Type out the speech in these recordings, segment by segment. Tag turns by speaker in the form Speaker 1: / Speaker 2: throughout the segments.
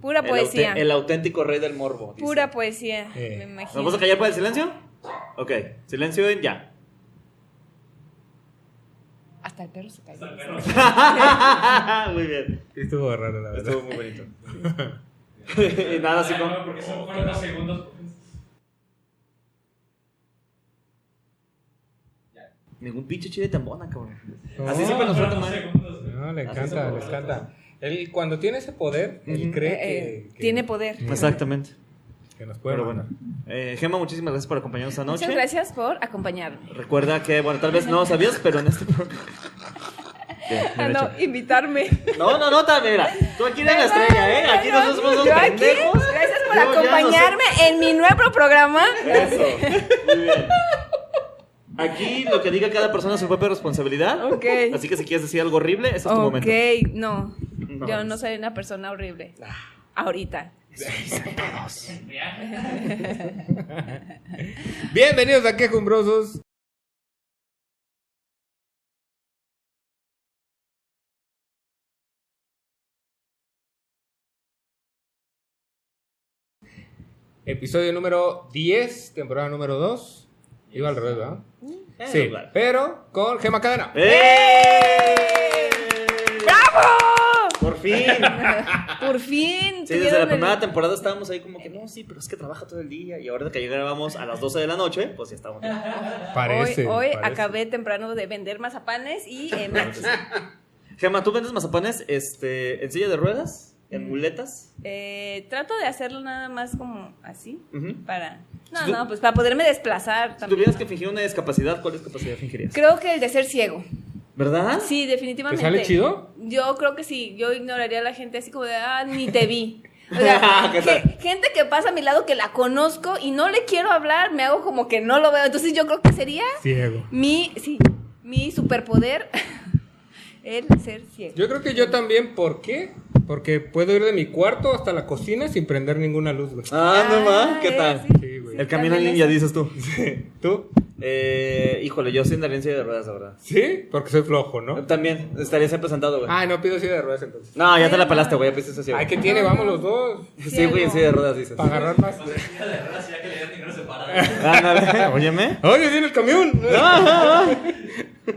Speaker 1: Pura
Speaker 2: El
Speaker 1: poesía.
Speaker 2: aute- El auténtico rey del morbo. dice.
Speaker 1: Pura poesía,
Speaker 3: Eh.
Speaker 1: me
Speaker 2: ¿Nos vamos
Speaker 1: imagino.
Speaker 2: a callar para el silencio? Ok, silencio en ya.
Speaker 4: Hasta el perro se cayó.
Speaker 2: Muy bien.
Speaker 3: Sí, Estuvo raro, la verdad.
Speaker 2: Estuvo muy bonito. y nada así como.
Speaker 5: No, porque son fueron dos segundos.
Speaker 2: Ningún pinche chile tambona, cabrón.
Speaker 3: No.
Speaker 2: Así siempre nos falta
Speaker 5: Fueron dos
Speaker 2: más.
Speaker 5: segundos. güey.
Speaker 3: No, le
Speaker 2: Así
Speaker 3: encanta,
Speaker 2: son
Speaker 3: le
Speaker 2: los
Speaker 3: encanta. Él, cuando tiene ese poder, él
Speaker 2: Ujú.
Speaker 3: cree
Speaker 1: Eh, eh,
Speaker 3: que, que-
Speaker 1: tiene poder.
Speaker 2: Exactamente.
Speaker 3: que nos puede.
Speaker 2: Pero bueno. Eh, Gema, muchísimas gracias por acompañarnos esta noche.
Speaker 1: Muchas gracias por acompañarme.
Speaker 2: Recuerda que, bueno, tal vez no lo sabías, pero en este programa. Bien,
Speaker 1: Ah,
Speaker 2: bien
Speaker 1: no,
Speaker 2: hecho.
Speaker 1: invitarme.
Speaker 2: No, no, no, también, mira. Tú aquí eres la estrella, ¿eh? Aquí nosotros somos unos
Speaker 1: Yo aquí,
Speaker 2: pendejos.
Speaker 1: Gracias por
Speaker 2: Yo ya no sé- este
Speaker 1: acompañarme en mi nuevo programa.
Speaker 2: Eso. Muy bien. Aquí lo que diga cada persona es su propia responsabilidad.
Speaker 1: Ok.
Speaker 2: Así que si quieres decir algo horrible, ese es tu
Speaker 1: Ok,
Speaker 2: momento.
Speaker 1: no.
Speaker 2: No.
Speaker 1: Yo no soy una persona horrible.
Speaker 2: Ah.
Speaker 1: Ahorita.
Speaker 3: Bienvenidos a Quejumbrosos. Episodio número 10, temporada número 2. Iba al revés, ¿verdad?
Speaker 2: Eh,
Speaker 3: sí,
Speaker 2: claro.
Speaker 3: pero con Gema Cadena.
Speaker 2: ¡Eh!
Speaker 1: ¡Bravo!
Speaker 2: Por fin.
Speaker 1: Por fin.
Speaker 2: Sí, desde
Speaker 1: tuvieron
Speaker 2: la
Speaker 1: el-
Speaker 2: primera temporada estábamos ahí como que no, sí, pero es que trabaja todo el día. Y ahora que ya grabamos a las 12 de la noche, pues ya estamos. bien.
Speaker 3: Parece.
Speaker 1: hoy hoy
Speaker 3: parece.
Speaker 1: acabé temprano de vender mazapanes y eh, nachos.
Speaker 2: Gemma, ¿tú vendes mazapanes este, en silla de ruedas?
Speaker 1: Mm.
Speaker 2: ¿En muletas?
Speaker 1: Eh, trato de hacerlo nada más como así.
Speaker 2: Ujú.
Speaker 1: Para.
Speaker 2: Si
Speaker 1: No,
Speaker 2: tú-
Speaker 1: no, pues para poderme desplazar
Speaker 2: Si
Speaker 1: también.
Speaker 2: tuvieras
Speaker 1: ¿no?
Speaker 2: que fingir una discapacidad, ¿cuál discapacidad fingirías?
Speaker 1: Creo que el de ser ciego.
Speaker 2: ¿Verdad?
Speaker 1: Sí, definitivamente.
Speaker 3: ¿Te sale chido?
Speaker 1: Yo creo que sí. Yo ignoraría a la gente así como de, ah, ni te vi. O sea,
Speaker 2: ¿Qué
Speaker 1: que-
Speaker 2: tal?
Speaker 1: gente que pasa a mi lado que la conozco y no le quiero hablar, me hago como que no lo veo. Entonces yo creo que sería
Speaker 3: Ciego.
Speaker 1: mi, sí, mi superpoder el ser ciego.
Speaker 3: Yo creo que yo también, ¿por qué? Porque puedo ir de mi cuarto hasta la cocina sin prender ninguna luz, güey.
Speaker 2: Ah, no ma, ¿qué
Speaker 1: eh,
Speaker 2: tal?
Speaker 1: sí,
Speaker 3: Sí, güey.
Speaker 2: El camino
Speaker 1: también
Speaker 2: ninja,
Speaker 1: es-
Speaker 2: dices tú.
Speaker 3: ¿Tú?
Speaker 2: Eh, híjole, yo sí andaría en silla de ruedas, la verdad.
Speaker 3: ¿Sí? Porque soy flojo, ¿no?
Speaker 2: También, estaría siempre sentado, güey.
Speaker 3: Ah, no pido silla de ruedas entonces.
Speaker 2: No, ya te la pelaste, güey, ya pides eso sí,
Speaker 3: Ay,
Speaker 2: güey.
Speaker 3: ¿qué tiene? Vamos los dos.
Speaker 2: Sí, güey, en silla de ruedas, dices.
Speaker 3: Para agarrar más.
Speaker 5: Ya de verdad, si ya que le dieron dinero separado.
Speaker 2: Ándale, óyeme.
Speaker 3: ¡Oye, viene el camión!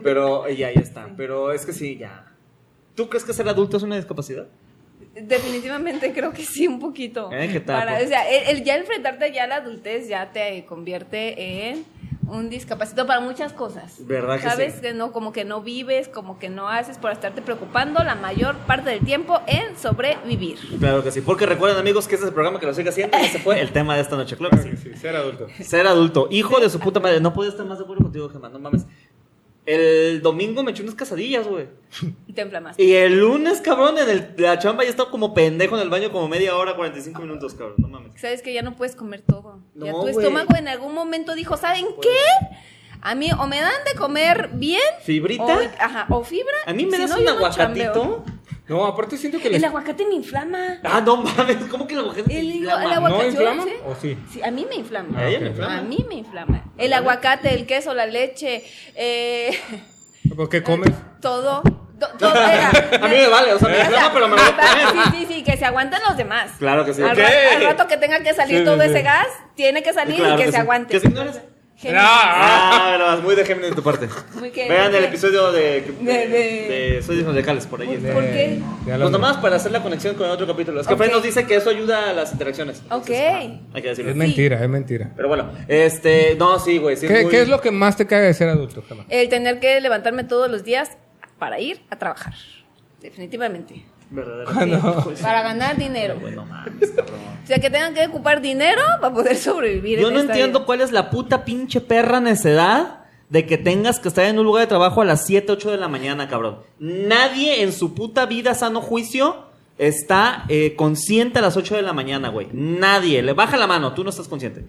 Speaker 2: Pero eh, ya, ya está. Pero es que sí, ya. ¿Tú crees que ser adulto es una discapacidad?
Speaker 1: Definitivamente creo que sí, un poquito.
Speaker 2: Eh, ¿qué tal,
Speaker 1: Para-
Speaker 2: pues?
Speaker 1: o sea, el, el ya enfrentarte ya a la adultez ya te convierte en un discapacitado para muchas cosas.
Speaker 2: ¿Verdad que sí?
Speaker 1: Sabes que no, como que no vives, como que no haces por estarte preocupando la mayor parte del tiempo en sobrevivir.
Speaker 2: Claro que sí. Porque recuerden, amigos, que este es el programa que lo sigue haciendo. Y ese fue el tema de esta noche. Claro que sí.
Speaker 3: Sí, sí, ser adulto.
Speaker 2: Ser adulto. Hijo de su puta madre. No puedo estar más de acuerdo contigo, Gemma. No mames. El domingo me eché unas casadillas, güey.
Speaker 1: Y te inflamas.
Speaker 2: Y el lunes, cabrón, en el- la chamba ya estaba como pendejo en el baño como media hora, 45 minutos, cabrón. No mames.
Speaker 1: Sabes que ya no puedes comer todo. ya
Speaker 2: No,
Speaker 1: tu
Speaker 2: güey. Pues.
Speaker 1: estómago en algún momento dijo, ¿saben qué? A mí o me dan de comer bien.
Speaker 2: ¿Fibrita?
Speaker 1: O, ajá, o fibra.
Speaker 2: ¿A mí me
Speaker 1: si
Speaker 2: das
Speaker 1: no,
Speaker 2: un
Speaker 1: yo no chambeo.
Speaker 2: aguacatito?
Speaker 3: No, aparte siento que les...
Speaker 1: El aguacate me inflama.
Speaker 2: Ah, no mames. ¿Cómo que el aguacate? te
Speaker 1: El,
Speaker 2: inflama?
Speaker 1: el
Speaker 3: agua-
Speaker 1: aguacate.
Speaker 3: ¿No inflama
Speaker 1: ¿sí?
Speaker 3: o sí?
Speaker 1: a mí me inflama.
Speaker 2: ¿A ella
Speaker 3: Ah,
Speaker 2: me
Speaker 3: ok.
Speaker 2: inflama?
Speaker 1: A mí me inflama. El aguacate, el queso, la leche, eh,
Speaker 3: ¿Por qué comes?
Speaker 1: todo. to- todo era.
Speaker 2: A mí me vale, o sea, me
Speaker 1: O sea,
Speaker 2: inflama, pero me lo
Speaker 1: ah,
Speaker 2: traen.
Speaker 1: Sí, sí, sí, que se aguanten los demás.
Speaker 2: Claro que sí.
Speaker 1: Al,
Speaker 2: Ok.
Speaker 1: ra- al rato que tenga que salir
Speaker 3: Sí, sí,
Speaker 1: todo
Speaker 3: sí.
Speaker 1: ese gas, tiene que salir
Speaker 2: Claro
Speaker 1: y que,
Speaker 2: sí.
Speaker 1: se aguante.
Speaker 2: ¿Que sí ignores?
Speaker 1: Genial.
Speaker 2: Ah, verdad, muy de Géminis de tu parte.
Speaker 1: Muy que-
Speaker 2: Vean el
Speaker 1: que-
Speaker 2: episodio de,
Speaker 1: De- de-
Speaker 2: de Sueños Zodiacales, por ahí. está.
Speaker 1: ¿Por qué?
Speaker 3: Ya
Speaker 2: Pues
Speaker 3: lo-
Speaker 2: nada más para hacer la conexión con el otro capítulo. Es que
Speaker 1: Ok.
Speaker 2: Fred nos dice que eso ayuda a las interacciones.
Speaker 1: Ok.
Speaker 2: Hay que
Speaker 3: Es
Speaker 2: decirlo.
Speaker 3: mentira, es mentira.
Speaker 2: Pero bueno, este, no, sí, güey. Sí,
Speaker 3: ¿Qué,
Speaker 2: muy-
Speaker 3: qué es lo que más te caga de ser adulto, Gemma?
Speaker 1: El tener que levantarme todos los días para ir a trabajar. Definitivamente.
Speaker 2: Verdaderamente.
Speaker 1: Para ganar dinero.
Speaker 2: Güey, no mames, cabrón.
Speaker 1: O sea, que tengan que ocupar dinero para poder sobrevivir.
Speaker 2: Yo
Speaker 1: en
Speaker 2: no
Speaker 1: esta
Speaker 2: entiendo cuál es la puta pinche perra necedad de que tengas que estar en un lugar de trabajo a las 7, 8 de la mañana, cabrón. Nadie en su puta vida sano juicio está eh, consciente a las 8 de la mañana, güey. Nadie. Le baja la mano, tú no estás consciente.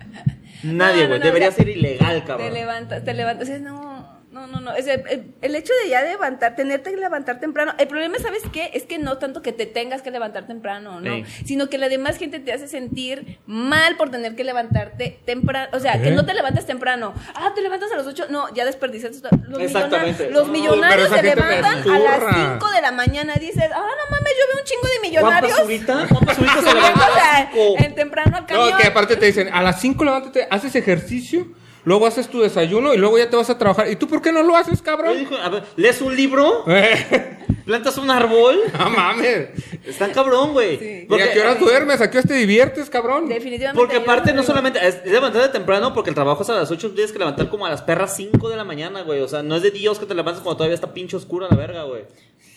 Speaker 1: No,
Speaker 2: Nadie,
Speaker 1: no,
Speaker 2: güey.
Speaker 1: no,
Speaker 2: Debería
Speaker 1: o sea,
Speaker 2: ser ilegal,
Speaker 1: vida. Te
Speaker 2: cabrón.
Speaker 1: levantas, te levantas. o sea, no, no, no, no, no. Es el, el- el hecho de ya levantar, tenerte que levantar temprano. El problema, ¿sabes qué? Es que no tanto que te tengas que levantar temprano, ¿no?
Speaker 2: Sí.
Speaker 1: Sino que la demás gente te hace sentir mal por tener que levantarte temprano. O sea, que
Speaker 3: Ok.
Speaker 1: no te levantas temprano. Ah, te levantas a las 8. No, ya desperdiciaste. todo. Los
Speaker 2: Exactamente.
Speaker 1: millona- los
Speaker 2: No,
Speaker 1: millonarios
Speaker 3: pero esa
Speaker 1: se
Speaker 3: gente me
Speaker 1: levantan a las
Speaker 3: zurra.
Speaker 1: 5 de la mañana. Dices, ah, no mames, yo veo un chingo de
Speaker 2: Juan
Speaker 1: millonarios.
Speaker 2: Pazurita, Juan Pazurita se
Speaker 1: subiendo,
Speaker 2: levantó
Speaker 1: o
Speaker 2: a
Speaker 1: sea,
Speaker 2: las cinco.
Speaker 1: en temprano al camión.
Speaker 3: No, que aparte te dicen, a las 5 levántate, haces ejercicio, luego haces tu desayuno y luego ya te vas a trabajar. ¿Y tú por qué no lo haces,
Speaker 2: Yo
Speaker 3: cabrón?
Speaker 2: dije, a ver, ¿Lees un libro? ¿Plantas un árbol?
Speaker 3: No mames.
Speaker 2: Están cabrón, güey.
Speaker 3: ¿Y a qué horas duermes? ¿A qué horas te diviertes, cabrón?
Speaker 1: Definitivamente.
Speaker 2: Porque
Speaker 1: yo
Speaker 2: aparte no
Speaker 1: digo-
Speaker 2: solamente es es levantarte temprano porque el trabajo es a las 8, tienes que levantar como a las perras 5 de la mañana, güey. O sea, no es de Dios que te levantes cuando todavía está pinche oscura la verga, güey.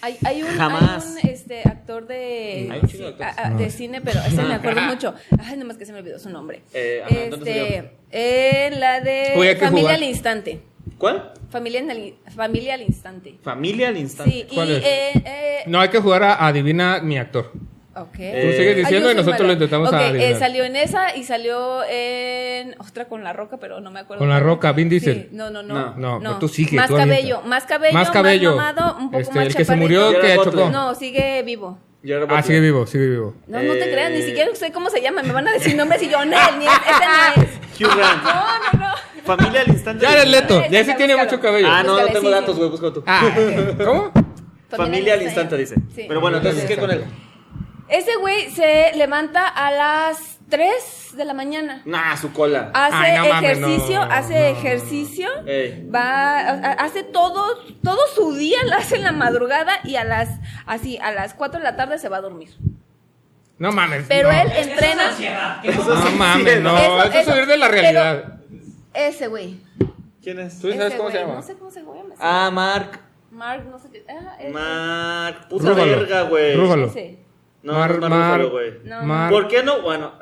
Speaker 1: Hay, hay un,
Speaker 2: Jamás.
Speaker 1: hay un, este, actor de,
Speaker 2: Hay un
Speaker 1: sí,
Speaker 2: chingo de actores.
Speaker 1: a- a- de cine, pero ese me acuerdo mucho. Ay, nomás que se me olvidó su nombre.
Speaker 2: Eh, ajá, ¿dónde salió?
Speaker 1: este, eh, la de
Speaker 3: Oye, hay que
Speaker 1: Familia
Speaker 3: jugar.
Speaker 1: al Instante.
Speaker 2: ¿Cuál?
Speaker 1: Familia, en el- familia al Instante.
Speaker 2: Familia al instante.
Speaker 1: Sí, y.
Speaker 3: ¿Cuál es?
Speaker 1: Eh, eh,
Speaker 3: No hay que jugar a adivina mi actor.
Speaker 1: ok.
Speaker 2: Tú sigues
Speaker 1: Ay, yo
Speaker 3: diciendo
Speaker 1: soy
Speaker 3: y nosotros
Speaker 1: mala.
Speaker 3: lo intentamos
Speaker 1: Ok,
Speaker 3: adivinar.
Speaker 1: eh, salió en esa y salió en otra con la roca, pero no me acuerdo.
Speaker 3: Con La Roca, Vin Diesel.
Speaker 1: Sí, No, no, no.
Speaker 2: No,
Speaker 3: no, pero tú sigue,
Speaker 1: Más
Speaker 3: tú
Speaker 1: cabello,
Speaker 3: avienta.
Speaker 1: más cabello,
Speaker 3: Más
Speaker 1: más
Speaker 3: cabello.
Speaker 1: mamado, un poco
Speaker 3: Este,
Speaker 1: más
Speaker 3: el que se
Speaker 1: chaparrito.
Speaker 3: murió,
Speaker 2: Gerard
Speaker 3: que
Speaker 2: Butler.
Speaker 3: chocó.
Speaker 1: No, sigue vivo.
Speaker 2: Gerard
Speaker 3: Ah,
Speaker 2: Butler.
Speaker 3: sigue vivo, sigue vivo.
Speaker 1: No, no te creas, ni
Speaker 2: Eh.
Speaker 1: siquiera sé cómo se llama. Me van a decir nombres y yo, no, ni es, ese no es.
Speaker 2: Hugh Grant.
Speaker 1: No, no, no.
Speaker 2: Familia al instante.
Speaker 3: Ya eres leto, ya sí
Speaker 1: Búscalo.
Speaker 3: tiene mucho cabello.
Speaker 2: Ah, no, no
Speaker 1: Búscale,
Speaker 2: tengo
Speaker 1: sí,
Speaker 2: datos,
Speaker 1: sí.
Speaker 2: güey, búscalo tú.
Speaker 3: Ah, ¿cómo?
Speaker 2: Familia al instante, dice.
Speaker 1: Sí.
Speaker 2: Pero bueno, entonces, ¿qué con él?
Speaker 1: Ese güey se levanta a las 3 de la mañana.
Speaker 2: Nah, su cola.
Speaker 1: Hace
Speaker 3: Ay, no mames,
Speaker 1: ejercicio,
Speaker 3: no,
Speaker 1: hace
Speaker 3: no,
Speaker 1: ejercicio,
Speaker 2: Ey.
Speaker 1: va, a- hace todo, todo su día, lo hace en la madrugada y a las, así, a las 4 de la tarde se va a dormir.
Speaker 3: No mames.
Speaker 1: Pero
Speaker 3: no.
Speaker 1: él entrena,
Speaker 2: Eso
Speaker 3: No
Speaker 2: sí,
Speaker 3: mames,
Speaker 2: sí,
Speaker 3: no.
Speaker 1: Eso-
Speaker 3: Eso es
Speaker 1: eso-
Speaker 3: subir de la
Speaker 1: pero-
Speaker 3: realidad.
Speaker 1: ese güey.
Speaker 2: ¿Quién es?
Speaker 3: ¿Tú sabes
Speaker 1: ese
Speaker 3: cómo se
Speaker 1: güey,
Speaker 3: llama?
Speaker 1: No sé cómo se llama. ese
Speaker 2: Ah, Mark.
Speaker 1: Mark, no sé qué. Ah, es-
Speaker 2: Mark. Puta
Speaker 3: Rúfalo.
Speaker 2: verga, güey.
Speaker 3: Rúfalo.
Speaker 1: ese.
Speaker 2: No, no es
Speaker 3: Mar-
Speaker 2: Mark
Speaker 3: Mar-
Speaker 2: Rúfalo, güey.
Speaker 1: No.
Speaker 3: Mar-
Speaker 2: ¿Por qué no? Bueno,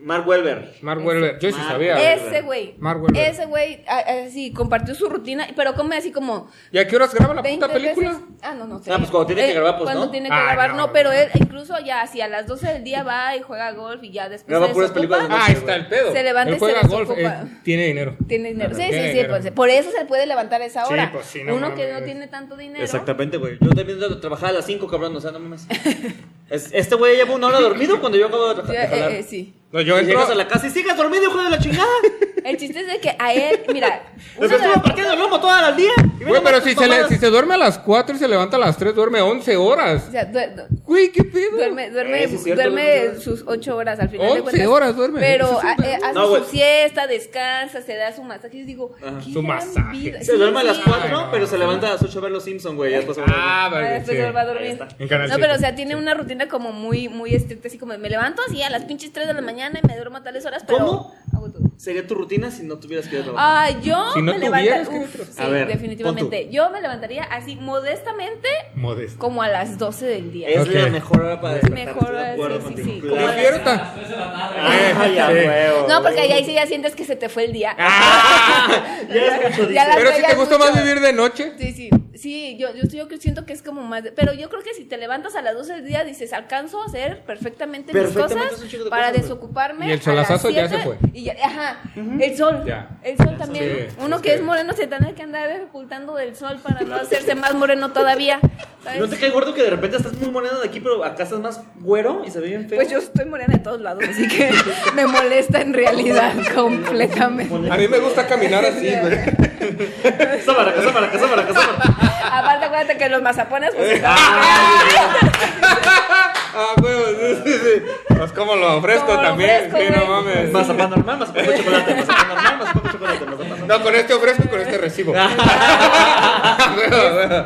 Speaker 2: Mark Welber.
Speaker 3: Mark Wahlberg. Yo sí
Speaker 2: Mar-
Speaker 3: sabía.
Speaker 2: Eh.
Speaker 1: Ese güey.
Speaker 3: Mark Wahlberg.
Speaker 1: Ese güey, a- así, compartió su rutina, pero come así como
Speaker 3: ¿Y a qué horas graba la
Speaker 1: 20
Speaker 3: puta película?
Speaker 1: veces. Ah, no, no sé.
Speaker 2: Ah, pues cuando tiene que grabar, pues,
Speaker 1: Cuando
Speaker 2: ¿no?
Speaker 1: tiene que
Speaker 3: Ah,
Speaker 1: grabar,
Speaker 3: no,
Speaker 1: no,
Speaker 3: no.
Speaker 1: pero él incluso ya así a las 12 del día va y juega golf y ya después
Speaker 2: Graba
Speaker 1: se
Speaker 2: puras
Speaker 1: desocupa.
Speaker 2: películas de
Speaker 3: Ah, ahí está el pedo.
Speaker 1: Se levanta y
Speaker 3: Él juega
Speaker 1: se
Speaker 3: golf,
Speaker 1: desocupa.
Speaker 3: él tiene dinero.
Speaker 1: Ah, Tiene dinero. Sí,
Speaker 3: Ah,
Speaker 1: sí,
Speaker 3: Tiene
Speaker 1: sí.
Speaker 3: dinero.
Speaker 1: pues, por eso se puede levantar a esa
Speaker 3: Sí,
Speaker 1: hora.
Speaker 3: pues, sí, no
Speaker 1: Uno que
Speaker 3: mames.
Speaker 1: no tiene tanto dinero.
Speaker 2: Exactamente, güey. Yo también tra- trabajaba a las 5, cabrón, o sea, no mames. Es- este güey lleva una hora dormido cuando yo acabo de, tra-
Speaker 1: Sí,
Speaker 2: de
Speaker 1: eh,
Speaker 2: jalar.
Speaker 1: eh, sí.
Speaker 3: No, yo
Speaker 2: Y
Speaker 3: entro.
Speaker 2: llegas a la casa y sigas dormido, hijo de la chingada.
Speaker 1: El chiste es de que a él, mira. una
Speaker 2: Después
Speaker 1: de las-
Speaker 2: estuve partiendo el lomo todo el día. Y
Speaker 3: Güey,
Speaker 2: mira
Speaker 3: pero
Speaker 2: las
Speaker 3: si se, le-
Speaker 2: mamadas.
Speaker 3: si se duerme a las 4 y se levanta a las 3, duerme 11 horas.
Speaker 1: o sea, du- du-
Speaker 3: Güey, qué pedo.
Speaker 1: Duerme, duerme,
Speaker 2: Eh, sí es cierto,
Speaker 1: duerme
Speaker 2: duerme.
Speaker 1: sus ocho horas al final. de
Speaker 3: 11
Speaker 1: cuentas.
Speaker 3: horas duerme.
Speaker 1: Pero
Speaker 3: Eso es un
Speaker 1: a- eh,
Speaker 3: pedo.
Speaker 1: hace
Speaker 2: No, güey.
Speaker 1: su siesta, descansa, se da su masaje. Yo digo, ¿qué
Speaker 3: Su
Speaker 1: gran
Speaker 3: masaje.
Speaker 1: vida?
Speaker 2: Se
Speaker 1: Sí,
Speaker 2: duerme a las
Speaker 1: sí.
Speaker 2: 4,
Speaker 3: Ay, Ah, no.
Speaker 2: pero se levanta a las 8 a ver los Simpsons, güey. ya después se va a dormir.
Speaker 3: Ah,
Speaker 1: Ah,
Speaker 3: vale.
Speaker 1: después se va a dormir.
Speaker 2: está.
Speaker 3: En Canal
Speaker 1: No, pero o
Speaker 3: siete.
Speaker 1: sea, tiene una rutina como muy, muy estricta, así como me levanto así a las pinches 3 de la mañana y me duermo a tales horas, pero
Speaker 2: ¿Cómo?
Speaker 1: hago todo.
Speaker 2: Sería tu rutina si no tuvieras que ir a trabajar.
Speaker 1: Ah, yo
Speaker 3: Si no
Speaker 1: me
Speaker 3: tuvieras,
Speaker 1: levantaría.
Speaker 3: ¿qué
Speaker 1: uf,
Speaker 3: otro?
Speaker 1: sí,
Speaker 2: A ver,
Speaker 1: definitivamente.
Speaker 2: pon
Speaker 1: Yo me levantaría así modestamente
Speaker 3: Modesto.
Speaker 1: como a las 12 del día.
Speaker 2: es la
Speaker 3: ok.
Speaker 2: mejor hora para despertar.
Speaker 1: mejor
Speaker 2: estoy de
Speaker 1: hora,
Speaker 2: acuerdo
Speaker 1: sí,
Speaker 2: contigo.
Speaker 1: sí, sí.
Speaker 2: Claro.
Speaker 1: Como
Speaker 3: Prefiero tan-
Speaker 2: Ah, ya,
Speaker 3: Sí.
Speaker 2: huevo.
Speaker 1: No, porque
Speaker 2: oh.
Speaker 1: ahí sí ya sientes que se te fue el día.
Speaker 3: Ah,
Speaker 2: Ya es mucho,
Speaker 1: Ya
Speaker 2: dice.
Speaker 1: las
Speaker 3: Pero si
Speaker 1: veías
Speaker 3: te gusta
Speaker 1: mucho.
Speaker 3: más vivir de noche.
Speaker 1: Sí, sí, sí, yo, yo, yo creo- siento que es como más, de- pero yo creo que si te levantas a las 12 del día dices, alcanzo a hacer perfectamente,
Speaker 2: Perfectamente,
Speaker 1: mis
Speaker 2: es un
Speaker 1: cosas
Speaker 2: chingo de
Speaker 1: para
Speaker 2: cosas, güey.
Speaker 1: desocuparme.
Speaker 3: Y el
Speaker 1: a
Speaker 3: solazazo
Speaker 1: las
Speaker 3: ya
Speaker 1: 7,
Speaker 3: se fue.
Speaker 1: y ya- ajá, el sol,
Speaker 3: Ya.
Speaker 1: el sol también.
Speaker 3: Sí,
Speaker 1: Uno
Speaker 3: sí,
Speaker 1: que
Speaker 3: sí.
Speaker 1: es moreno se tiene que andar ocultando del sol para no hacerse más moreno todavía. ¿sabes?
Speaker 2: ¿No te cae gordo que de repente estás muy moreno de aquí, pero acá estás más güero y se ve bien feo?
Speaker 1: Pues yo estoy morena de todos lados, así que me molesta en realidad completamente.
Speaker 3: A mí me gusta caminar así, güey.
Speaker 2: Cámara, acá, cámara, acá, cámara, acá, cámara.
Speaker 1: Aparte, acuérdate que los mazapones, pues,
Speaker 3: Ah, güey, sí, sí, sí. Pues como lo ofrezco
Speaker 1: Como lo
Speaker 3: también.
Speaker 1: ofrezco,
Speaker 3: sí, no
Speaker 1: güey.
Speaker 3: mames.
Speaker 2: Mazapán normal, mazapán con chocolate, mazapán normal, mazapán con chocolate, mazapán.
Speaker 3: No, con este ofrezco y con este recibo.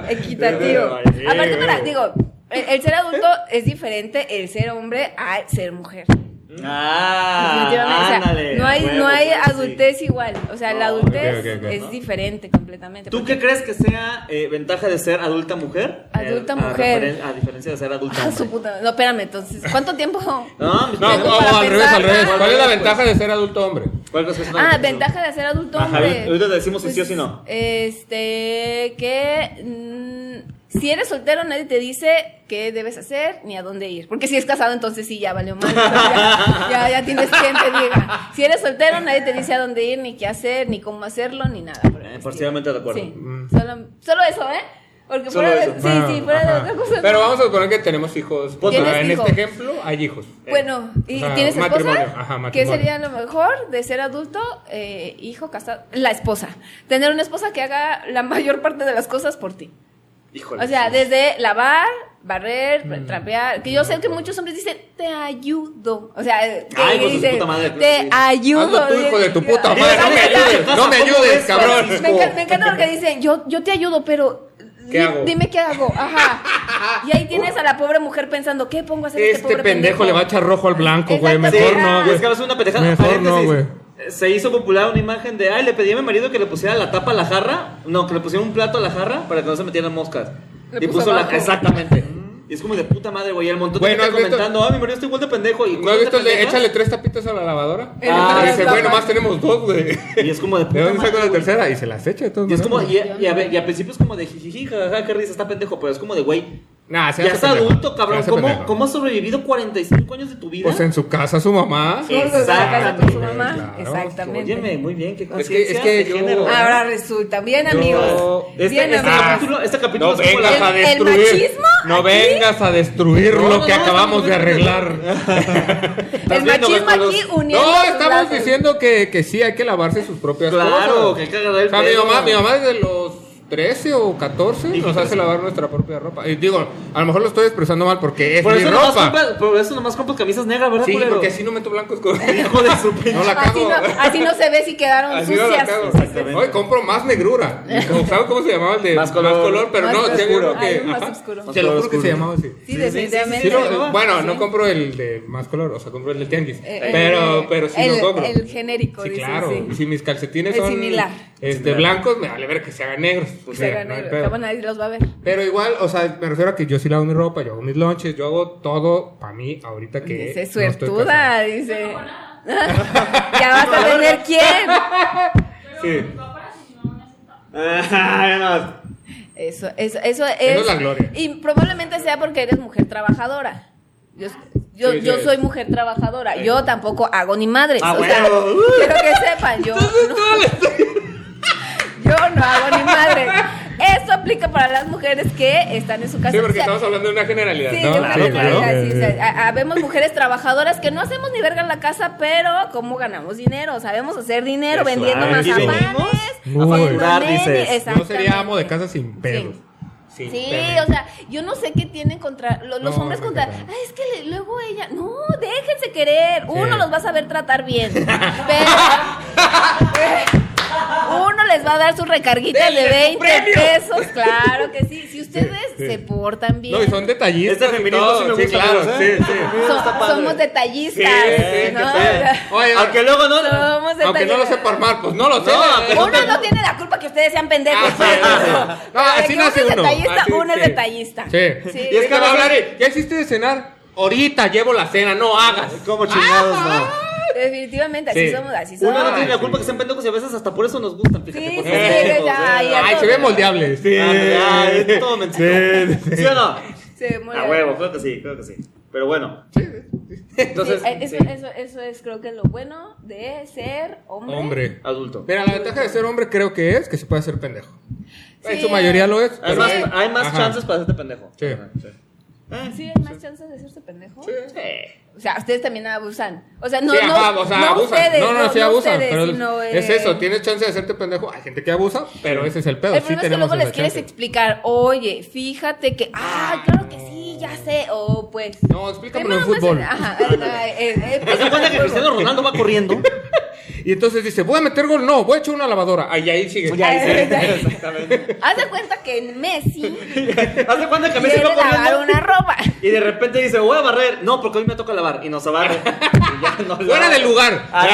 Speaker 1: Equitativo.
Speaker 2: Ay, sí,
Speaker 1: Aparte,
Speaker 3: güey.
Speaker 1: mira, digo, el, el ser adulto es diferente el ser hombre al ser mujer. Definitivamente.
Speaker 2: Ah,
Speaker 1: o sea,
Speaker 2: ándale.
Speaker 1: no hay,
Speaker 2: huevo, pues,
Speaker 1: no hay
Speaker 2: sí.
Speaker 1: adultez igual. O sea, la
Speaker 2: No,
Speaker 1: adultez
Speaker 3: ok, ok, ok,
Speaker 1: es
Speaker 2: ¿no?
Speaker 1: diferente completamente.
Speaker 2: ¿Tú
Speaker 1: Porque-
Speaker 2: qué crees que sea eh, ventaja de ser adulta mujer?
Speaker 1: Adulta
Speaker 2: Eh, a
Speaker 1: mujer.
Speaker 2: referen- A, diferencia de ser adulta
Speaker 1: Ah, su
Speaker 2: hombre.
Speaker 1: puta- No, espérame, entonces, ¿cuánto tiempo?
Speaker 2: No, mis
Speaker 3: No,
Speaker 2: no,
Speaker 1: Tengo
Speaker 3: o- o
Speaker 1: para
Speaker 3: al revés,
Speaker 1: pensar.
Speaker 3: al revés. ¿Cuál es la
Speaker 2: Pues.
Speaker 3: ventaja de ser adulto hombre?
Speaker 2: ¿Cuál cosa es una
Speaker 1: Ah,
Speaker 2: adulto?
Speaker 1: ventaja de ser adulto
Speaker 2: Ajá,
Speaker 1: hombre. Pues,
Speaker 2: ahorita te decimos si sí o si no.
Speaker 1: Este, que mm, si eres soltero nadie te dice qué debes hacer ni a dónde ir. Porque si es casado entonces sí, ya valió más. Ya, ya, ya tienes quien te diga. Si eres soltero nadie te dice a dónde ir, ni qué hacer, ni cómo hacerlo, ni nada. por el
Speaker 2: Eh,
Speaker 1: estilo.
Speaker 2: parcialmente de acuerdo.
Speaker 1: Sí. Solo, solo eso, ¿eh? Porque
Speaker 2: Solo
Speaker 1: fuera de,
Speaker 2: eso.
Speaker 1: sí,
Speaker 3: Ah,
Speaker 1: sí, fuera de otra cosa.
Speaker 3: Pero
Speaker 1: no.
Speaker 3: vamos a suponer que tenemos hijos.
Speaker 2: Pues,
Speaker 3: Bueno,
Speaker 1: ¿Tienes
Speaker 3: en
Speaker 1: hijos?
Speaker 3: este ejemplo hay hijos.
Speaker 1: Bueno, ¿y
Speaker 3: Ajá,
Speaker 1: tienes
Speaker 3: Eh, matrimonio,
Speaker 1: esposa?
Speaker 3: ajá, matrimonio.
Speaker 1: ¿Qué sería lo mejor de ser adulto, eh, hijo, casado? La esposa. Tener una esposa que haga la mayor parte de las cosas por ti.
Speaker 2: Híjole.
Speaker 1: O sea, desde lavar, barrer,
Speaker 3: Mm.
Speaker 1: trapear. Que yo sé que muchos hombres dicen, te ayudo. O sea, eh, que
Speaker 2: Ay, con su
Speaker 1: dicen,
Speaker 2: puta madre.
Speaker 1: te ayudo.
Speaker 3: Hazlo tú, hijo de tu puta
Speaker 1: Me
Speaker 3: madre. No me
Speaker 1: encanta,
Speaker 3: ayudes, no me
Speaker 2: ¿Cómo
Speaker 3: ayudes,
Speaker 2: ves,
Speaker 3: cabrón.
Speaker 2: Francisco?
Speaker 1: Me encanta, me encanta lo que dicen, yo, yo te ayudo, pero...
Speaker 3: ¿Qué
Speaker 1: di-
Speaker 3: hago?
Speaker 1: Dime qué hago, ajá. Y ahí tienes a la pobre mujer pensando, ¿qué pongo a hacer este,
Speaker 3: Este
Speaker 1: pobre
Speaker 3: pendejo, le va a echar rojo al blanco, güey.
Speaker 2: Sí, ah,
Speaker 3: Mejor
Speaker 1: Exactamente.
Speaker 3: no,
Speaker 2: es que
Speaker 3: güey.
Speaker 2: va a ser una pendejada.
Speaker 3: Mejor no,
Speaker 2: Paréntesis.
Speaker 3: güey.
Speaker 2: Se hizo popular una imagen de, ay, le pedí a mi marido que le pusiera la tapa a la jarra. No, que le pusiera un plato a la jarra para que no se metieran moscas.
Speaker 1: Le
Speaker 2: y
Speaker 1: puso
Speaker 2: puso la.
Speaker 1: abajo.
Speaker 2: Exactamente. Y es como de puta madre, güey. El montón de
Speaker 3: Güey,
Speaker 2: gente
Speaker 3: ¿no has visto-
Speaker 2: comentando, ah, mi marido está igual de pendejo. Y
Speaker 3: ¿No has visto
Speaker 2: cosas
Speaker 3: el
Speaker 2: de
Speaker 3: de
Speaker 2: pendejas.
Speaker 3: échale tres tapitas a la lavadora?
Speaker 1: El
Speaker 2: Ah,
Speaker 3: y
Speaker 2: de
Speaker 3: dice,
Speaker 1: la
Speaker 3: güey, nomás
Speaker 1: mano.
Speaker 3: tenemos dos, güey.
Speaker 2: Y es como de puta
Speaker 3: ¿De dónde
Speaker 2: madre,
Speaker 3: saco la
Speaker 2: güey.
Speaker 3: tercera? Y se las echa de todos
Speaker 2: Y es como,
Speaker 3: modos.
Speaker 2: y, y a, ver, y al principio es como de jijiji, jajaja, qué risa, está pendejo, pero es como de güey.
Speaker 3: Nah, se
Speaker 2: Ya
Speaker 3: hace
Speaker 2: está
Speaker 3: pendejo.
Speaker 2: adulto,
Speaker 3: Se
Speaker 2: cabrón.
Speaker 3: hace
Speaker 2: ¿Cómo,
Speaker 3: pendejo.
Speaker 2: ¿Cómo has sobrevivido 45 años de tu vida?
Speaker 3: Pues en su casa, su mamá.
Speaker 2: Sí.
Speaker 1: Gordos de la casa con su mamá.
Speaker 3: Claro.
Speaker 1: Exactamente.
Speaker 2: Óyeme, muy bien, qué
Speaker 3: que- es
Speaker 2: conciencia
Speaker 3: que
Speaker 2: de
Speaker 3: yo-
Speaker 2: género.
Speaker 1: Ahora resulta, bien
Speaker 3: Yo- ah,
Speaker 1: amigos.
Speaker 2: Este,
Speaker 1: bien
Speaker 2: este
Speaker 1: amigos.
Speaker 2: capítulo, este capítulo
Speaker 3: No
Speaker 2: es como la-
Speaker 3: vengas a
Speaker 1: El- el
Speaker 3: destruir.
Speaker 1: machismo
Speaker 3: no
Speaker 1: aquí-
Speaker 3: vengas a destruir
Speaker 2: No,
Speaker 3: lo
Speaker 2: no,
Speaker 3: que
Speaker 2: no,
Speaker 3: acabamos
Speaker 2: no,
Speaker 3: de
Speaker 2: no, no, no.
Speaker 3: arreglar.
Speaker 2: ¿Estás
Speaker 1: El
Speaker 2: viendo,
Speaker 1: machismo
Speaker 2: Carlos?
Speaker 1: aquí uniendo.
Speaker 3: No,
Speaker 1: los
Speaker 3: estamos
Speaker 1: lazos.
Speaker 3: diciendo que, que sí, hay que lavarse sus propias
Speaker 2: Claro, que
Speaker 3: cosas.
Speaker 2: hay que agarrar el
Speaker 3: O sea, mi
Speaker 2: pedo.
Speaker 3: mamá, mi mamá desde los 13 o 14
Speaker 2: Hijo,
Speaker 3: nos hace
Speaker 2: sí.
Speaker 3: lavar nuestra propia ropa. Y digo, a lo mejor lo estoy expresando mal porque es
Speaker 2: Por
Speaker 3: mi
Speaker 2: eso, nomás
Speaker 3: ropa.
Speaker 2: compras, por eso nomás compras camisas negras, ¿verdad,
Speaker 3: Sí,
Speaker 2: culero?
Speaker 3: porque así no meto blancos con...
Speaker 2: Hijo de su
Speaker 3: No
Speaker 2: pinche.
Speaker 3: la
Speaker 1: Así
Speaker 3: cago.
Speaker 1: no, así no se ve si quedaron
Speaker 3: Así no la
Speaker 1: sucias.
Speaker 3: cago.
Speaker 2: Exactamente.
Speaker 3: Hoy compro más negrura. O, ¿Sabes cómo se llamaba el de
Speaker 2: Más color.
Speaker 3: pero
Speaker 1: Más
Speaker 3: no,
Speaker 1: color.
Speaker 3: te juro
Speaker 1: Hay
Speaker 3: que.
Speaker 1: un más
Speaker 3: ajá.
Speaker 1: oscuro.
Speaker 2: Más
Speaker 3: Te lo
Speaker 2: color
Speaker 3: juro que se
Speaker 2: oscuro.
Speaker 3: llamaba así.
Speaker 1: Sí,
Speaker 2: Sí,
Speaker 1: definitivamente.
Speaker 2: sí, sí, sí, sí,
Speaker 3: Pero, bueno, no compro el de más color, o sea, compro el del tianguis.
Speaker 1: Eh,
Speaker 3: pero,
Speaker 1: eh,
Speaker 3: pero sí
Speaker 1: el,
Speaker 3: lo compro.
Speaker 1: El genérico,
Speaker 3: sí,
Speaker 1: dice,
Speaker 3: claro.
Speaker 1: sí.
Speaker 3: Si mis calcetines
Speaker 1: Es
Speaker 3: son
Speaker 1: similar.
Speaker 3: Este,
Speaker 2: Similar.
Speaker 3: blancos, me vale ver que se hagan negros. Pues,
Speaker 1: Se
Speaker 3: mira,
Speaker 1: gana,
Speaker 3: no hay
Speaker 1: pero
Speaker 3: pedo.
Speaker 1: nadie los va a ver.
Speaker 3: Pero igual, o sea, me refiero a que yo sí lavo mi ropa, yo hago mis lonches, yo hago todo para mí ahorita que. no
Speaker 1: Dice,
Speaker 3: estoy
Speaker 1: suertuda,
Speaker 3: casado.
Speaker 1: dice. ya vas a tener quién.
Speaker 3: Sí.
Speaker 2: Ah, ya nomás.
Speaker 1: Eso, eso, eso es.
Speaker 3: Eso es la gloria.
Speaker 1: Y probablemente sea porque eres mujer trabajadora. Yo, yo,
Speaker 3: Sí, sí.
Speaker 1: yo soy mujer trabajadora. Yo tampoco hago ni madres.
Speaker 2: Ah,
Speaker 1: o sea,
Speaker 2: bueno.
Speaker 1: quiero que sepan, yo. no- yo no hago ni madres. Eso aplica para las mujeres que están en su casa.
Speaker 3: Sí, porque
Speaker 1: O sea,
Speaker 3: estamos hablando de una generalidad.
Speaker 1: Sí,
Speaker 3: ¿no?
Speaker 1: de una
Speaker 3: Sí,
Speaker 1: mujer,
Speaker 3: claro.
Speaker 1: o sea, sí, o sea, a- habemos mujeres trabajadoras que no hacemos ni verga en la casa, pero ¿cómo ganamos dinero? Sabemos hacer dinero
Speaker 2: Eso,
Speaker 1: vendiendo
Speaker 2: ah, aquí venimos
Speaker 1: mazapanes.
Speaker 2: a
Speaker 1: vendiendo
Speaker 2: facturar,
Speaker 1: nene,
Speaker 2: dices.
Speaker 3: Yo sería
Speaker 1: exactamente.
Speaker 3: amo de casa sin pedos.
Speaker 1: Sí.
Speaker 3: Sin
Speaker 1: Sí,
Speaker 3: pedos.
Speaker 1: o sea, yo no sé qué tienen contra lo- los
Speaker 3: No,
Speaker 1: hombres
Speaker 3: no,
Speaker 1: contra,
Speaker 3: no, no.
Speaker 1: "Ay, es que le- luego ella, no, déjense querer, uno
Speaker 3: Sí.
Speaker 1: los va a saber tratar bien, pero uno les va a dar su recarguita
Speaker 3: ¡Denle
Speaker 1: de 20
Speaker 3: su premio!
Speaker 1: pesos, claro que sí, si ustedes
Speaker 3: sí.
Speaker 1: se portan bien.
Speaker 3: No, y son detallistas.
Speaker 2: Este
Speaker 3: y
Speaker 2: feminismo
Speaker 3: todo.
Speaker 2: sí me gusta,
Speaker 3: claro,
Speaker 2: ¿eh?
Speaker 3: sí, sí.
Speaker 1: So-
Speaker 2: Está padre.
Speaker 1: somos detallistas,
Speaker 3: Sí, sí,
Speaker 1: ¿no?
Speaker 3: qué pedo. Oye,
Speaker 2: Aunque luego no.
Speaker 1: somos
Speaker 3: Aunque no lo
Speaker 1: detallistas.
Speaker 3: sepa armar, pues no lo sé.
Speaker 2: No, pero-
Speaker 1: Uno no tiene la culpa que ustedes sean pendejos.
Speaker 3: Ah, sí, sí, sí. No,
Speaker 1: Pero de
Speaker 3: así
Speaker 1: que uno
Speaker 3: nace
Speaker 1: es
Speaker 3: uno.
Speaker 1: detallista,
Speaker 3: Así,
Speaker 1: uno es
Speaker 3: sí.
Speaker 1: detallista.
Speaker 3: Sí.
Speaker 1: Sí.
Speaker 3: Y es que va a hablar, eh, ya hiciste de cenar. Ahorita llevo la cena, no hagas.
Speaker 2: Como chingados, no.
Speaker 1: Definitivamente, así
Speaker 3: Sí.
Speaker 1: somos, así
Speaker 2: Uno no
Speaker 1: somos.
Speaker 2: tiene la
Speaker 3: sí.
Speaker 2: culpa que sean pendejos y a veces hasta por eso nos gustan, fíjate.
Speaker 1: Sí,
Speaker 2: por
Speaker 1: sí,
Speaker 2: pendejos,
Speaker 1: sí, ya,
Speaker 2: ¿eh?
Speaker 1: ya.
Speaker 3: Ay, se ve moldeable. Sí.
Speaker 2: Ah, ah, es todo mentira.
Speaker 3: Sí, sí.
Speaker 2: ¿Sí o no?
Speaker 1: Se muere.
Speaker 2: A huevo, creo que sí, creo que sí. Pero bueno. Entonces,
Speaker 1: Sí, eh, eso,
Speaker 2: sí,
Speaker 1: eso, eso es creo que lo bueno de ser hombre.
Speaker 3: Hombre.
Speaker 2: adulto.
Speaker 3: Mira, la ventaja de ser hombre creo que es que se puede hacer pendejo. En
Speaker 1: Sí.
Speaker 3: su mayoría lo es.
Speaker 2: Hay
Speaker 3: pero
Speaker 2: más,
Speaker 3: hay-
Speaker 2: hay más
Speaker 3: Ajá.
Speaker 2: chances para hacerte pendejo.
Speaker 3: Sí.
Speaker 2: Ah,
Speaker 1: Sí, hay más chances de serse pendejo. O sea, ustedes también abusan. O sea, no,
Speaker 3: Sí,
Speaker 1: no,
Speaker 3: ajá, o sea,
Speaker 1: no
Speaker 3: abusan.
Speaker 1: ustedes,
Speaker 3: no, no, sí abusan.
Speaker 1: ustedes,
Speaker 3: pero
Speaker 1: sino,
Speaker 3: es
Speaker 1: eh,
Speaker 3: eso, tienes chance de hacerte pendejo. Hay gente que abusa, pero ese es el pedo.
Speaker 1: El
Speaker 3: sí
Speaker 1: problema es que luego
Speaker 3: tenemos
Speaker 1: les
Speaker 3: esa
Speaker 1: quieres
Speaker 3: chance.
Speaker 1: explicar, oye, fíjate que, ah, claro que sí, ya sé, o pues...
Speaker 3: No, explícamelo en
Speaker 1: Primero más-
Speaker 3: fútbol.
Speaker 1: Ajá, eh, eh, eh,
Speaker 2: Haz de cuenta que Cristiano Ronaldo va corriendo.
Speaker 3: Y entonces dice, voy a meter gol. No, voy a echar una lavadora. Ahí, ahí sigue.
Speaker 2: Ya, ahí sí.
Speaker 1: Exacto.
Speaker 2: Exactamente.
Speaker 1: Haz de cuenta que Messi
Speaker 2: Haz de cuenta que Messi
Speaker 1: quiere
Speaker 2: va
Speaker 1: lavar
Speaker 2: corriendo.
Speaker 1: una ropa.
Speaker 2: Y de repente dice, voy a barrer. No, porque hoy me toca lavar. Y no se barre. Y ya no
Speaker 3: Fuera
Speaker 2: lava.
Speaker 3: del lugar.
Speaker 2: Ah,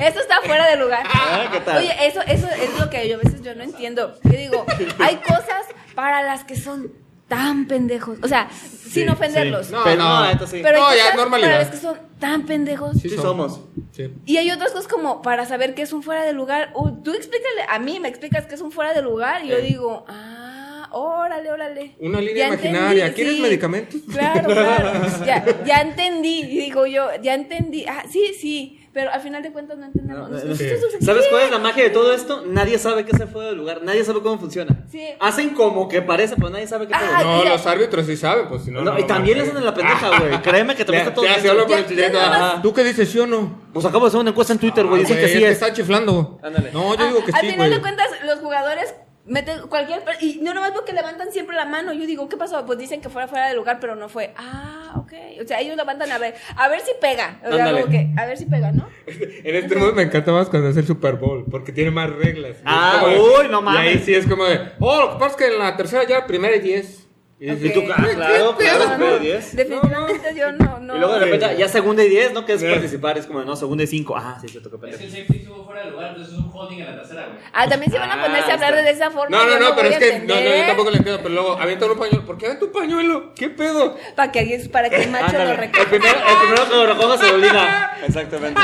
Speaker 1: Eso está fuera de lugar.
Speaker 2: Ah, ¿qué tal?
Speaker 1: Oye, eso, eso es lo que yo a veces yo no entiendo. Yo digo, hay cosas para las que son tan pendejos. O sea, sin ofenderlos.
Speaker 3: No,
Speaker 2: Pero-
Speaker 3: no.
Speaker 2: no, esto sí.
Speaker 1: Pero hay
Speaker 3: No, ya,
Speaker 1: cosas
Speaker 3: normalidad.
Speaker 1: para las que son tan pendejos.
Speaker 2: Sí somos.
Speaker 3: Sí.
Speaker 1: Y hay otras cosas como para saber que es un fuera de lugar. O tú explícale, a mí me explicas que es un fuera de lugar y yo
Speaker 2: Eh.
Speaker 1: digo, ah, órale, órale.
Speaker 3: Una línea
Speaker 1: Ya
Speaker 3: imaginaria.
Speaker 1: entendí,
Speaker 3: ¿Quieres
Speaker 1: sí.
Speaker 3: medicamentos?
Speaker 1: Claro, claro. ya, ya entendí. Y digo yo, ya entendí. Ah, sí, sí. Pero al final de cuentas no entendemos.
Speaker 2: No, no,
Speaker 1: Nosotros-
Speaker 3: sí.
Speaker 1: nosotros-
Speaker 2: ¿Sabes cuál es la magia de todo esto? Nadie sabe qué es el fuera de lugar, nadie sabe cómo funciona.
Speaker 1: Sí.
Speaker 2: Hacen como que parece, pero nadie sabe qué
Speaker 1: Ah,
Speaker 2: pedo.
Speaker 1: Ay,
Speaker 3: No,
Speaker 1: mira.
Speaker 3: los árbitros sí saben, pues si no.
Speaker 2: No,
Speaker 3: no
Speaker 2: y
Speaker 3: lo
Speaker 2: también le
Speaker 3: marcan.
Speaker 2: hacen en la
Speaker 3: Ah.
Speaker 2: pendeja, güey. Créeme que te
Speaker 3: Le-
Speaker 2: pasa todo
Speaker 3: te hace
Speaker 2: esto.
Speaker 3: hablo con el
Speaker 1: Ya,
Speaker 3: cliente.
Speaker 1: ya nada
Speaker 2: más.
Speaker 3: ¿Tú qué dices, sí o no?
Speaker 2: Pues acabo de hacer una encuesta en Twitter, güey. Dicen
Speaker 3: Ah,
Speaker 2: que
Speaker 3: es
Speaker 2: sí es.
Speaker 3: está chiflando.
Speaker 2: Ándale.
Speaker 3: No, yo digo que
Speaker 1: Ah, al
Speaker 3: sí,
Speaker 1: final
Speaker 3: güey.
Speaker 1: de cuentas, los jugadores meten cualquier. per- Y no nomás porque levantan siempre la mano. Yo digo, ¿qué pasó? Pues dicen que fuera fuera de lugar, pero no fue. Ah, ok. O sea, ellos levantan a ver, a ver si pega. O sea,
Speaker 2: Ándale.
Speaker 1: como que, a ver si pega, ¿no?
Speaker 3: En este mundo me encanta más cuando es el Super Bowl, porque tiene más reglas.
Speaker 2: Ah,
Speaker 3: Es como de-
Speaker 2: uy, no
Speaker 3: Y ahí
Speaker 2: mames.
Speaker 3: sí es como de, oh, lo que pasa es que en la tercera ya era primera y diez.
Speaker 2: Y dices, ¿y tú?
Speaker 1: Ok.
Speaker 2: Ah, claro,
Speaker 3: ¿Qué
Speaker 2: claro,
Speaker 3: pedo?
Speaker 2: pero 10.
Speaker 1: Definitivamente yo no, no.
Speaker 2: Y luego de repente,
Speaker 3: Sí.
Speaker 2: ya segunda y 10, ¿no? Que es
Speaker 3: Sí.
Speaker 2: participar, es como, no, segunda y 5. Ah, sí, se toca
Speaker 5: Es que
Speaker 2: pendejo.
Speaker 5: el safety estuvo fuera de lugar, entonces es un holding en la tercera, güey.
Speaker 1: Ah, también se van a
Speaker 2: Ah,
Speaker 1: ponerse a hablar
Speaker 2: está.
Speaker 1: de esa forma.
Speaker 3: No, no,
Speaker 1: yo
Speaker 3: no, pero
Speaker 1: voy
Speaker 3: es
Speaker 1: a
Speaker 3: que no, no, yo
Speaker 1: entender.
Speaker 3: tampoco le entiendo, pero luego avienta un pañuelo. ¿Por qué avienta un pañuelo? ¿Qué pedo?
Speaker 1: Para que alguien, para que el macho
Speaker 2: Ándale.
Speaker 1: lo
Speaker 2: el,
Speaker 1: recoja.
Speaker 2: primero, el primero que lo recoja se lo olvida. Exactamente.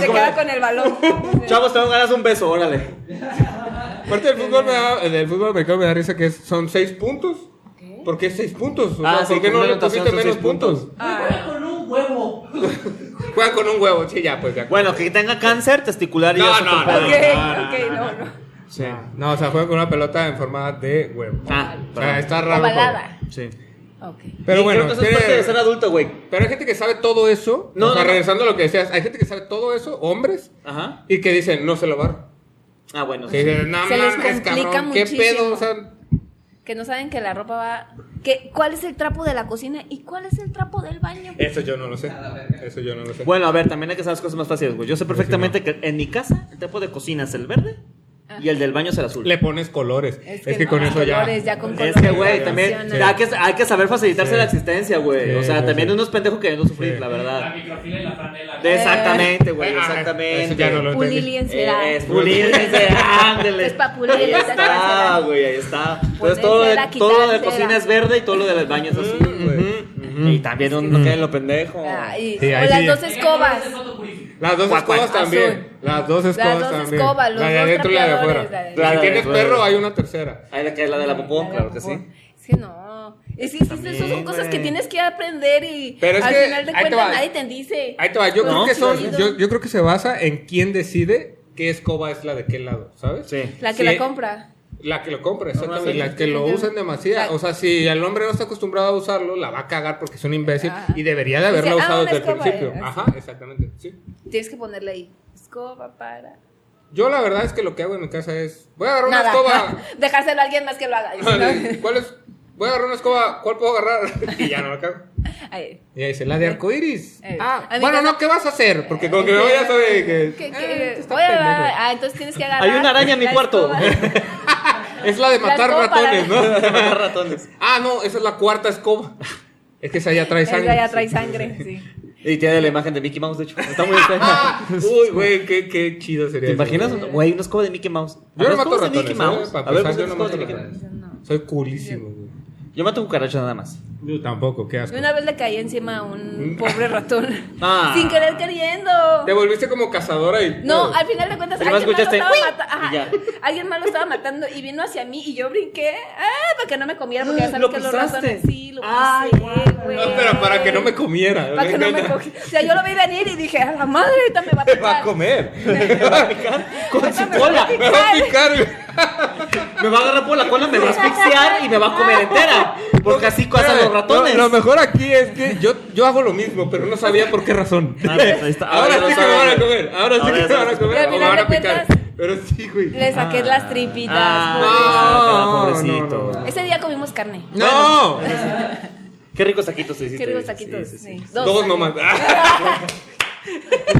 Speaker 1: Se queda con el balón.
Speaker 2: Chavos, tengo ganas de un beso, órale.
Speaker 3: Aparte del fútbol, me da, del fútbol americano me da risa que es- son seis puntos. ¿Por qué seis puntos? O
Speaker 2: Ah,
Speaker 3: sea,
Speaker 2: sí,
Speaker 3: ¿Por qué
Speaker 2: con
Speaker 3: no
Speaker 2: una
Speaker 3: le
Speaker 2: anotación
Speaker 3: pusiste
Speaker 2: son seis
Speaker 3: menos puntos?
Speaker 1: Ah,
Speaker 5: Juega con un huevo.
Speaker 3: Juega con un huevo, sí, ya, pues ya.
Speaker 2: Bueno, que tenga cáncer testicular y
Speaker 3: No,
Speaker 2: ya es
Speaker 3: no,
Speaker 2: otro
Speaker 3: no,
Speaker 2: pedo.
Speaker 1: Ok, ok, no, no.
Speaker 3: Sí. Ah. No, o sea, juega con una pelota en forma de huevo.
Speaker 2: Ah,
Speaker 3: o sea, está raro. el
Speaker 1: Ovalada.
Speaker 3: juego.
Speaker 2: Sí.
Speaker 1: Ok.
Speaker 3: Pero
Speaker 2: Y
Speaker 3: bueno,
Speaker 2: creo que eso es
Speaker 3: tiene-
Speaker 2: parte de ser adulto, güey.
Speaker 3: Pero hay gente que sabe todo eso.
Speaker 2: No,
Speaker 3: o sea,
Speaker 2: no, no.
Speaker 3: regresando a lo que decías, hay gente que sabe todo eso, hombres,
Speaker 2: Ajá.
Speaker 3: y que dicen, no se lo va.
Speaker 2: Ah, bueno.
Speaker 3: Que dicen, no
Speaker 1: Se les
Speaker 3: mames,
Speaker 1: complica
Speaker 3: cabrón, qué
Speaker 1: muchísimo.
Speaker 3: pedo, o sea,
Speaker 1: Que no saben que la ropa va. Que, ¿Cuál es el trapo de la cocina y cuál es el trapo del baño?
Speaker 3: eso yo no lo sé. Eso yo no lo sé.
Speaker 2: Bueno, a ver, también hay que saber las cosas más fáciles, güey. Yo sé perfectamente que en mi casa el trapo de cocina es el verde y el del baño es el azul.
Speaker 3: Le pones colores. Es que,
Speaker 1: no,
Speaker 3: con
Speaker 1: hay
Speaker 3: eso ya.
Speaker 1: colores, ya con
Speaker 2: Es
Speaker 1: colores
Speaker 2: que, güey,
Speaker 1: no
Speaker 2: también
Speaker 1: funciona.
Speaker 2: hay que, hay que saber facilitarse
Speaker 3: Sí.
Speaker 2: la existencia, güey.
Speaker 3: Sí,
Speaker 2: o sea,
Speaker 3: sí,
Speaker 2: también
Speaker 3: sí.
Speaker 2: unos pendejos que no sufrir,
Speaker 3: Sí.
Speaker 2: la
Speaker 5: La
Speaker 2: verdad.
Speaker 5: microfila y la franela.
Speaker 2: Ah. De- Exactamente, güey,
Speaker 3: Ah,
Speaker 2: exactamente.
Speaker 3: Eso ya no lo entendí.
Speaker 1: Pulili en cera.
Speaker 2: Eh, Es pulirse, ándele.
Speaker 1: Es pa' pulirse,
Speaker 2: Ahí está,
Speaker 1: está.
Speaker 2: güey, ahí está. Entonces
Speaker 1: Ponerse
Speaker 2: todo, de,
Speaker 1: la,
Speaker 2: todo de
Speaker 1: quitarse
Speaker 2: cocina
Speaker 1: la.
Speaker 2: es verde y todo lo del baño es azul, güey. Y también uno no queda en lo pendejo.
Speaker 1: Ay,
Speaker 3: Sí, ahí
Speaker 1: Ah, o las
Speaker 3: sí.
Speaker 1: dos escobas.
Speaker 3: Las dos
Speaker 2: Cuac,
Speaker 3: escobas
Speaker 2: cuac.
Speaker 3: también.
Speaker 1: Azul.
Speaker 3: Las dos escobas
Speaker 1: dos
Speaker 3: también.
Speaker 1: escobas, los
Speaker 3: la de
Speaker 1: dos
Speaker 3: adentro y la de
Speaker 1: trapeadores,
Speaker 3: afuera.
Speaker 1: la de-
Speaker 2: La
Speaker 3: Si
Speaker 2: de
Speaker 3: tienes
Speaker 2: afuera.
Speaker 3: perro, hay una tercera.
Speaker 2: Ahí la que es la de la popó,
Speaker 1: La
Speaker 2: claro
Speaker 1: de
Speaker 2: que
Speaker 1: popó.
Speaker 2: sí.
Speaker 1: Es que no. Es que, es que
Speaker 2: También,
Speaker 1: eso son cosas que
Speaker 2: güey.
Speaker 1: tienes que aprender y
Speaker 3: Pero es
Speaker 1: al
Speaker 3: que
Speaker 1: final de
Speaker 3: ahí te
Speaker 1: cuentas
Speaker 3: va.
Speaker 1: nadie te dice.
Speaker 3: Ahí te va. Yo,
Speaker 1: No,
Speaker 3: creo que son-
Speaker 1: chido.
Speaker 3: yo, yo creo que se basa en quién decide qué escoba es la de qué lado, ¿sabes?
Speaker 2: Sí.
Speaker 1: La que
Speaker 3: Sí.
Speaker 1: la compra.
Speaker 3: La que lo compra, exactamente.
Speaker 2: sí.
Speaker 3: La que lo
Speaker 1: Ajá.
Speaker 3: usan demasiado.
Speaker 1: La-
Speaker 3: O sea, si el hombre no está acostumbrado a usarlo, la va a cagar porque es un imbécil
Speaker 1: Ajá.
Speaker 3: y debería de
Speaker 1: Dice,
Speaker 3: haberla
Speaker 1: "Ah,
Speaker 3: usado
Speaker 1: una
Speaker 3: desde el
Speaker 1: escoba
Speaker 3: principio.
Speaker 1: era".
Speaker 3: Ajá, exactamente. sí.
Speaker 1: Tienes que ponerle ahí. Escoba para.
Speaker 3: Yo la verdad es que lo que hago en mi casa es, voy a agarrar una
Speaker 1: Nada.
Speaker 3: escoba.
Speaker 1: Dejárselo a alguien más que lo haga.
Speaker 3: Vale, ¿Cuál es? Voy a agarrar una escoba, ¿cuál puedo agarrar? Y ya no la cago.
Speaker 1: Ay,
Speaker 3: Y ahí dice, la de arcoiris.
Speaker 1: Eh,
Speaker 3: Ah,
Speaker 1: a mi
Speaker 3: bueno,
Speaker 1: casa-
Speaker 3: no, ¿qué vas a hacer? Porque como que me voy a saber que...
Speaker 1: ¿qué-
Speaker 3: "Eh,
Speaker 1: qué-
Speaker 3: este está
Speaker 1: voy a-
Speaker 3: pendejo".
Speaker 1: ah, entonces tienes que agarrar.
Speaker 2: Hay una araña en mi
Speaker 1: la
Speaker 2: cuarto.
Speaker 1: escoba.
Speaker 3: Es la de
Speaker 1: La
Speaker 3: matar
Speaker 1: escoba para-
Speaker 3: ratones, ¿no?
Speaker 2: Ratones.
Speaker 3: Ah, no, esa es la cuarta escoba. Es que esa ya trae
Speaker 1: Esa
Speaker 3: sangre.
Speaker 1: ya trae sangre, sí.
Speaker 2: Y tiene la imagen de Mickey Mouse, de hecho. Está muy
Speaker 1: Ah.
Speaker 2: extraña.
Speaker 3: Ah, Uy, güey, qué, qué chido sería.
Speaker 2: ¿Te
Speaker 3: eso.
Speaker 2: imaginas? Güey, una escoba de Mickey Mouse.
Speaker 3: Yo no
Speaker 2: ¿Habrá
Speaker 3: mato
Speaker 2: escobas de
Speaker 3: ratones.
Speaker 2: Mickey
Speaker 3: ¿eh?
Speaker 2: Mouse?
Speaker 3: Para
Speaker 2: A ver, pues,
Speaker 3: empezar, yo no
Speaker 2: escobas
Speaker 3: mato
Speaker 2: de Mickey Mouse.
Speaker 3: ratones. Soy culísimo, güey.
Speaker 2: Yo mato cucarachas nada más.
Speaker 3: Yo tampoco, qué
Speaker 1: Y
Speaker 3: asco.
Speaker 1: Una vez le caí encima a un pobre ratón.
Speaker 2: Ah.
Speaker 1: Sin querer queriendo.
Speaker 3: Te volviste como cazadora y.
Speaker 1: No, al final de cuentas
Speaker 2: Pero
Speaker 1: alguien más
Speaker 2: nomás
Speaker 1: lo
Speaker 2: escuchaste,
Speaker 1: estaba
Speaker 2: "Uy",
Speaker 1: matando.
Speaker 2: y ya.
Speaker 1: Alguien más lo estaba matando y vino hacia mí y yo brinqué. Ah, para que no me comiera porque ya sabes
Speaker 2: ¿Lo
Speaker 1: que los
Speaker 2: pisaste?
Speaker 1: ratones sí lo pisé,
Speaker 2: Ay,
Speaker 1: güey.
Speaker 3: No, pero para que no me comiera.
Speaker 1: Para que no me cogiera. O sea, yo lo vi venir y dije, a la madre, ahorita me va a
Speaker 3: Te
Speaker 1: picar.
Speaker 3: va a comer.
Speaker 2: Con
Speaker 1: Ahorita
Speaker 2: su
Speaker 1: me va a
Speaker 2: cola.
Speaker 3: Me va a picar. güey.
Speaker 2: Me va a agarrar por la cola, me va a asfixiar y me va a comer entera. Porque así cazan los
Speaker 3: Espérame,
Speaker 2: ratones.
Speaker 3: Lo, lo mejor aquí es que yo, yo hago lo mismo, pero no sabía por qué razón.
Speaker 2: Ah, pues ahí está.
Speaker 3: Ahora,
Speaker 2: Ahora ya
Speaker 3: sí que me
Speaker 2: sabes.
Speaker 3: van a comer. Ahora sí
Speaker 2: Ahora
Speaker 3: que
Speaker 2: ya
Speaker 3: me van a
Speaker 2: sabes.
Speaker 3: comer.
Speaker 1: Pero al
Speaker 3: O me
Speaker 1: final
Speaker 3: van a
Speaker 1: de
Speaker 3: picar.
Speaker 1: cuentas-
Speaker 3: Pero sí, güey.
Speaker 1: Le saqué
Speaker 2: Ah.
Speaker 1: las tripitas.
Speaker 2: Ah,
Speaker 3: pobre.
Speaker 2: pobrecito.
Speaker 3: No, no, no,
Speaker 1: pobre. Ese día comimos carne.
Speaker 3: ¡No!
Speaker 2: Qué ricos taquitos te hiciste.
Speaker 1: Qué ricos taquitos.
Speaker 2: Sí, sí, sí.
Speaker 1: sí.
Speaker 3: Dos nomás.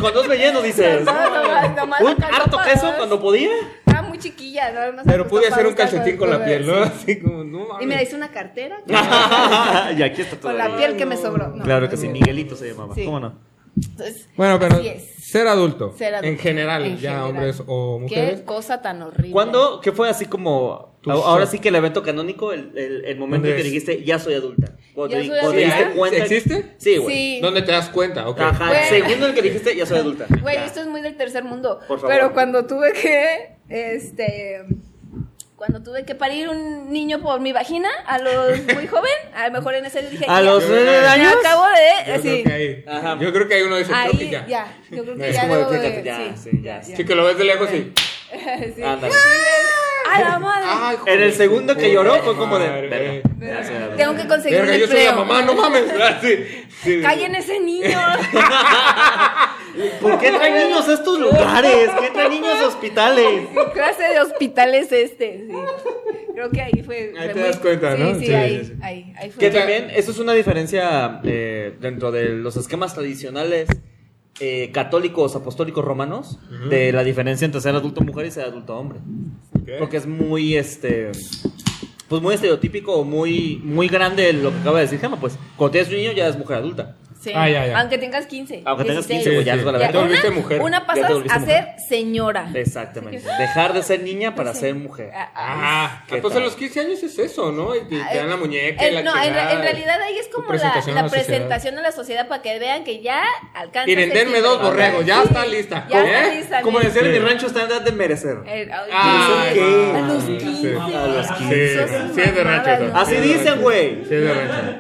Speaker 2: Con dos rellenos, dices.
Speaker 1: No, nomás- nomás
Speaker 2: Un
Speaker 1: alcanzó
Speaker 2: harto
Speaker 1: para
Speaker 2: queso
Speaker 1: dos.
Speaker 2: cuando podía.
Speaker 1: Estaba muy chiquilla. no, no se
Speaker 3: Pero
Speaker 1: ajustó
Speaker 3: pude
Speaker 1: para
Speaker 3: hacer un
Speaker 1: usar
Speaker 3: calcetín
Speaker 1: los
Speaker 3: con la
Speaker 1: colores.
Speaker 3: piel, ¿no? Ah, Así como, no mames.
Speaker 1: Y me hice una cartera que-
Speaker 2: y aquí está todo.
Speaker 1: con la piel que me sobró. No,
Speaker 2: Claro que
Speaker 1: no,
Speaker 2: sí,
Speaker 1: no.
Speaker 2: Miguelito se llamaba.
Speaker 1: Sí.
Speaker 2: ¿Cómo no?
Speaker 1: Entonces,
Speaker 3: Bueno, pero
Speaker 1: así es.
Speaker 3: ser adulto.
Speaker 1: Ser adulto.
Speaker 3: En general,
Speaker 1: En
Speaker 3: ya
Speaker 1: general.
Speaker 3: hombres o mujeres.
Speaker 1: Qué cosa tan horrible.
Speaker 2: ¿Cuándo? ¿Qué fue así como
Speaker 3: Tú
Speaker 2: A- Ahora
Speaker 3: sabes.
Speaker 2: sí que el evento canónico, el, el- el momento en
Speaker 3: ¿Dónde
Speaker 2: que
Speaker 3: es?
Speaker 2: dijiste, ya soy adulta. Cuando,
Speaker 1: Ya
Speaker 2: di-
Speaker 1: soy
Speaker 2: cuando te
Speaker 1: adulta.
Speaker 2: diste cuenta.
Speaker 3: ¿Existe?
Speaker 2: Sí, güey.
Speaker 1: Sí.
Speaker 3: ¿Dónde te das cuenta? Ok.
Speaker 2: Ajá,
Speaker 1: Güey.
Speaker 2: segundo en el que dijiste, ya soy adulta.
Speaker 1: Güey,
Speaker 2: Ya.
Speaker 1: esto es muy del tercer mundo.
Speaker 2: Por favor.
Speaker 1: Pero cuando tuve que, este, cuando tuve que parir un niño por mi vagina a los muy joven, a lo mejor en ese dije,
Speaker 2: A
Speaker 1: "Ya,
Speaker 2: los
Speaker 3: Yo creo
Speaker 2: nueve
Speaker 3: que-
Speaker 1: me
Speaker 2: años.
Speaker 1: acabo de,
Speaker 3: Yo
Speaker 1: así,
Speaker 3: creo que ahí.
Speaker 2: Ajá.
Speaker 3: Yo creo que hay uno de esos. creo
Speaker 1: Eh, ahí,
Speaker 3: que
Speaker 1: ya.
Speaker 3: ya.
Speaker 1: yo creo que
Speaker 3: Es
Speaker 1: ya
Speaker 2: como de
Speaker 1: debo de-
Speaker 2: fíjate, ya, sí, ya.
Speaker 3: Sí, que lo ves de lejos y.
Speaker 1: Sí.
Speaker 2: Ándale.
Speaker 1: A la madre.
Speaker 3: Ay, joder,
Speaker 2: En el segundo que
Speaker 3: puta
Speaker 2: lloró fue como de.
Speaker 3: madre.
Speaker 2: "Verga, ya soy adulta".
Speaker 1: Tengo que conseguir
Speaker 3: Verga,
Speaker 1: un
Speaker 3: yo soy la
Speaker 1: empleo.
Speaker 3: mamá, no mames. Ah, Sí, sí.
Speaker 1: Callen ese niño.
Speaker 2: ¿Por qué traen niños a estos lugares? ¿Qué traen niños a
Speaker 1: ¿Qué
Speaker 2: hospitales?
Speaker 1: clase de hospital es este? Sí. Creo que ahí fue.
Speaker 3: Ahí
Speaker 1: fue
Speaker 3: te das cuenta,
Speaker 1: sí,
Speaker 3: ¿no?
Speaker 1: Sí,
Speaker 3: Sí,
Speaker 1: ahí,
Speaker 3: sí, sí.
Speaker 1: ahí, ahí fue.
Speaker 2: Que también, eso es una diferencia eh, dentro de los esquemas tradicionales eh, católicos, apostólicos romanos, de la diferencia entre ser adulto mujer y ser adulto hombre.
Speaker 3: Ok.
Speaker 2: Porque es muy, este, pues muy estereotípico, o muy, muy grande lo que acaba de decir Gemma, pues cuando tienes un niño ya es mujer adulta.
Speaker 1: Sí.
Speaker 3: Ah, ya, ya.
Speaker 1: Aunque tengas 15.
Speaker 2: Aunque tengas
Speaker 1: 16.
Speaker 2: 15, güey, ya
Speaker 3: Sí,
Speaker 2: eres la
Speaker 3: sí.
Speaker 1: Ya,
Speaker 3: te
Speaker 2: verdad.
Speaker 3: volviste mujer.
Speaker 1: Una
Speaker 2: Ya
Speaker 1: pasas
Speaker 2: te volviste
Speaker 1: a
Speaker 2: mujer.
Speaker 1: ser señora.
Speaker 2: Exactamente. Dejar de ser niña para ser mujer.
Speaker 3: Ah,
Speaker 2: ¿Qué
Speaker 3: entonces
Speaker 2: tal?
Speaker 3: a los 15 años es eso, ¿no? Y te, te dan la muñeca. y
Speaker 1: Eh,
Speaker 3: la
Speaker 1: no, en, re-
Speaker 3: chingada.
Speaker 1: en realidad ahí es
Speaker 3: Tu
Speaker 1: como la
Speaker 3: presentación
Speaker 1: la
Speaker 3: a la sociedad.
Speaker 1: presentación a la sociedad para que vean que ya alcanza.
Speaker 3: Miren, denme dos borregos, ya está lista.
Speaker 1: Ya está
Speaker 3: ¿Eh?
Speaker 1: lista.
Speaker 2: Como
Speaker 1: mira.
Speaker 2: decían en mi
Speaker 3: Sí.
Speaker 2: rancho, está en edad de merecer.
Speaker 1: Eh, ay,
Speaker 3: Ah,
Speaker 1: sí.
Speaker 2: ok.
Speaker 1: A los
Speaker 3: Sí,
Speaker 1: 15.
Speaker 3: sí.
Speaker 2: A los
Speaker 3: 15.
Speaker 1: Sos
Speaker 3: Sí, es de rancho
Speaker 1: mamadas,
Speaker 3: eso.
Speaker 1: ¿no?
Speaker 2: Así
Speaker 3: Sí,
Speaker 2: dicen, güey.
Speaker 3: Sí, de rancho.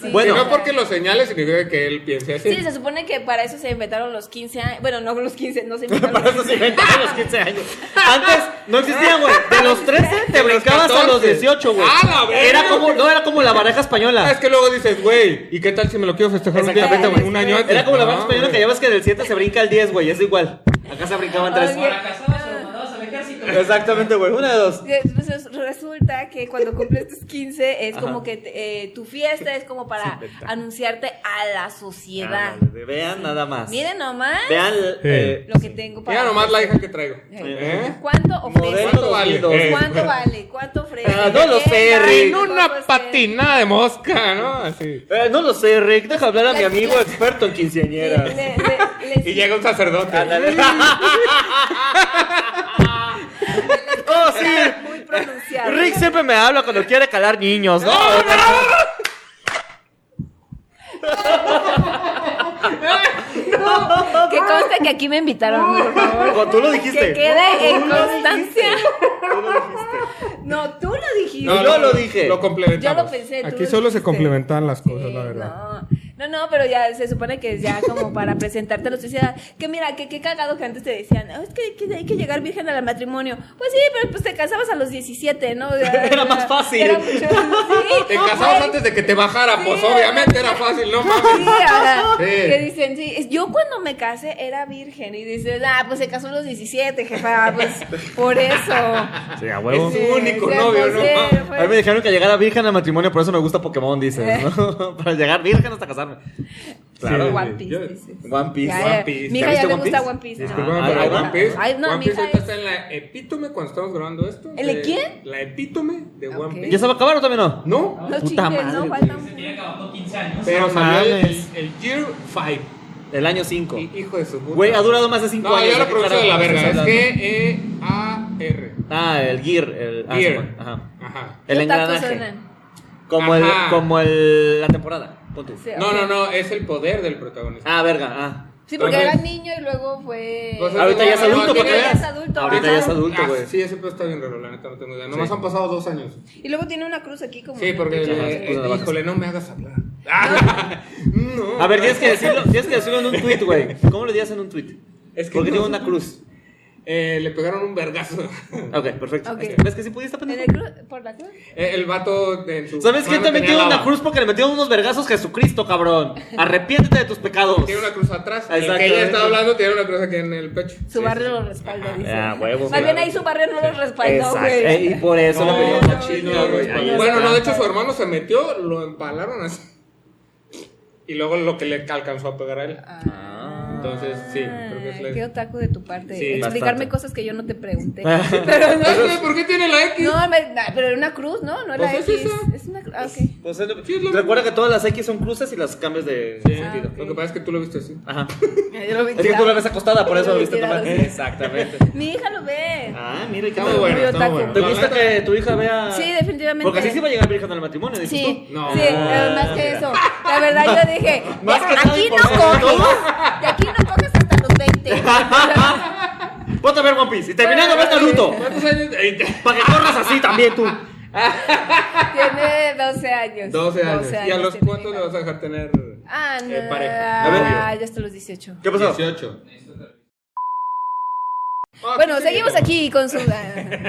Speaker 1: Sí.
Speaker 2: Bueno.
Speaker 3: Si no porque lo señales significa que él piense así.
Speaker 1: Sí, se supone que para eso se inventaron los 15 años. Bueno, no los 15, no se inventaron
Speaker 2: Para
Speaker 1: los
Speaker 2: eso se inventaron los 15 años. Antes no existían, güey. De los Ah, 13 te brincabas a los
Speaker 3: 14.
Speaker 2: 18, güey.
Speaker 3: ¡A la verga!
Speaker 2: Era como, no, era como la baraja
Speaker 3: Ah, es
Speaker 2: española.
Speaker 3: que luego dices, güey, ¿y qué tal si me lo quiero festejar un, día,
Speaker 2: Exactamente.
Speaker 3: antes, un año antes?
Speaker 2: Era como la
Speaker 3: No,
Speaker 2: baraja española que
Speaker 3: güey.
Speaker 2: ya ves que del 7 se brinca al 10, güey. Es igual. Acá se brincaban 3.
Speaker 1: Oye.
Speaker 5: Para casados se los mandabas al ejército.
Speaker 2: Exactamente, güey. Una de dos.
Speaker 1: Entonces Eh, pues, resulta que cuando cumples tus 15 es
Speaker 2: Ajá.
Speaker 1: como que te- eh, tu fiesta es como para anunciarte a la sociedad.
Speaker 3: Ah,
Speaker 2: Ándale, Ah, Vean nada más.
Speaker 1: Miren nomás
Speaker 2: Vean. eh,
Speaker 1: lo que tengo para.
Speaker 3: Mira nomás la hija que traigo.
Speaker 1: Eh.
Speaker 3: ¿Eh?
Speaker 1: ¿Cuánto ofrece?
Speaker 2: Modelo
Speaker 3: ¿Cuánto vale?
Speaker 2: 2002.
Speaker 3: Eh.
Speaker 1: ¿Cuánto vale? ¿Cuánto ofrece?
Speaker 2: Ah, no lo sé,
Speaker 1: ¿Qué tal?
Speaker 2: Rick.
Speaker 3: En una
Speaker 1: ¿Cuánto ofrece?
Speaker 3: patinada de mosca, ¿no? Así.
Speaker 2: Eh, no lo sé, Rick. Deja hablar a mi amigo experto en
Speaker 1: Le-
Speaker 2: quinceañeras.
Speaker 1: le- le-
Speaker 3: Y llega un sacerdote.
Speaker 2: Ándale. oh, sí.
Speaker 1: Muy pronunciado.
Speaker 2: Rick siempre me habla cuando quiere calar niños, ¿no?
Speaker 1: Que conste que aquí me invitaron, por favor.
Speaker 2: O tú lo
Speaker 1: Que
Speaker 2: dijiste.
Speaker 1: quede en
Speaker 2: Tú lo
Speaker 1: constancia.
Speaker 2: Tú lo dijiste.
Speaker 1: No, tú lo dijiste.
Speaker 2: No, yo lo dije.
Speaker 3: Lo complementamos.
Speaker 1: Yo lo pensé, tú
Speaker 3: Aquí
Speaker 1: lo
Speaker 3: solo
Speaker 1: dijiste.
Speaker 3: se complementan las
Speaker 1: Sí,
Speaker 3: cosas, la verdad.
Speaker 1: No. no, no, pero ya se supone que es ya como para presentarte a la sociedad. Que mira, que qué cagado que antes te decían, "Ah, es que, que hay que llegar virgen al matrimonio. Pues sí, pero pues te casabas a los 17, ¿no?
Speaker 2: Era más fácil.
Speaker 1: Era mucho- sí,
Speaker 3: Te casabas
Speaker 1: güey.
Speaker 3: antes de que te bajara,
Speaker 1: Sí,
Speaker 3: pues
Speaker 1: era-
Speaker 3: obviamente era fácil, no
Speaker 1: Sí,
Speaker 3: mames.
Speaker 1: ajá.
Speaker 3: Sí.
Speaker 1: Que dicen, sí, es- yo cuando me casé era virgen y dices, ah, pues se casó a los 17, jefa, pues por eso.
Speaker 2: Sí, a
Speaker 3: Es su único
Speaker 1: Sí,
Speaker 3: novio,
Speaker 1: pues,
Speaker 3: no
Speaker 1: sí,
Speaker 3: mames.
Speaker 1: fue-
Speaker 2: A mí me dijeron que llegara virgen al matrimonio, por eso me gusta Pokémon, dices, ¿no? Para llegar virgen hasta casarme. Claro.
Speaker 1: One Piece,
Speaker 3: Yo-
Speaker 1: dices.
Speaker 2: One Piece,
Speaker 1: Ya,
Speaker 2: One
Speaker 1: ya.
Speaker 2: Piece.
Speaker 1: Mi
Speaker 2: ¿Ya
Speaker 1: hija ya
Speaker 2: viste
Speaker 1: le
Speaker 2: One
Speaker 1: gusta
Speaker 2: Piece?
Speaker 1: One Piece.
Speaker 3: Disculpame,
Speaker 2: Ah,
Speaker 3: pero
Speaker 2: ahí va.
Speaker 3: One Piece.
Speaker 1: Ay, no,
Speaker 3: One
Speaker 1: mi
Speaker 3: Piece
Speaker 1: hija
Speaker 3: ahorita
Speaker 1: es-
Speaker 3: está en la epítome cuando estamos grabando esto.
Speaker 1: ¿El de
Speaker 3: de-
Speaker 1: quién?
Speaker 3: La epítome de
Speaker 1: Ok.
Speaker 3: One
Speaker 2: ¿Ya
Speaker 3: Piece.
Speaker 2: se va a acabar o todavía no?
Speaker 3: No,
Speaker 1: No
Speaker 2: Puta
Speaker 1: chingues,
Speaker 2: madre,
Speaker 1: no
Speaker 2: güey.
Speaker 1: falta
Speaker 5: Se tiene que abajo 15 años.
Speaker 3: pero
Speaker 2: No
Speaker 3: salió el,
Speaker 2: mames.
Speaker 3: el Year 5.
Speaker 2: El año 5.
Speaker 3: Hijo de su puta.
Speaker 2: Güey, ha durado más de 5
Speaker 3: No,
Speaker 2: años.
Speaker 3: ya
Speaker 2: ¿de
Speaker 3: lo
Speaker 2: qué
Speaker 3: pronuncio de la
Speaker 2: carajo
Speaker 3: verga.
Speaker 2: estás
Speaker 3: Es E
Speaker 2: hablando?
Speaker 3: G-E-A-R.
Speaker 2: Ah, el Gear. El... ah,
Speaker 3: Gear.
Speaker 2: sí, bueno, Ajá.
Speaker 3: Ajá.
Speaker 2: El
Speaker 1: Los tacos
Speaker 2: engranaje.
Speaker 1: suenan.
Speaker 2: Como el,
Speaker 3: Ajá.
Speaker 2: como el, la temporada. Ponte.
Speaker 1: Sí,
Speaker 3: No,
Speaker 1: ok.
Speaker 3: no, no, es el poder del protagonista.
Speaker 2: Ah, verga, ah.
Speaker 1: Sí, porque
Speaker 3: Ajá.
Speaker 1: era niño y luego fue.
Speaker 3: Pues,
Speaker 2: Ahorita ya es adulto,
Speaker 1: Ahorita
Speaker 2: porque
Speaker 1: ya es adulto.
Speaker 2: Ahorita ya es
Speaker 1: ajá.
Speaker 2: adulto, güey.
Speaker 3: Ah, sí, ese pedo está bien raro, la neta, no tengo idea. Nomás
Speaker 2: Sí.
Speaker 3: han pasado dos años.
Speaker 1: Y luego tiene una cruz aquí como.
Speaker 3: Sí, porque.
Speaker 2: Sí, ajá, se
Speaker 3: eh,
Speaker 2: puso de vacas.
Speaker 3: híjole, no me hagas hablar. Ah, no.
Speaker 2: A ver, tienes que decirlo, tienes que decirlo en un tweet, güey. ¿Cómo lo dirías en un tweet?
Speaker 3: Es que
Speaker 2: Porque
Speaker 3: no.
Speaker 2: tengo una cruz.
Speaker 3: Eh, le pegaron un vergazo.
Speaker 2: Ok, perfecto.
Speaker 1: Ok.
Speaker 2: ¿Ves que sí pudiste
Speaker 1: En
Speaker 2: pendejo?
Speaker 1: el cru- por la cruz.
Speaker 3: Eh, el vato en su.
Speaker 2: ¿Sabes quién
Speaker 3: mano
Speaker 2: también
Speaker 3: tenía
Speaker 2: tiene una
Speaker 3: lava.
Speaker 2: cruz? Porque le metieron unos vergazos Jesucristo, cabrón. Arrepiéntete de tus pecados.
Speaker 3: Tiene una cruz atrás. El
Speaker 2: Exacto.
Speaker 3: que ella está hablando tiene una cruz aquí en el pecho.
Speaker 1: Su barrio lo respalda, dice.
Speaker 2: ah, huevo,
Speaker 1: Más
Speaker 2: güey.
Speaker 1: bien ahí su barrio no lo respaldó,
Speaker 2: Exacto.
Speaker 1: güey.
Speaker 2: Eh, y por eso
Speaker 3: No,
Speaker 2: le
Speaker 3: no,
Speaker 2: metieron la
Speaker 3: no,
Speaker 2: chinga,
Speaker 3: no,
Speaker 2: güey.
Speaker 3: no,
Speaker 2: Ahí
Speaker 3: no. Bueno,
Speaker 2: está.
Speaker 3: no, de hecho su hermano se metió, lo empalaron así. Y luego lo que le alcanzó a pegar a él.
Speaker 1: Ah.
Speaker 3: Entonces, sí, creo que es la-
Speaker 1: Qué otaku de tu parte.
Speaker 3: Sí,
Speaker 1: Explicarme
Speaker 2: bastante.
Speaker 1: cosas que yo no te pregunté.
Speaker 2: Ah.
Speaker 1: pero
Speaker 3: Ay, güey, ¿Por qué tiene la X?
Speaker 1: no, no, me- na- pero era una cruz, ¿no? No era
Speaker 3: Pues es
Speaker 1: X.
Speaker 3: esa.
Speaker 1: Es una cruz. Ah, ok.
Speaker 2: Pues es lo-
Speaker 3: Sí, es lo
Speaker 2: Recuerda que todas las X son cruces y las cambias de sentido.
Speaker 3: Lo que pasa es que tú lo viste así.
Speaker 2: Ajá.
Speaker 1: Yo lo vi
Speaker 2: Es que tú
Speaker 1: tirado.
Speaker 2: la ves acostada, por eso
Speaker 1: Lo
Speaker 2: lo
Speaker 1: vi
Speaker 2: viste
Speaker 1: tirado,
Speaker 2: tomar.
Speaker 1: sí.
Speaker 2: Exactamente.
Speaker 1: Mi hija lo ve.
Speaker 2: Ah, mira, y qué
Speaker 3: Está muy
Speaker 2: tal.
Speaker 3: bueno, está muy
Speaker 1: taco.
Speaker 3: bueno.
Speaker 2: ¿Te
Speaker 3: La
Speaker 2: gusta
Speaker 3: neta-
Speaker 2: que tu hija vea?
Speaker 1: Sí, definitivamente.
Speaker 2: Porque así se va a llegar virgen al matrimonio, dices
Speaker 1: Sí,
Speaker 2: tú.
Speaker 3: No.
Speaker 1: sí, eh, más que eso. La verdad yo dije,
Speaker 2: Más que nada,
Speaker 1: aquí
Speaker 2: y por
Speaker 1: no
Speaker 2: sobre
Speaker 1: coges,
Speaker 2: todo.
Speaker 1: de aquí no coges hasta los 20.
Speaker 2: Ponte a ver One Piece y terminando ver Naruto.
Speaker 3: ¿Cuántos años?
Speaker 2: Para que corras así también tú.
Speaker 1: Tiene 12 años.
Speaker 3: 12 años. ¿Y a los
Speaker 1: tiene
Speaker 3: cuántos
Speaker 1: mi
Speaker 3: le
Speaker 1: hija.
Speaker 3: vas a dejar tener
Speaker 1: Ah, no.
Speaker 3: eh, pareja?
Speaker 2: A ver,
Speaker 1: Ah, ya hasta los 18.
Speaker 2: ¿Qué pasó?
Speaker 3: 18.
Speaker 1: Bueno, seguimos aquí con su...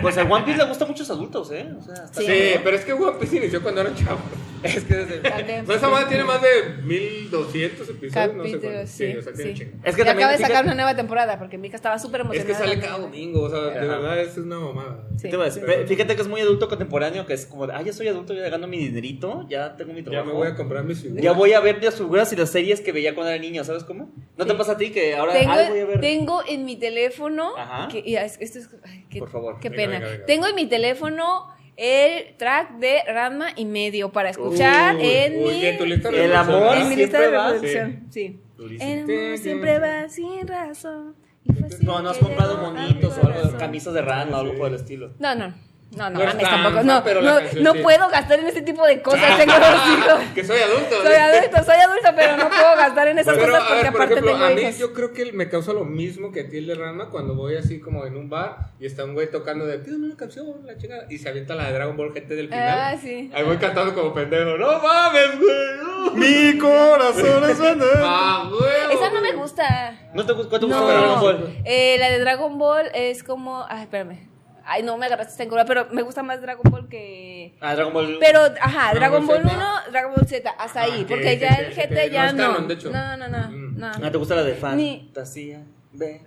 Speaker 2: Pues a One Piece le gusta a muchos adultos, ¿eh? O sea, hasta-
Speaker 1: Sí.
Speaker 3: Sí, pero es que One Piece inició cuando era chavo.
Speaker 2: es que desde...
Speaker 1: También.
Speaker 3: No, Pues esa madre tiene más de 1200 episodios. no sé
Speaker 1: Capítulos,
Speaker 3: cuántos.
Speaker 1: sí.
Speaker 3: o sea, tiene un
Speaker 1: sí.
Speaker 3: chingo.
Speaker 2: Es que
Speaker 1: Y
Speaker 2: también
Speaker 1: acaba de
Speaker 2: fíjate-
Speaker 1: sacar una nueva temporada porque mi hija estaba súper
Speaker 3: Es
Speaker 1: emocionada.
Speaker 3: que sale cada domingo, o sea, de
Speaker 2: Ajá.
Speaker 3: verdad es una mamada.
Speaker 1: Sí.
Speaker 2: Te iba a decir, ve- Fíjate que es muy adulto contemporáneo, que es como, ah, ya soy adulto, ya gano mi dinerito, ya tengo mi
Speaker 3: Ya
Speaker 2: trabajo.
Speaker 3: me voy a comprar mis figuras.
Speaker 2: Ya voy a ver las figuras y las series que veía cuando era niño, ¿sabes cómo? ¿No te
Speaker 1: Sí.
Speaker 2: pasa a ti que ahora
Speaker 1: Tengo,
Speaker 2: ay, voy a ver?
Speaker 1: tengo en mi teléfono.
Speaker 2: Ajá.
Speaker 1: que- y ah, es- esto es- ay, qué,
Speaker 2: Por favor.
Speaker 1: Qué
Speaker 3: Venga,
Speaker 1: pena.
Speaker 3: venga, venga.
Speaker 1: Tengo en mi teléfono el track de Ranma y medio para escuchar
Speaker 3: Uy,
Speaker 1: en
Speaker 3: uy,
Speaker 1: mi.
Speaker 3: que tu lista de
Speaker 2: El
Speaker 3: reproducción,
Speaker 2: amor
Speaker 3: ¿no?
Speaker 1: en mi lista de
Speaker 2: siempre va.
Speaker 1: reproducción. Sí.
Speaker 2: Durísimo.
Speaker 1: El amor siempre va sin razón. y fue así
Speaker 2: No, no has
Speaker 1: que
Speaker 2: comprado
Speaker 1: llegó a mi
Speaker 2: monitos o algo,
Speaker 1: corazón.
Speaker 2: camisas de rana o algo por el estilo.
Speaker 1: No, no. No, no,
Speaker 3: No es
Speaker 1: mames,
Speaker 3: tan
Speaker 1: tampoco.
Speaker 3: fan,
Speaker 1: No,
Speaker 3: pero la
Speaker 1: no,
Speaker 3: canción
Speaker 1: no
Speaker 3: sí.
Speaker 1: puedo gastar en ese tipo de cosas. Tengo dos hijos.
Speaker 3: Que soy adulto. ¿eh?
Speaker 1: Soy adulto, soy adulto, pero no puedo gastar en esas
Speaker 3: Pero,
Speaker 1: cosas
Speaker 3: a
Speaker 1: porque
Speaker 3: ver, por
Speaker 1: aparte
Speaker 3: ejemplo,
Speaker 1: tengo
Speaker 3: a mí
Speaker 1: hijas.
Speaker 3: yo creo que me causa lo mismo que a ti el de Rama cuando voy así como en un bar y está un güey tocando de pídeme una canción, la chingada, y se avienta la de Dragon Ball GT del final.
Speaker 1: Ah, sí.
Speaker 3: Ahí voy cantando como pendejo, no mames, güey. no".
Speaker 2: Mi corazón es
Speaker 3: Ah, güey.
Speaker 1: Esa no me gusta.
Speaker 2: ¿No te gusta? ¿Cuánto gusta Dragon
Speaker 1: No,
Speaker 2: Ball?
Speaker 1: eh, la de Dragon Ball es como. Ay, espérame. Ay, no me agarraste en cura, pero me gusta más Dragon Ball que.
Speaker 2: Ah, Dragon Ball.
Speaker 1: Pero, ajá, Dragon
Speaker 3: Dragon
Speaker 1: Ball
Speaker 3: Z.
Speaker 1: 1, Dragon Ball Z, hasta
Speaker 3: Ah,
Speaker 1: ahí.
Speaker 3: ok,
Speaker 1: Porque
Speaker 3: ok,
Speaker 1: ya el
Speaker 3: ok,
Speaker 1: GT
Speaker 3: ok.
Speaker 1: ya
Speaker 3: No es
Speaker 1: no.
Speaker 3: canon, de hecho.
Speaker 1: No, no, no.
Speaker 3: Mm.
Speaker 2: Ah,
Speaker 1: No.
Speaker 2: ¿te gusta la de
Speaker 1: Ni-
Speaker 2: fantasía? Ve.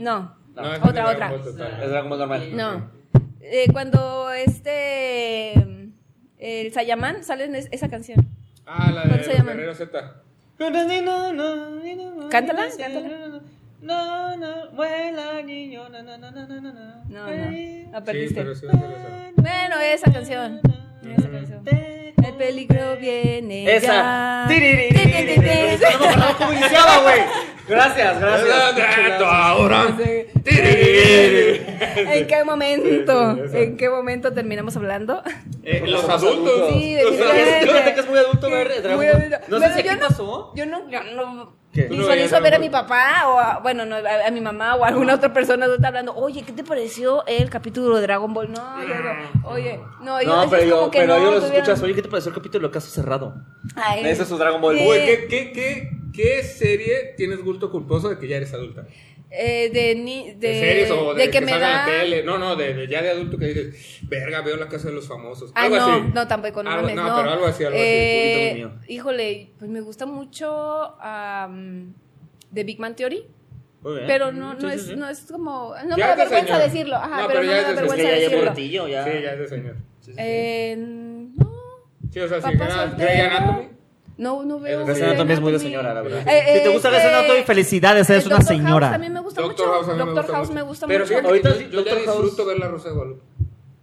Speaker 1: No.
Speaker 2: No,
Speaker 3: No,
Speaker 2: es
Speaker 3: esa es
Speaker 1: Otra,
Speaker 3: de
Speaker 1: otra.
Speaker 3: Dragon Ball total.
Speaker 2: Dragon Ball normal.
Speaker 1: no. Eh, cuando este. El Sayaman sale en es- esa canción.
Speaker 3: Ah, la
Speaker 1: ¿Cuál
Speaker 3: de
Speaker 1: se llama?
Speaker 3: Guerrero Z.
Speaker 1: Cántala, cántala.
Speaker 2: No, no, vuela niño, na, na, na, na, na, na.
Speaker 1: No, no. La
Speaker 3: Sí,
Speaker 1: perdiste.
Speaker 3: pero Mm. sí, sí, lo sé.
Speaker 1: Bueno, esa canción. Esa canción. El peligro viene.
Speaker 2: Esa.
Speaker 1: ya.
Speaker 2: Tiririri.
Speaker 1: Tin, tin, tin, tin.
Speaker 2: No me acordaba cómo iniciaba, güey. Gracias, gracias.
Speaker 3: Ahora.
Speaker 1: ¿En qué momento? ¿En qué momento terminamos hablando?
Speaker 2: Eh,
Speaker 3: Los adultos.
Speaker 1: Sí,
Speaker 2: O sea,
Speaker 1: definitivamente.
Speaker 2: fíjate que es muy adulto ver Dragon
Speaker 1: Muy
Speaker 2: Ball.
Speaker 1: adulto.
Speaker 2: No sé
Speaker 1: Pero
Speaker 2: si
Speaker 1: yo
Speaker 2: aquí
Speaker 1: no-
Speaker 2: pasó.
Speaker 1: Yo no, yo no
Speaker 2: ¿Qué?
Speaker 3: Tú no veías
Speaker 1: visualizo
Speaker 3: Dragon
Speaker 1: ver a
Speaker 3: Ball.
Speaker 1: mi papá o a, bueno, no, a, a mi mamá o a alguna otra persona adulta hablando, oye, ¿qué te pareció el capítulo de Dragon Ball? No, yo
Speaker 3: Ah.
Speaker 1: no, oye, no, yo
Speaker 2: No,
Speaker 1: eso
Speaker 2: pero
Speaker 1: es
Speaker 2: yo,
Speaker 1: como que
Speaker 2: pero
Speaker 1: no
Speaker 2: yo los
Speaker 1: tuvieron-
Speaker 2: escuchas. Oye, ¿qué te pareció el capítulo de Caso Cerrado?
Speaker 1: Ay.
Speaker 2: Ese es su Dragon Ball.
Speaker 1: Sí.
Speaker 3: Güey, ¿qué, qué, qué, qué serie tienes gusto culposo de que ya eres adulta?
Speaker 1: Eh, de, ni- de,
Speaker 3: de, series o de,
Speaker 1: que,
Speaker 3: que,
Speaker 1: me
Speaker 3: salga en
Speaker 1: da...
Speaker 3: la tele. No, no, de, de ya de adulto que dices, verga, veo la casa de los famosos.
Speaker 1: Ah,
Speaker 3: algo
Speaker 1: no,
Speaker 3: así.
Speaker 1: no, tampoco, no
Speaker 3: Algo-
Speaker 1: mames,
Speaker 3: no, pero algo así, algo así,
Speaker 1: Eh,
Speaker 2: purito mío.
Speaker 1: Híjole, pues me gusta mucho am, The Big Man Theory,
Speaker 2: Muy
Speaker 3: ¿Eh?
Speaker 2: bien.
Speaker 1: pero no,
Speaker 3: Mm,
Speaker 2: Sí,
Speaker 1: no,
Speaker 2: sí,
Speaker 1: es,
Speaker 2: sí.
Speaker 1: no es como... No
Speaker 3: Ya
Speaker 1: me da
Speaker 3: es de
Speaker 1: vergüenza
Speaker 3: señor.
Speaker 1: decirlo, ajá,
Speaker 3: No,
Speaker 1: pero, no
Speaker 3: pero ya
Speaker 1: me
Speaker 3: es
Speaker 1: da
Speaker 3: de
Speaker 2: Es que
Speaker 1: vergüenza
Speaker 2: ya llevo
Speaker 1: decirlo.
Speaker 2: ratillo, ya.
Speaker 3: Sí, ya es de señor.
Speaker 1: Eh, no,
Speaker 3: Sí, o sea, si
Speaker 1: papá
Speaker 3: era
Speaker 1: soltero.
Speaker 3: Grey Anatomy.
Speaker 1: No, no veo.
Speaker 2: Grey's
Speaker 3: Grey's
Speaker 1: Grey's
Speaker 2: Anatomy es muy de
Speaker 1: Anatomy.
Speaker 2: señora, la verdad.
Speaker 1: Eh,
Speaker 2: Si te gusta Grey's
Speaker 1: este,
Speaker 2: Anatomy, felicidades, eres
Speaker 1: el
Speaker 2: una
Speaker 1: Dr. House
Speaker 2: señora.
Speaker 1: también me gusta
Speaker 3: Doctor
Speaker 1: mucho.
Speaker 3: House a mí
Speaker 1: Doctor House me gusta
Speaker 3: pero
Speaker 1: mucho.
Speaker 3: Fíjate
Speaker 2: Ahorita
Speaker 3: que yo, yo ya
Speaker 2: Doctor House-
Speaker 3: disfruto ver La Rosa de Guadalupe.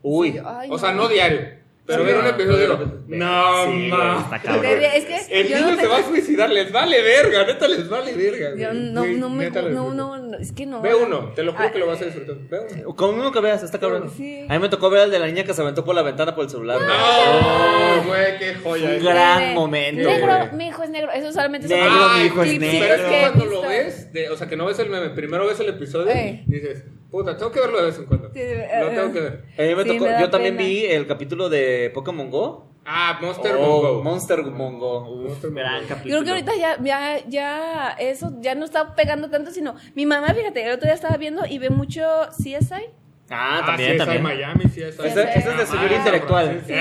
Speaker 2: Uy.
Speaker 1: Ay,
Speaker 3: o sea,
Speaker 1: no.
Speaker 3: no diario. Pero
Speaker 2: Sí, ah,
Speaker 3: ver un
Speaker 2: no,
Speaker 3: episodio
Speaker 2: no,
Speaker 3: digo,
Speaker 2: no,
Speaker 3: no,
Speaker 2: sí, güey,
Speaker 3: ma.
Speaker 2: está cabrón.
Speaker 1: Bebé, Es que
Speaker 3: El
Speaker 1: yo
Speaker 3: niño
Speaker 1: no
Speaker 3: se va a
Speaker 1: tengo-
Speaker 3: suicidar, les vale verga, neta les vale verga.
Speaker 1: yo
Speaker 3: güey.
Speaker 1: no,
Speaker 3: Güey,
Speaker 1: no me,
Speaker 3: neta les
Speaker 1: no,
Speaker 3: gusta.
Speaker 1: no, no, es que no.
Speaker 3: Ve uno, te lo juro
Speaker 1: Ah,
Speaker 3: que lo vas a disfrutar. Ve uno.
Speaker 2: Con uno que veas, está cabrón.
Speaker 1: Sí. Ah.
Speaker 2: A mí me tocó ver el de la niña que se aventó por la ventana por el celular. güey. Ah.
Speaker 3: No, güey, qué joya.
Speaker 2: Un
Speaker 3: es.
Speaker 2: gran
Speaker 1: Bebé,
Speaker 2: momento,
Speaker 1: Negro,
Speaker 2: güey.
Speaker 1: mi hijo es negro. Eso solamente
Speaker 2: Negro,
Speaker 1: son-
Speaker 2: mi hijo es
Speaker 1: sí,
Speaker 2: negro.
Speaker 1: sí,
Speaker 3: Pero es
Speaker 1: que
Speaker 3: que
Speaker 1: he
Speaker 3: cuando lo
Speaker 1: visto.
Speaker 3: ves, de- o sea, que no ves el meme, primero ves el episodio
Speaker 1: Ey.
Speaker 3: y dices, puta, tengo que verlo de vez en cuando.
Speaker 1: Sí,
Speaker 3: lo
Speaker 1: eh,
Speaker 3: tengo que ver.
Speaker 2: A mí me
Speaker 1: Sí,
Speaker 2: tocó,
Speaker 1: me da
Speaker 2: yo también
Speaker 1: pena.
Speaker 2: vi el capítulo de Pokémon Go.
Speaker 3: Ah, Monster
Speaker 2: Oh,
Speaker 3: Mongo.
Speaker 2: Monster Mongo. Uf,
Speaker 3: Monster Mongo.
Speaker 2: gran capítulo.
Speaker 1: Yo creo que ahorita ya, ya, ya, eso ya no está pegando tanto, sino mi mamá, fíjate, el otro día estaba viendo y ve mucho CSI.
Speaker 2: Ah,
Speaker 3: Ah,
Speaker 2: también,
Speaker 3: sí,
Speaker 2: también.
Speaker 3: Está en Ah, Miami, sí, está
Speaker 1: Ese- ese
Speaker 2: es de señor intelectual.
Speaker 1: Sí, sí.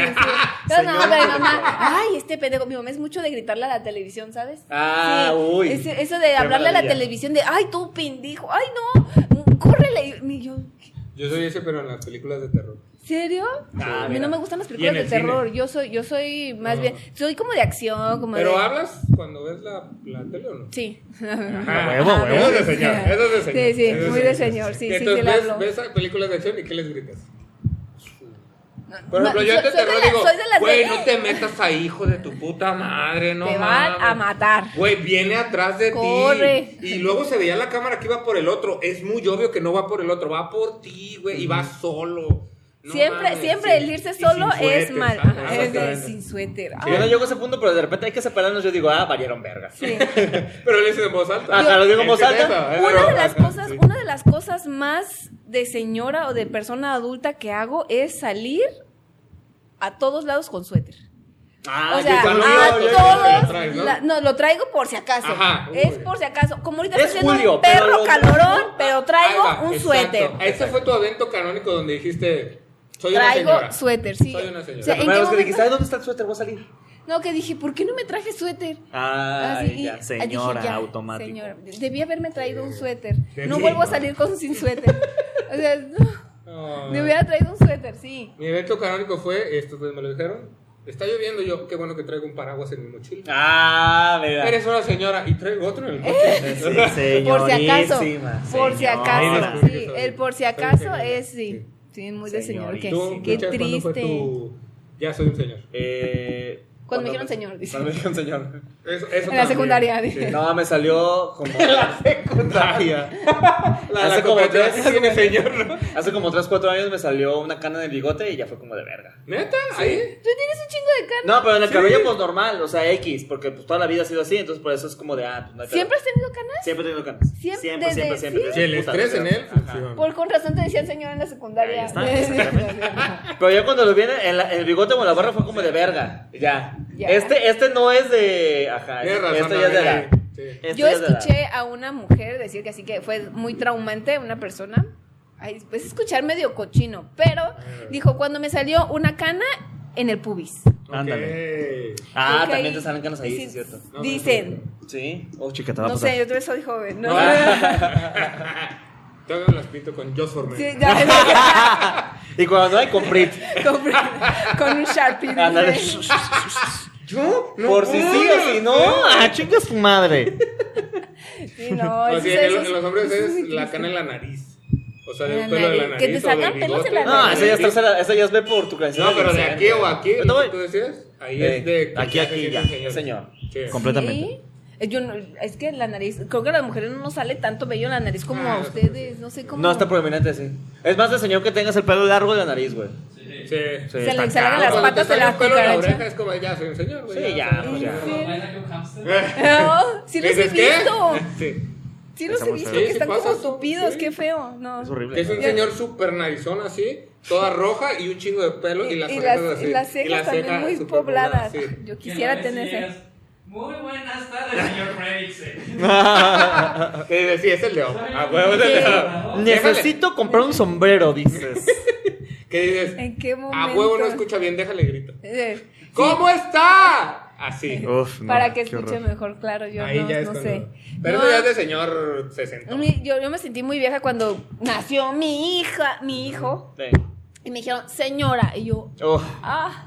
Speaker 1: Pero no, pero mi mamá, ay, este pendejo, mi mamá es mucho de gritarle a la televisión, ¿sabes?
Speaker 2: Ah,
Speaker 1: Sí,
Speaker 2: uy.
Speaker 1: ese- eso de hablarle a la
Speaker 2: maravilla.
Speaker 1: televisión de, ay, tú pendejo, ay, no, córrele. Y yo,
Speaker 3: Yo soy ese, pero en las películas de terror.
Speaker 1: ¿serio?
Speaker 2: Ah,
Speaker 1: a mí
Speaker 2: mira.
Speaker 1: no me gustan las
Speaker 3: en
Speaker 1: películas de
Speaker 3: el cine.
Speaker 1: terror, yo soy, yo soy más
Speaker 3: No.
Speaker 1: bien, soy como de acción, como
Speaker 3: ¿Pero
Speaker 1: de...
Speaker 3: hablas cuando ves la, la tele o no?
Speaker 1: Sí.
Speaker 3: Ajá.
Speaker 2: huevo,
Speaker 1: huevo.
Speaker 3: Eso es de señor, eso es de
Speaker 1: Sí,
Speaker 3: señor.
Speaker 1: sí,
Speaker 3: eso es
Speaker 1: muy de señor, sí, sí, sí
Speaker 3: Entonces
Speaker 1: le
Speaker 3: ves,
Speaker 1: hablo.
Speaker 3: ves a películas de acción y ¿qué les gritas? Por ejemplo,
Speaker 1: No,
Speaker 3: yo
Speaker 1: soy-
Speaker 3: te
Speaker 1: soy de
Speaker 3: terror
Speaker 1: la-
Speaker 3: digo,
Speaker 1: soy de las
Speaker 3: güey,
Speaker 1: de-
Speaker 3: no te metas ahí, hijo de tu puta madre, no
Speaker 1: Te van
Speaker 3: mames".
Speaker 1: a matar.
Speaker 3: Güey, viene atrás de
Speaker 1: Corre.
Speaker 3: ti. Y luego se veía la cámara que iba por el otro. Es muy obvio que no va por el otro, va por ti, güey, y va solo. No
Speaker 1: siempre,
Speaker 3: mames,
Speaker 1: siempre
Speaker 3: sí.
Speaker 1: el irse
Speaker 3: Y sin
Speaker 1: solo
Speaker 3: suéter,
Speaker 1: es mal.
Speaker 3: ¿sabes?
Speaker 1: Ajá, es de
Speaker 3: Exactamente.
Speaker 1: sin suéter.
Speaker 2: Yo no
Speaker 1: Ay,
Speaker 2: llego a ese punto, pero de repente hay que separarnos. Yo digo, ah, valieron vergas.
Speaker 1: sí.
Speaker 3: Pero le dice en voz alta.
Speaker 2: Ajá, lo digo en voz
Speaker 3: Es
Speaker 2: alta.
Speaker 3: esa, es
Speaker 1: Una
Speaker 3: broma.
Speaker 1: de las cosas,
Speaker 3: Sí.
Speaker 1: una de las cosas más de señora o de persona adulta que hago es salir a todos lados con suéter.
Speaker 2: Ah,
Speaker 1: o sea,
Speaker 2: yo también,
Speaker 1: a
Speaker 2: yo- yo- yo-
Speaker 1: todos.
Speaker 3: lo traes, ¿no?
Speaker 1: la- ¿no? lo traigo por si acaso.
Speaker 3: Ajá, uy.
Speaker 1: es por si acaso. Como ahorita
Speaker 2: Es
Speaker 1: estoy haciendo
Speaker 2: julio,
Speaker 1: un
Speaker 2: pero
Speaker 1: perro
Speaker 2: lo-
Speaker 1: calorón, pero traigo
Speaker 3: Ahí va,
Speaker 1: un
Speaker 3: exacto.
Speaker 1: suéter.
Speaker 3: Ese fue tu evento canónico donde dijiste, soy
Speaker 1: Traigo
Speaker 3: una señora.
Speaker 1: suéter, sí.
Speaker 3: Soy una señora.
Speaker 1: O sea,
Speaker 3: La
Speaker 1: ¿en
Speaker 2: Primera
Speaker 1: qué
Speaker 2: vez que
Speaker 1: momento?
Speaker 2: dije, ¿sabes dónde está el suéter? Voy a salir.
Speaker 1: No, que dije, ¿por qué no me traje suéter?
Speaker 2: Ay,
Speaker 1: Así, y-
Speaker 2: ya,
Speaker 1: ah, dije,
Speaker 2: señora,
Speaker 1: ya,
Speaker 2: automático.
Speaker 1: señora. debí haberme traído un suéter.
Speaker 3: Sí,
Speaker 1: No
Speaker 3: sí.
Speaker 1: vuelvo a salir con sin suéter. O sea, no,
Speaker 3: Ay.
Speaker 1: me hubiera traído un suéter, sí.
Speaker 3: Ah, Mi evento canónico fue, estos güeyes me lo dijeron, está lloviendo yo, qué bueno que traigo un paraguas en mi mochila.
Speaker 2: Ah, verdad.
Speaker 3: Eres una señora y traigo otro en el coche.
Speaker 2: Sí, señorísima,
Speaker 1: Por si acaso. Por si
Speaker 2: señora.
Speaker 1: acaso.
Speaker 3: Ahí
Speaker 1: Sí,
Speaker 3: descubrí que
Speaker 1: el por si
Speaker 3: soy
Speaker 1: acaso
Speaker 3: señora.
Speaker 1: es, sí.
Speaker 3: Sí.
Speaker 1: Sí, muy de señor.
Speaker 2: Señorita.
Speaker 1: que-
Speaker 3: Tú,
Speaker 1: Qué
Speaker 3: Micha, ¿cuándo fue
Speaker 1: triste.
Speaker 3: tu- Ya soy un señor.
Speaker 2: Eh,
Speaker 1: Cuando me dijeron señor, dice.
Speaker 2: Cuando me dijeron señor.
Speaker 3: Eso, eso
Speaker 1: En la
Speaker 3: también.
Speaker 1: secundaria,
Speaker 3: Sí.
Speaker 1: dije.
Speaker 3: No,
Speaker 2: No, me salió como. la secundaria.
Speaker 3: La, la
Speaker 2: hace, como
Speaker 3: cooperativa sí
Speaker 2: tres,
Speaker 3: tiene señor, ¿no?
Speaker 2: hace como 3, 4 años me salió una cana de bigote y ya fue como de verga.
Speaker 3: ¿Neta? ¿Ahí?
Speaker 1: Tú tienes un chingo de carne.
Speaker 2: No, pero en el cabello, pues normal, o sea, X, porque pues toda la vida ha sido así, entonces por eso es como de. Ah, pues, no hay pedo.
Speaker 1: ¿Siempre has tenido canas?
Speaker 2: Siempre he tenido canas.
Speaker 1: Siempre,
Speaker 2: siempre, siempre.
Speaker 1: desde-
Speaker 2: siempre,
Speaker 1: sí.
Speaker 2: desde
Speaker 3: Sí, el
Speaker 2: puta
Speaker 3: estrés en
Speaker 2: vida.
Speaker 3: él
Speaker 2: Ajá.
Speaker 3: funciona.
Speaker 1: Por con razón te decía el señor en la secundaria.
Speaker 2: Ahí está, exactamente. Pero yo cuando lo vi en el, en la- el bigote o la barra fue como de verga. Ya.
Speaker 1: Ya.
Speaker 2: Este, este no es de. Ajá.
Speaker 3: Tienes razón,
Speaker 2: este ya es de la.
Speaker 3: Daniela. Sí.
Speaker 2: este
Speaker 1: Yo
Speaker 2: ya es de la-
Speaker 1: escuché a una mujer decir que así que fue muy traumante una persona. Ay, pues escuchar medio cochino, pero dijo cuando me salió una cana en el pubis.
Speaker 2: Ándale.
Speaker 3: Ok.
Speaker 2: Ah,
Speaker 1: Ok.
Speaker 2: también te salen canas ahí, sí,
Speaker 1: Sí,
Speaker 2: es cierto.
Speaker 3: No,
Speaker 1: Dicen,
Speaker 2: Sí. Oh, chica, te va a
Speaker 1: no
Speaker 2: pasar.
Speaker 1: sé, yo eso dijo, no.
Speaker 3: Todavía me las pinto con Joss Forman.
Speaker 1: Sí, ya,
Speaker 2: Y cuando no hay, comprit.
Speaker 1: compré con un Sharpie. dice.
Speaker 2: Ándale.
Speaker 3: ¿Yo?
Speaker 2: Por si sí o si no. Ah, chinga su madre.
Speaker 1: Sí, no,
Speaker 3: O
Speaker 1: eso
Speaker 3: sea,
Speaker 1: es- eso
Speaker 3: en, lo-
Speaker 1: es-
Speaker 3: en los hombres
Speaker 1: eso es
Speaker 3: es
Speaker 1: muy
Speaker 3: la
Speaker 1: triste.
Speaker 3: cana en la nariz. O sea,
Speaker 1: En
Speaker 3: del
Speaker 1: la
Speaker 3: pelo de la
Speaker 1: nariz.
Speaker 3: nariz.
Speaker 1: Que te
Speaker 3: o del
Speaker 1: sacan pelos en la
Speaker 3: bigote.
Speaker 1: nariz.
Speaker 2: No, esa ya, está, o sea, esa ya es de por tu creación.
Speaker 3: No, pero de aquí o aquí,
Speaker 2: No,
Speaker 3: lo que tú decías, ahí
Speaker 2: Eh,
Speaker 3: es de...
Speaker 2: aquí, aquí, ya, señor.
Speaker 3: Sí.
Speaker 2: Completamente.
Speaker 1: Sí. Eh, Yo no- es que la nariz, creo que a las mujeres no nos sale tanto vello en la nariz como
Speaker 3: Ah,
Speaker 1: a ustedes, no sé cómo.
Speaker 2: No, está prominente, sí. Es más de señor que tengas el pelo largo de la nariz, güey.
Speaker 3: Sí.
Speaker 2: Sí.
Speaker 1: Se le ensalgan las
Speaker 3: Cuando te
Speaker 1: patas de
Speaker 3: sale
Speaker 1: la
Speaker 3: un pelo en la
Speaker 1: cucaracha.
Speaker 3: oreja es como, ya soy un señor, güey.
Speaker 2: Sí, ya,
Speaker 3: soy un
Speaker 2: pues ya.
Speaker 3: señor.
Speaker 1: No, Oh, sí los he
Speaker 3: ¿Dices qué?
Speaker 1: visto.
Speaker 3: Sí.
Speaker 1: Sí los he
Speaker 2: Estamos
Speaker 1: visto,
Speaker 2: feos.
Speaker 1: que
Speaker 3: Sí,
Speaker 1: están
Speaker 3: pasa
Speaker 1: como
Speaker 3: eso,
Speaker 1: tupidos,
Speaker 3: sí.
Speaker 1: qué feo. No.
Speaker 2: Es horrible.
Speaker 3: Que es un señor súper narizón así, toda roja y un chingo de pelo y, las
Speaker 1: y
Speaker 3: orejas
Speaker 1: las,
Speaker 3: así.
Speaker 1: y las cejas también
Speaker 3: ceja
Speaker 1: muy
Speaker 3: súper
Speaker 1: pobladas.
Speaker 3: poblada, sí.
Speaker 1: Yo quisiera tener
Speaker 5: esas.
Speaker 1: ese.
Speaker 5: Muy buenas tardes, señor Fredricksen.
Speaker 3: Que sí, es el león.
Speaker 2: Ah,
Speaker 3: A huevo es el león.
Speaker 5: Sí.
Speaker 2: Necesito comprar un sombrero, dices.
Speaker 3: Que dices,
Speaker 1: ¿En qué
Speaker 3: a
Speaker 1: momento?
Speaker 3: huevo no escucha bien, déjale grito.
Speaker 1: Eh,
Speaker 3: ¿Cómo está? Así.
Speaker 2: Uf, no,
Speaker 1: para que
Speaker 2: qué horror.
Speaker 1: escuche mejor, claro, yo
Speaker 3: Ahí
Speaker 1: no,
Speaker 3: ya es
Speaker 1: no
Speaker 3: cuando-
Speaker 1: sé.
Speaker 3: Pero
Speaker 1: No,
Speaker 3: eso ya es de señor 60.
Speaker 1: mi- yo, yo me sentí muy vieja cuando nació mi hija, mi hijo,
Speaker 2: Sí.
Speaker 1: y me dijeron, señora, y yo,
Speaker 2: Uf.
Speaker 1: ah,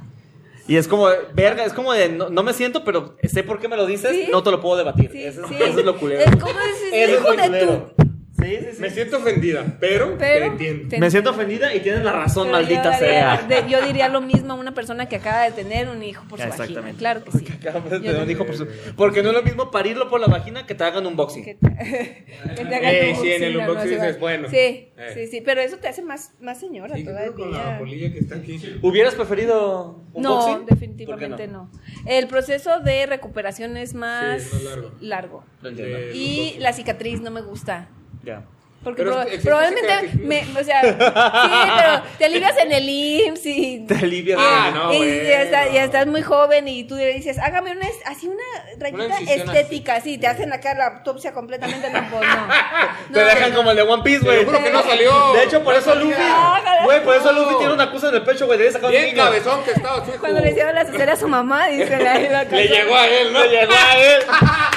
Speaker 2: Y es como, verga, es como de, no, no me siento, pero sé por qué me lo dices,
Speaker 1: Sí.
Speaker 2: no te lo puedo debatir.
Speaker 1: sí,
Speaker 2: eso, es-
Speaker 1: sí.
Speaker 2: eso es lo culero.
Speaker 1: Eh, ¿Cómo dices,
Speaker 2: Eso es
Speaker 1: hijo
Speaker 2: lo
Speaker 1: de
Speaker 2: culero.
Speaker 1: tu?
Speaker 2: Sí, sí, sí.
Speaker 3: Me siento ofendida, pero, te
Speaker 1: Pero,
Speaker 3: entiendo.
Speaker 1: te-
Speaker 2: Me siento ofendida y tienes la razón,
Speaker 1: Pero yo
Speaker 2: maldita
Speaker 1: daría-
Speaker 2: sea.
Speaker 1: de- yo diría lo mismo a una persona que acaba de tener un hijo por su vagina.
Speaker 2: Exactamente.
Speaker 1: Claro que sí.
Speaker 2: Acabas de
Speaker 1: Yo
Speaker 2: tener un
Speaker 1: diría
Speaker 2: hijo por su- Porque no es lo mismo parirlo por la vagina que te hagan un boxing.
Speaker 1: Que te, que te hagan
Speaker 3: Eh,
Speaker 1: un
Speaker 3: sí, en el
Speaker 1: unboxing, no,
Speaker 3: unboxing
Speaker 1: no,
Speaker 3: dices, bueno.
Speaker 1: Sí,
Speaker 3: Eh.
Speaker 1: sí, sí, pero eso te hace más, más señora
Speaker 3: Sí, ¿qué pedo con la
Speaker 1: todavía.
Speaker 3: polilla que está aquí.
Speaker 2: ¿Hubieras preferido un
Speaker 1: No,
Speaker 2: boxing? ¿Por qué
Speaker 1: definitivamente no? El proceso de recuperación es más,
Speaker 3: Sí, es más largo.
Speaker 1: largo.
Speaker 2: Lo entiendo.
Speaker 3: Eh,
Speaker 1: Y la cicatriz no me gusta.
Speaker 2: Ya.
Speaker 1: Porque
Speaker 3: Pero
Speaker 1: proba-
Speaker 3: existe
Speaker 1: probablemente,
Speaker 3: cicatriz.
Speaker 1: me, o sea, sí, pero te alivias en el IMSS y
Speaker 2: Te alivias.
Speaker 3: Ah,
Speaker 2: de-
Speaker 3: no,
Speaker 1: y
Speaker 3: bueno.
Speaker 1: ya, está- ya estás muy joven y tú le dices, hágame una, es- así una rayita
Speaker 3: incisión
Speaker 1: estética, sí, te hacen acá la autopsia completamente, no, pues, no.
Speaker 2: Te
Speaker 1: No,
Speaker 2: dejan
Speaker 1: no.
Speaker 2: como el de One Piece,
Speaker 3: Te
Speaker 2: güey.
Speaker 3: lo juro que no salió.
Speaker 2: De hecho, por eso
Speaker 3: No
Speaker 2: Luffy.
Speaker 3: salía.
Speaker 1: Ojalá.
Speaker 2: Güey, por eso Luffy tiene una cosa en el pecho, güey. Le sacar un
Speaker 3: Bien
Speaker 2: niño.
Speaker 3: cabezón que estaba, hijo.
Speaker 1: Cuando le hicieron la cesárea a su mamá, dice, la, la
Speaker 3: Le llegó a él, ¿no?
Speaker 2: Le llegó a él.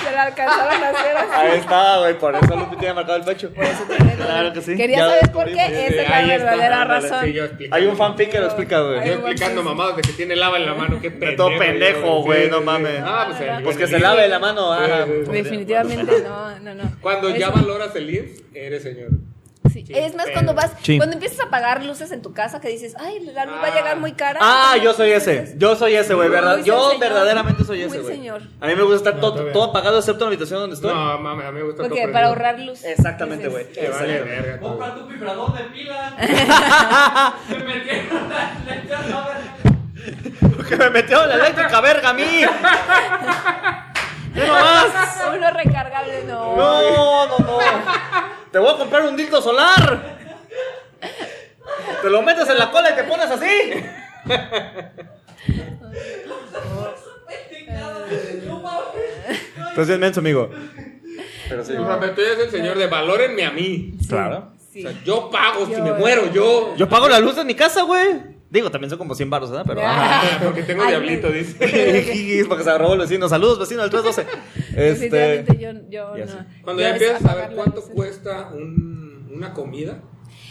Speaker 1: se la alcanzaron a hacer así.
Speaker 2: eh. Ahí está, güey. Por eso Luffy tiene marcado el pecho. Claro que sí.
Speaker 1: Quería
Speaker 2: Ya lo
Speaker 1: saber por
Speaker 2: descubrimos.
Speaker 1: qué, esa es la
Speaker 3: Ahí está,
Speaker 1: verdadera
Speaker 3: ándale,
Speaker 1: razón.
Speaker 3: sí, yo explico.
Speaker 2: Hay un fanfic que lo explica, güey.
Speaker 1: Ay,
Speaker 3: Yo
Speaker 1: no
Speaker 3: explicando
Speaker 1: manches.
Speaker 3: mamadas de que tiene lava en la mano, qué pendejo.
Speaker 2: todo pendejo, güey, no mames.
Speaker 3: Ah, pues, el-
Speaker 2: Pues que
Speaker 3: el-
Speaker 2: se lave la mano.
Speaker 3: Sí,
Speaker 2: ajá.
Speaker 3: sí, sí.
Speaker 1: Definitivamente no, no, no.
Speaker 3: Cuando ya
Speaker 1: Eso-
Speaker 3: valoras el IMSS, eres señor.
Speaker 1: Sí, Sí.
Speaker 3: Sí,
Speaker 1: es más
Speaker 3: pero-
Speaker 1: cuando vas,
Speaker 2: Sí.
Speaker 1: cuando empiezas a pagar luces en tu casa que dices, ay, la luz va a
Speaker 3: Ah.
Speaker 1: llegar muy cara.
Speaker 2: Ah, yo soy ese. Yo soy ese, güey, verdad.
Speaker 1: Muy
Speaker 2: Yo
Speaker 1: señor.
Speaker 2: verdaderamente soy
Speaker 1: Muy
Speaker 2: ese, güey.
Speaker 1: señor.
Speaker 2: A mí me gusta estar
Speaker 3: No,
Speaker 2: todo,
Speaker 3: todavía.
Speaker 2: todo apagado excepto en la habitación donde estoy.
Speaker 3: No, mames, a mí me gusta todo
Speaker 1: Porque
Speaker 3: prendido.
Speaker 1: para ahorrar luz.
Speaker 2: Exactamente,
Speaker 1: Dices,
Speaker 2: güey.
Speaker 3: Te vale verga. todo.
Speaker 5: Compra tu vibrador de pila. Me metieron la letra.
Speaker 2: Que me metió la eléctrica, verga, a mí. ¡Ve nomás!
Speaker 1: Uno recargable, no.
Speaker 2: No, no, no. Te voy a comprar un dildo solar. Te lo metes en la cola y te pones así.
Speaker 5: No mames.
Speaker 2: Entonces, menso, amigo. Pero sí.
Speaker 3: Sí, mames, tú eres el señor de valórenme a mí.
Speaker 2: Claro.
Speaker 1: Sí.
Speaker 3: O sea, yo pago si
Speaker 1: Yo-
Speaker 3: me muero, yo.
Speaker 2: Yo pago la luz de mi casa, güey. Digo, también son como 100 baros, ¿verdad? Pero. ajá.
Speaker 3: Ah, porque tengo
Speaker 1: Ay,
Speaker 3: diablito,
Speaker 1: güey.
Speaker 3: dice.
Speaker 2: Jijijis, Porque se agarró el vecino. Saludos, vecino del 312. Este.
Speaker 1: Definitivamente yo, yo
Speaker 2: ya
Speaker 1: no.
Speaker 2: sé.
Speaker 3: Cuando
Speaker 1: Yo
Speaker 3: ya
Speaker 1: es
Speaker 3: empiezas a
Speaker 1: apagar
Speaker 3: ver
Speaker 1: las
Speaker 3: cuánto
Speaker 1: luces.
Speaker 3: cuesta un- una comida,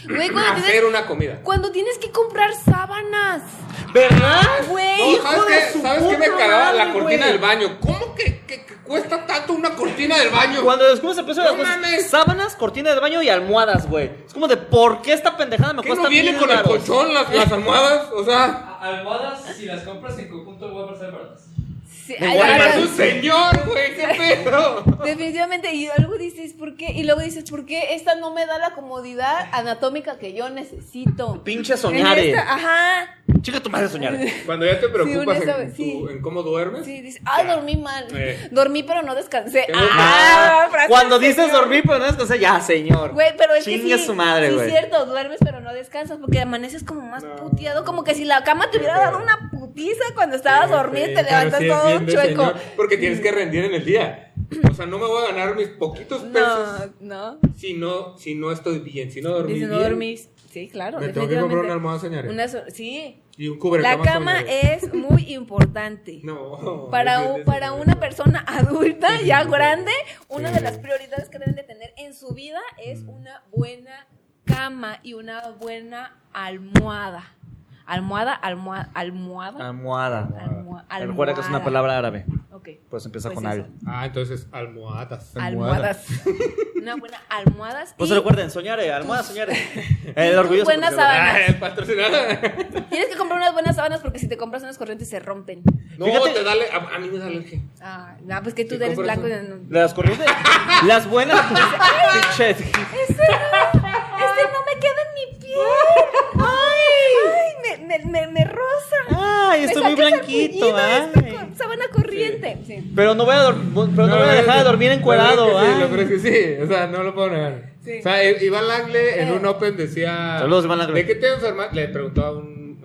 Speaker 1: Güey, cuando
Speaker 3: hacer
Speaker 1: tienes,
Speaker 3: una comida.
Speaker 1: cuando tienes que comprar sábanas.
Speaker 2: Este, ¿Verdad?
Speaker 1: Ah, Güey.
Speaker 3: No, ¿sabes
Speaker 2: hijo de
Speaker 3: qué?
Speaker 2: su
Speaker 3: ¿Sabes qué me
Speaker 2: puta
Speaker 3: cagaba? La
Speaker 2: madre,
Speaker 3: cortina
Speaker 2: güey.
Speaker 3: del baño. ¿Cómo que, que- que cuesta tanto una cortina del baño?
Speaker 2: Cuando descubres el precio de las
Speaker 3: No
Speaker 2: cosas,
Speaker 3: mames.
Speaker 2: sábanas, cortina de baño y almohadas, güey. Es como de, ¿por qué esta pendejada me
Speaker 3: ¿Qué
Speaker 2: cuesta
Speaker 3: no viene
Speaker 2: mil
Speaker 3: con el
Speaker 2: varos?
Speaker 3: colchón, las, las almohadas? O sea,
Speaker 5: A- Almohadas, si las compras en conjunto, voy a pasar baratas.
Speaker 1: Sí,
Speaker 2: Me
Speaker 1: ay,
Speaker 2: voy
Speaker 1: ay,
Speaker 2: a ver
Speaker 1: ay.
Speaker 3: eres un señor, güey, qué pedo.
Speaker 1: Definitivamente, y algo dices, ¿por qué? Y luego dices, ¿por qué esta no me da la comodidad anatómica que yo necesito?
Speaker 2: Pinche soñare.
Speaker 1: En esta- Ajá.
Speaker 2: Chica tu madre soñar.
Speaker 3: Cuando ya te preocupas
Speaker 1: una
Speaker 3: en,
Speaker 1: sabe- sí.
Speaker 3: tu- en cómo duermes.
Speaker 1: Sí, dices, ah, dormí mal.
Speaker 3: Eh.
Speaker 1: Dormí, pero no descansé.
Speaker 3: Tengo-
Speaker 1: Ah, frase
Speaker 2: Cuando
Speaker 1: del
Speaker 2: dices
Speaker 1: señor.
Speaker 2: dormir, pero no descansé, ya, señor.
Speaker 1: Güey, pero es que
Speaker 2: Chingue
Speaker 1: sí,
Speaker 2: su madre,
Speaker 1: sí
Speaker 2: güey.
Speaker 1: es cierto, duermes pero no descansas porque amaneces como más puteado, como que si la cama te hubiera dado una putiza cuando estabas dormido y te
Speaker 3: Pero
Speaker 1: levantas
Speaker 3: sí es
Speaker 1: todo
Speaker 3: bien de
Speaker 1: chueco.
Speaker 3: señor, porque tienes que rendir en el día. O sea, no me voy a ganar mis poquitos pesos
Speaker 1: No, no.
Speaker 3: si no, si no estoy bien, si no dormí
Speaker 1: Dices, no
Speaker 3: bien.
Speaker 1: dormís. Sí, claro.
Speaker 3: Me tengo que comprar
Speaker 1: definitivamente.
Speaker 3: una almohada, señores.
Speaker 1: Una so- sí.
Speaker 3: Y un
Speaker 1: La
Speaker 3: cubrecama.
Speaker 1: cama es muy importante.
Speaker 3: No.
Speaker 1: Para,
Speaker 3: es-
Speaker 1: u-
Speaker 3: es-
Speaker 1: para una persona adulta ya grande, una de
Speaker 3: Sí. Mm.
Speaker 1: las prioridades que deben de tener en su vida es una buena cama y una buena almohada. Almohada, almohada,
Speaker 3: Ah,
Speaker 1: almohada.
Speaker 2: Almohada.
Speaker 1: Almoha-
Speaker 2: Recuerda que es una
Speaker 1: almohada.
Speaker 2: palabra árabe.
Speaker 1: Ok.
Speaker 2: Pues empieza
Speaker 1: Pues
Speaker 2: con
Speaker 1: eso.
Speaker 2: al.
Speaker 3: Ah, entonces almohadas.
Speaker 1: Almohadas. Una buena almohadas.
Speaker 2: Pues
Speaker 1: y
Speaker 2: recuerden, soñare, almohada, soñare. El orgulloso.
Speaker 1: buenas
Speaker 2: porque se lo-
Speaker 1: sábanas.
Speaker 3: Ah, el patrocinador.
Speaker 1: tienes que comprar unas buenas sábanas porque si te compras unas corrientes se rompen.
Speaker 3: No,
Speaker 2: Fíjate-
Speaker 3: te dale. A, a mí me da alergia.
Speaker 1: Ah, no, pues que tú
Speaker 3: Si
Speaker 1: eres
Speaker 3: compras
Speaker 1: blanco.
Speaker 3: un-
Speaker 1: y no-
Speaker 2: Las corrientes. las buenas. Pinche-
Speaker 1: Este no, este no me queda en mi piel. Ay, ay, me, me, me, me rosa.
Speaker 2: Ay,
Speaker 1: Me
Speaker 2: estoy muy
Speaker 1: saqué
Speaker 2: blanquito,
Speaker 1: sarpullido de este esta
Speaker 2: ay.
Speaker 1: co- Sabana corriente. Sí.
Speaker 2: Pero no voy a, dor- pero no, voy a
Speaker 3: es-
Speaker 2: dejar de dormir encuerado. ¿ah?
Speaker 3: Lo peor es que sí,
Speaker 2: ay.
Speaker 3: lo peor es que sí. O sea, no lo puedo negar.
Speaker 1: Sí.
Speaker 3: O sea, I- Iván Lagle en
Speaker 1: Eh.
Speaker 3: un Open decía.
Speaker 2: Saludos, Iván Lagle.
Speaker 3: ¿De qué te enfermaste? Le preguntó a un.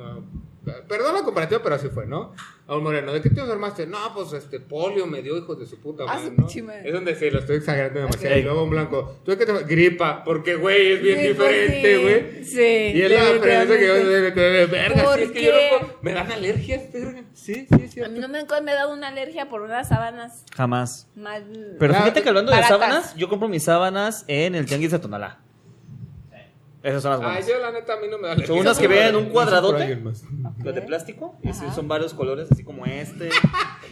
Speaker 3: a- Perdón la comparativa, pero así fue, ¿no? A un moreno, ¿de qué te enfermaste? No, pues este polio me dio hijos de su puta
Speaker 1: Ah,
Speaker 3: madre.
Speaker 1: su
Speaker 3: ¿no?
Speaker 1: pinche madre.
Speaker 3: Es donde sí, lo estoy exagerando demasiado.
Speaker 2: Ok.
Speaker 3: Y luego un blanco, ¿tú de qué te Gripa, porque güey, es bien
Speaker 1: Sí, pues,
Speaker 3: diferente,
Speaker 1: sí.
Speaker 3: güey.
Speaker 1: Sí.
Speaker 3: Y es la premisa que yo
Speaker 1: definitivamente.
Speaker 3: verga,
Speaker 1: ¿Por
Speaker 3: sí, es que yo no
Speaker 1: qué?
Speaker 3: puedo- Me dan alergias, verga. Sí, sí, sí.
Speaker 1: A mí no me, me da una alergia por unas sábanas
Speaker 2: Jamás.
Speaker 1: mal.
Speaker 2: Pero
Speaker 3: Claro,
Speaker 2: fíjate que hablando de
Speaker 1: baratas.
Speaker 2: sábanas, yo compro mis sábanas en el tianguis de Tonalá. Esas son las
Speaker 3: Ay,
Speaker 2: buenas.
Speaker 3: yo la neta a mí no me da alergia.
Speaker 2: Son unas que
Speaker 3: Por-
Speaker 2: vienen en un
Speaker 3: por
Speaker 2: cuadradote.
Speaker 3: alguien más.
Speaker 2: Las de plástico. Y sí,
Speaker 1: Ajá.
Speaker 2: son varios colores, así como este.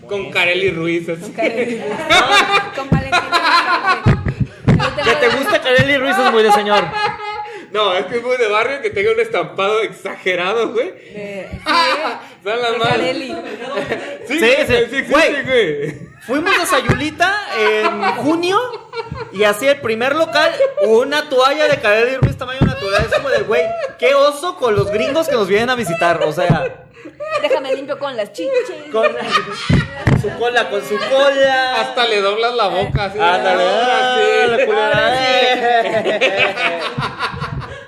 Speaker 2: como
Speaker 3: Con
Speaker 2: este.
Speaker 3: Kareli Ruiz. así.
Speaker 1: Con Valentina.
Speaker 2: Que te gusta Kareli Ruiz es muy de señor.
Speaker 3: No, es que es muy de barrio que tenga un estampado exagerado, güey. Son las más.
Speaker 1: Carelli.
Speaker 2: Sí, sí, güey.
Speaker 3: sí, güey.
Speaker 2: Fuimos a Sayulita en junio y así el primer local, una toalla de Kareli Ruiz tamaño natural. Es como de, güey, qué oso con los gringos que nos vienen a visitar. O sea,
Speaker 1: Déjame limpio con las chiches.
Speaker 2: con su cola, con su cola.
Speaker 3: Hasta le doblas la boca así.
Speaker 2: Ándale, ah,
Speaker 3: Ahora sí.
Speaker 2: la eh. culera.